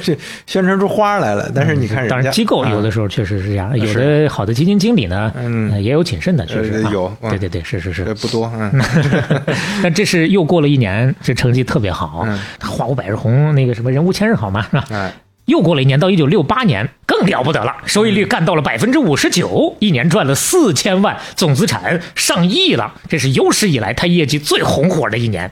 Speaker 3: 宣传出花来了。但是你看人家，啊
Speaker 2: 当然，嗯机构有的时候确实是这样，有的好的基金经理呢，
Speaker 3: 嗯
Speaker 2: 呃也有谨慎的，确实
Speaker 3: 呃
Speaker 2: 啊
Speaker 3: 有嗯
Speaker 2: 对对对，是是
Speaker 3: 啊呃
Speaker 2: 是。
Speaker 3: 不多，嗯
Speaker 2: *laughs* 但这是又过了一年，这成绩特别好
Speaker 3: 嗯，
Speaker 2: 花无百日红，那个什么人无千日好嘛，是吧？
Speaker 3: 哎
Speaker 2: 又过了一年，到一九六八年，更了不得了，收益率干到了百分之五十九，一年赚了四千万，总资产上亿了，这是有史以来他业绩最红火的一年。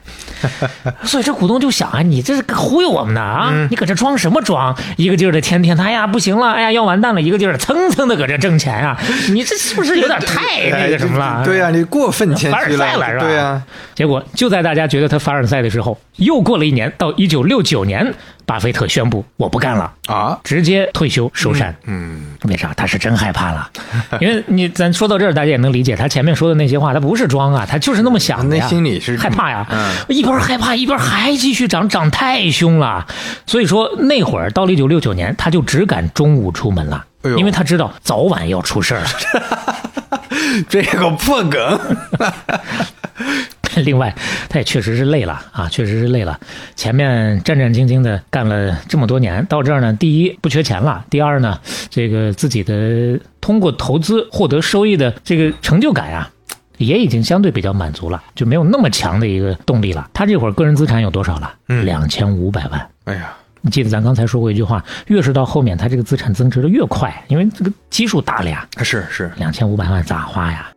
Speaker 2: *laughs* 所以这股东就想啊，你这是忽悠我们呢啊！
Speaker 3: 嗯
Speaker 2: 你搁这装什么装？一个劲儿的天天，哎呀不行了，哎呀要完蛋了，一个劲儿的蹭蹭的搁这挣钱啊！你这是不是有点太那个什么了？
Speaker 3: 哎
Speaker 2: 啊嗯
Speaker 3: 对呀、啊你过分谦
Speaker 2: 凡尔
Speaker 3: 虚
Speaker 2: 赛了是吧？
Speaker 3: 对啊呀、
Speaker 2: 结果就在大家觉得他凡尔赛的时候，又过了一年，到一九六九年，巴菲特宣布我不干了。
Speaker 3: 啊，
Speaker 2: 直接退休收山，
Speaker 3: 嗯，
Speaker 2: 为啥？他是真害怕了，因为你咱说到这儿，大家也能理解，他前面说的那些话，他不是装啊，他就是那么想的呀，
Speaker 3: 内心里是
Speaker 2: 害怕呀，
Speaker 3: 嗯
Speaker 2: 一边害怕一边还继续涨，涨太凶了，所以说那会儿到了一九六九年，他就只敢中午出门了，
Speaker 3: 哎呦
Speaker 2: 因为他知道早晚要出事儿了。
Speaker 3: 这个破梗，
Speaker 2: *laughs* 另外，他也确实是累了啊，确实是累了。前面战战兢兢的干了这么多年，到这儿呢，第一不缺钱了，第二呢，这个自己的通过投资获得收益的这个成就感啊。也已经相对比较满足了，就没有那么强的一个动力了。他这会儿个人资产有多少了？
Speaker 3: 嗯
Speaker 2: 两千五百万。
Speaker 3: 哎呀，
Speaker 2: 你记得咱刚才说过一句话，越是到后面，他这个资产增值的越快，因为这个基数大了呀。
Speaker 3: 是是，
Speaker 2: 两千五百万咋花呀？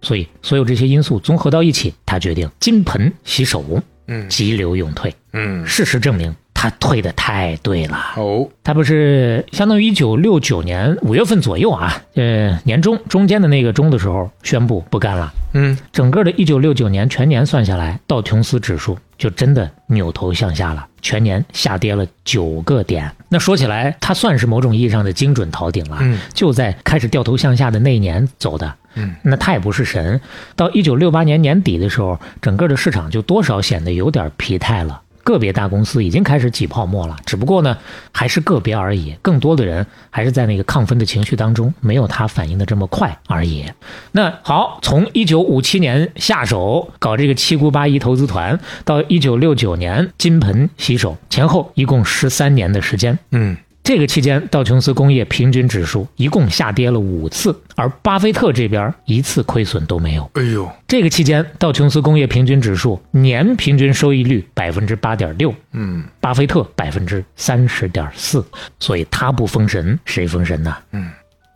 Speaker 2: 所以，所有这些因素综合到一起，他决定金盆洗手，
Speaker 3: 嗯
Speaker 2: 急流勇退。
Speaker 3: 嗯，
Speaker 2: 事实证明，他退的太对了。
Speaker 3: 哦，
Speaker 2: 他不是相当于一九六九年五月份左右啊，呃，年中中间的那个中的时候宣布不干了。
Speaker 3: 嗯，
Speaker 2: 整个的一九六九年全年算下来，道琼斯指数就真的扭头向下了，全年下跌了九个点。那说起来，它算是某种意义上的精准逃顶了。
Speaker 3: 嗯
Speaker 2: 就在开始掉头向下的那一年走的。
Speaker 3: 嗯，
Speaker 2: 那他也不是神。到一九六八年年底的时候，整个的市场就多少显得有点疲态了。个别大公司已经开始挤泡沫了，只不过呢，还是个别而已。更多的人还是在那个亢奋的情绪当中，没有他反应的这么快而已。那好，从一九五七年下手搞这个七姑八姨投资团，到一九六九年金盆洗手，前后一共十三年的时间。
Speaker 3: 嗯，
Speaker 2: 这个期间，道琼斯工业平均指数一共下跌了五次，而巴菲特这边一次亏损都没有。
Speaker 3: 哎呦，
Speaker 2: 这个期间，道琼斯工业平均指数年平均收益率百分之八点六，
Speaker 3: 嗯，
Speaker 2: 巴菲特百分之三十点四，所以他不封神，谁封神呢？
Speaker 3: 嗯，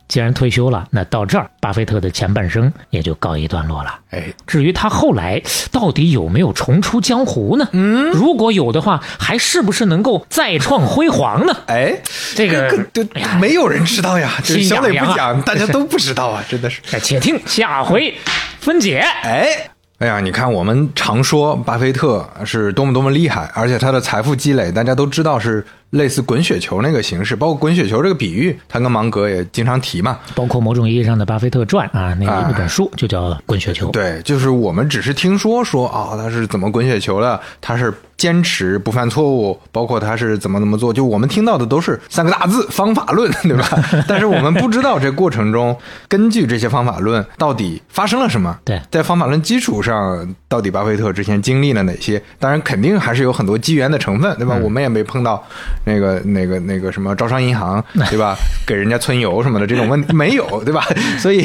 Speaker 2: 既然退休了，那到这儿，巴菲特的前半生也就告一段落了。
Speaker 3: 哎，
Speaker 2: 至于他后来到底有没有重出江湖呢？嗯，如果有的话，还是不是能够再创辉煌呢？
Speaker 3: 哎，
Speaker 2: 这个
Speaker 3: 这
Speaker 2: 哎呀
Speaker 3: 没有人知道
Speaker 2: *laughs*
Speaker 3: 呀，这
Speaker 2: 心
Speaker 3: 小
Speaker 2: 痒
Speaker 3: 磊
Speaker 2: 痒
Speaker 3: 不
Speaker 2: 啊
Speaker 3: 讲，大家都不知道啊，真的是。
Speaker 2: 哎，且听下回分解。
Speaker 3: 哎，哎呀，你看我们常说巴菲特是多么多么厉害，而且他的财富积累，大家都知道是类似滚雪球那个形式，包括滚雪球这个比喻，他跟芒格也经常提嘛。
Speaker 2: 包括某种意义上的《巴菲特传》啊，那
Speaker 3: 啊
Speaker 2: 个那本书就叫《滚雪球》。
Speaker 3: 对，就是我们只是听说说啊、他是怎么滚雪球的，他是坚持不犯错误，包括他是怎么怎么做，就我们听到的都是三个大字方法论，对吧？ *laughs* 但是我们不知道这过程中，根据这些方法论到底发生了什么。
Speaker 2: 对
Speaker 3: 在方法论基础上，到底巴菲特之前经历了哪些？当然，肯定还是有很多机缘的成分，对吧？我们也没碰到那个、那个、那个什么招商银行，对 *laughs* 吧？给人家存油什么的这种问题没有，对吧？ *laughs* 所以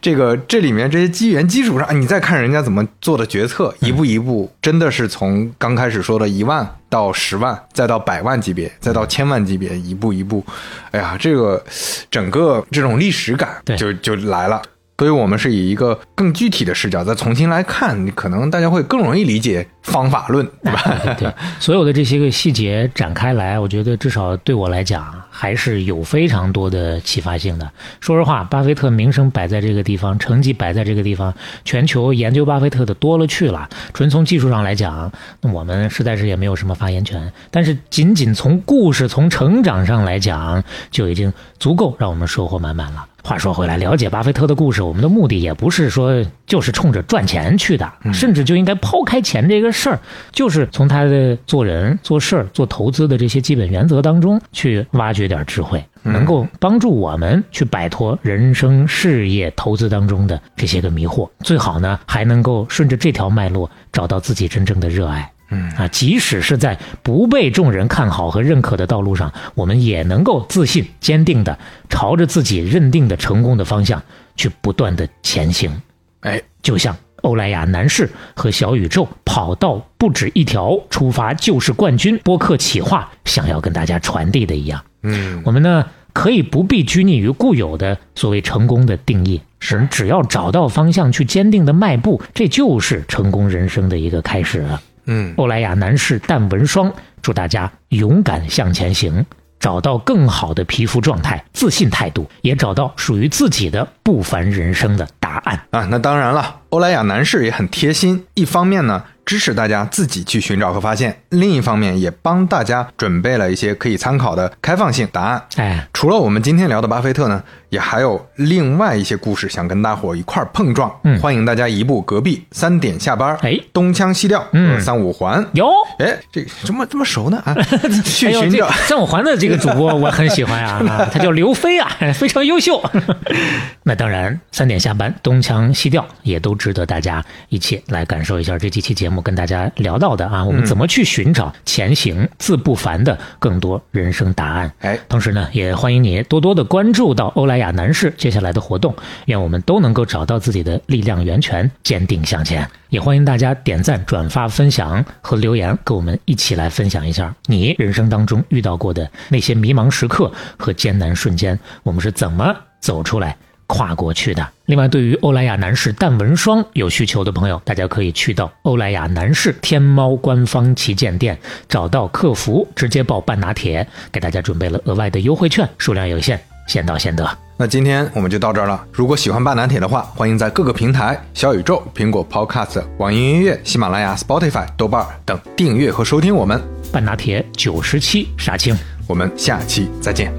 Speaker 3: 这个这里面这些机缘基础上，你再看人家怎么做的决策，一步一步，真的是从刚开始说的一万到十万，再到百万级别，再到千万级别，一步一步，哎呀，这个整个这种历史感
Speaker 2: 对
Speaker 3: 就就来了。所以我们是以一个更具体的视角再重新来看，你可能大家会更容易理解方法论， *laughs* 对吧？
Speaker 2: *laughs* 对对，所有的这些个细节展开来，我觉得至少对我来讲还是有非常多的启发性的。说实话，巴菲特名声摆在这个地方，成绩摆在这个地方，全球研究巴菲特的多了去了。纯从技术上来讲，那我们实在是也没有什么发言权。但是仅仅从故事、从成长上来讲，就已经足够让我们收获满满了。话说回来，了解巴菲特的故事，我们的目的也不是说就是冲着赚钱去的，甚至就应该抛开钱这个事儿，就是从他的做人、做事儿、做投资的这些基本原则当中去挖掘点智慧，能够帮助我们去摆脱人生、事业、投资当中的这些个迷惑。最好呢，还能够顺着这条脉络找到自己真正的热爱。
Speaker 3: 嗯
Speaker 2: 啊，即使是在不被众人看好和认可的道路上，我们也能够自信、坚定的朝着自己认定的成功的方向去不断的前行。
Speaker 3: 哎，
Speaker 2: 就像欧莱雅男士和小宇宙跑道不止一条，出发就是冠军播客企划想要跟大家传递的一样。
Speaker 3: 嗯
Speaker 2: 我们呢可以不必拘泥于固有的所谓成功的定义，
Speaker 3: 是
Speaker 2: 我们只要找到方向去坚定的迈步，这就是成功人生的一个开始了。
Speaker 3: 嗯，
Speaker 2: 欧莱雅男士淡纹霜，祝大家勇敢向前行，找到更好的皮肤状态、自信态度，也找到属于自己的不凡人生的答案。
Speaker 3: 啊，那当然了，欧莱雅男士也很贴心，一方面呢支持大家自己去寻找和发现，另一方面也帮大家准备了一些可以参考的开放性答案。
Speaker 2: 哎，
Speaker 3: 除了我们今天聊的巴菲特呢，也还有另外一些故事想跟大伙儿一块儿碰撞，
Speaker 2: 嗯
Speaker 3: 欢迎大家移步隔壁三点下班，
Speaker 2: 哎
Speaker 3: 东腔西调，
Speaker 2: 嗯
Speaker 3: 三五环。
Speaker 2: 有。
Speaker 3: 哎，这怎么这么熟呢？
Speaker 2: *laughs*
Speaker 3: 啊，去
Speaker 2: 哎呦，
Speaker 3: 寻
Speaker 2: 这
Speaker 3: 找。
Speaker 2: 郑武环的这个主播我很喜欢
Speaker 3: *laughs*
Speaker 2: 啊，啊他叫刘飞啊，非常优秀。 *laughs* 那当然，三点下班，东腔西调也都值得大家一起来感受一下这几期节目跟大家聊到的啊，我
Speaker 3: 嗯
Speaker 2: 们怎么去寻找前行自不凡的更多人生答案。
Speaker 3: 哎，
Speaker 2: 同时呢，也欢迎你多多的关注到欧莱雅男士接下来的活动，愿我们都能够找到自己的力量源泉，坚定向前。也欢迎大家点赞、转发、分享和留言，跟我们一起来分享一下你人生当中遇到过的那些迷茫时刻和艰难瞬间，我们是怎么走出来。跨过去的。另外，对于欧莱雅男士淡纹霜有需求的朋友，大家可以去到欧莱雅男士天猫官方旗舰店，找到客服，直接报半拿铁，给大家准备了额外的优惠券，数量有限，先到先得。
Speaker 3: 那今天我们就到这儿了。如果喜欢半拿铁的话，欢迎在各个平台小宇宙、苹果 Podcast、网易云音乐、喜马拉雅、Spotify、豆瓣儿等订阅和收听我们。
Speaker 2: 半拿铁九十七杀青。
Speaker 3: 我们下期再见。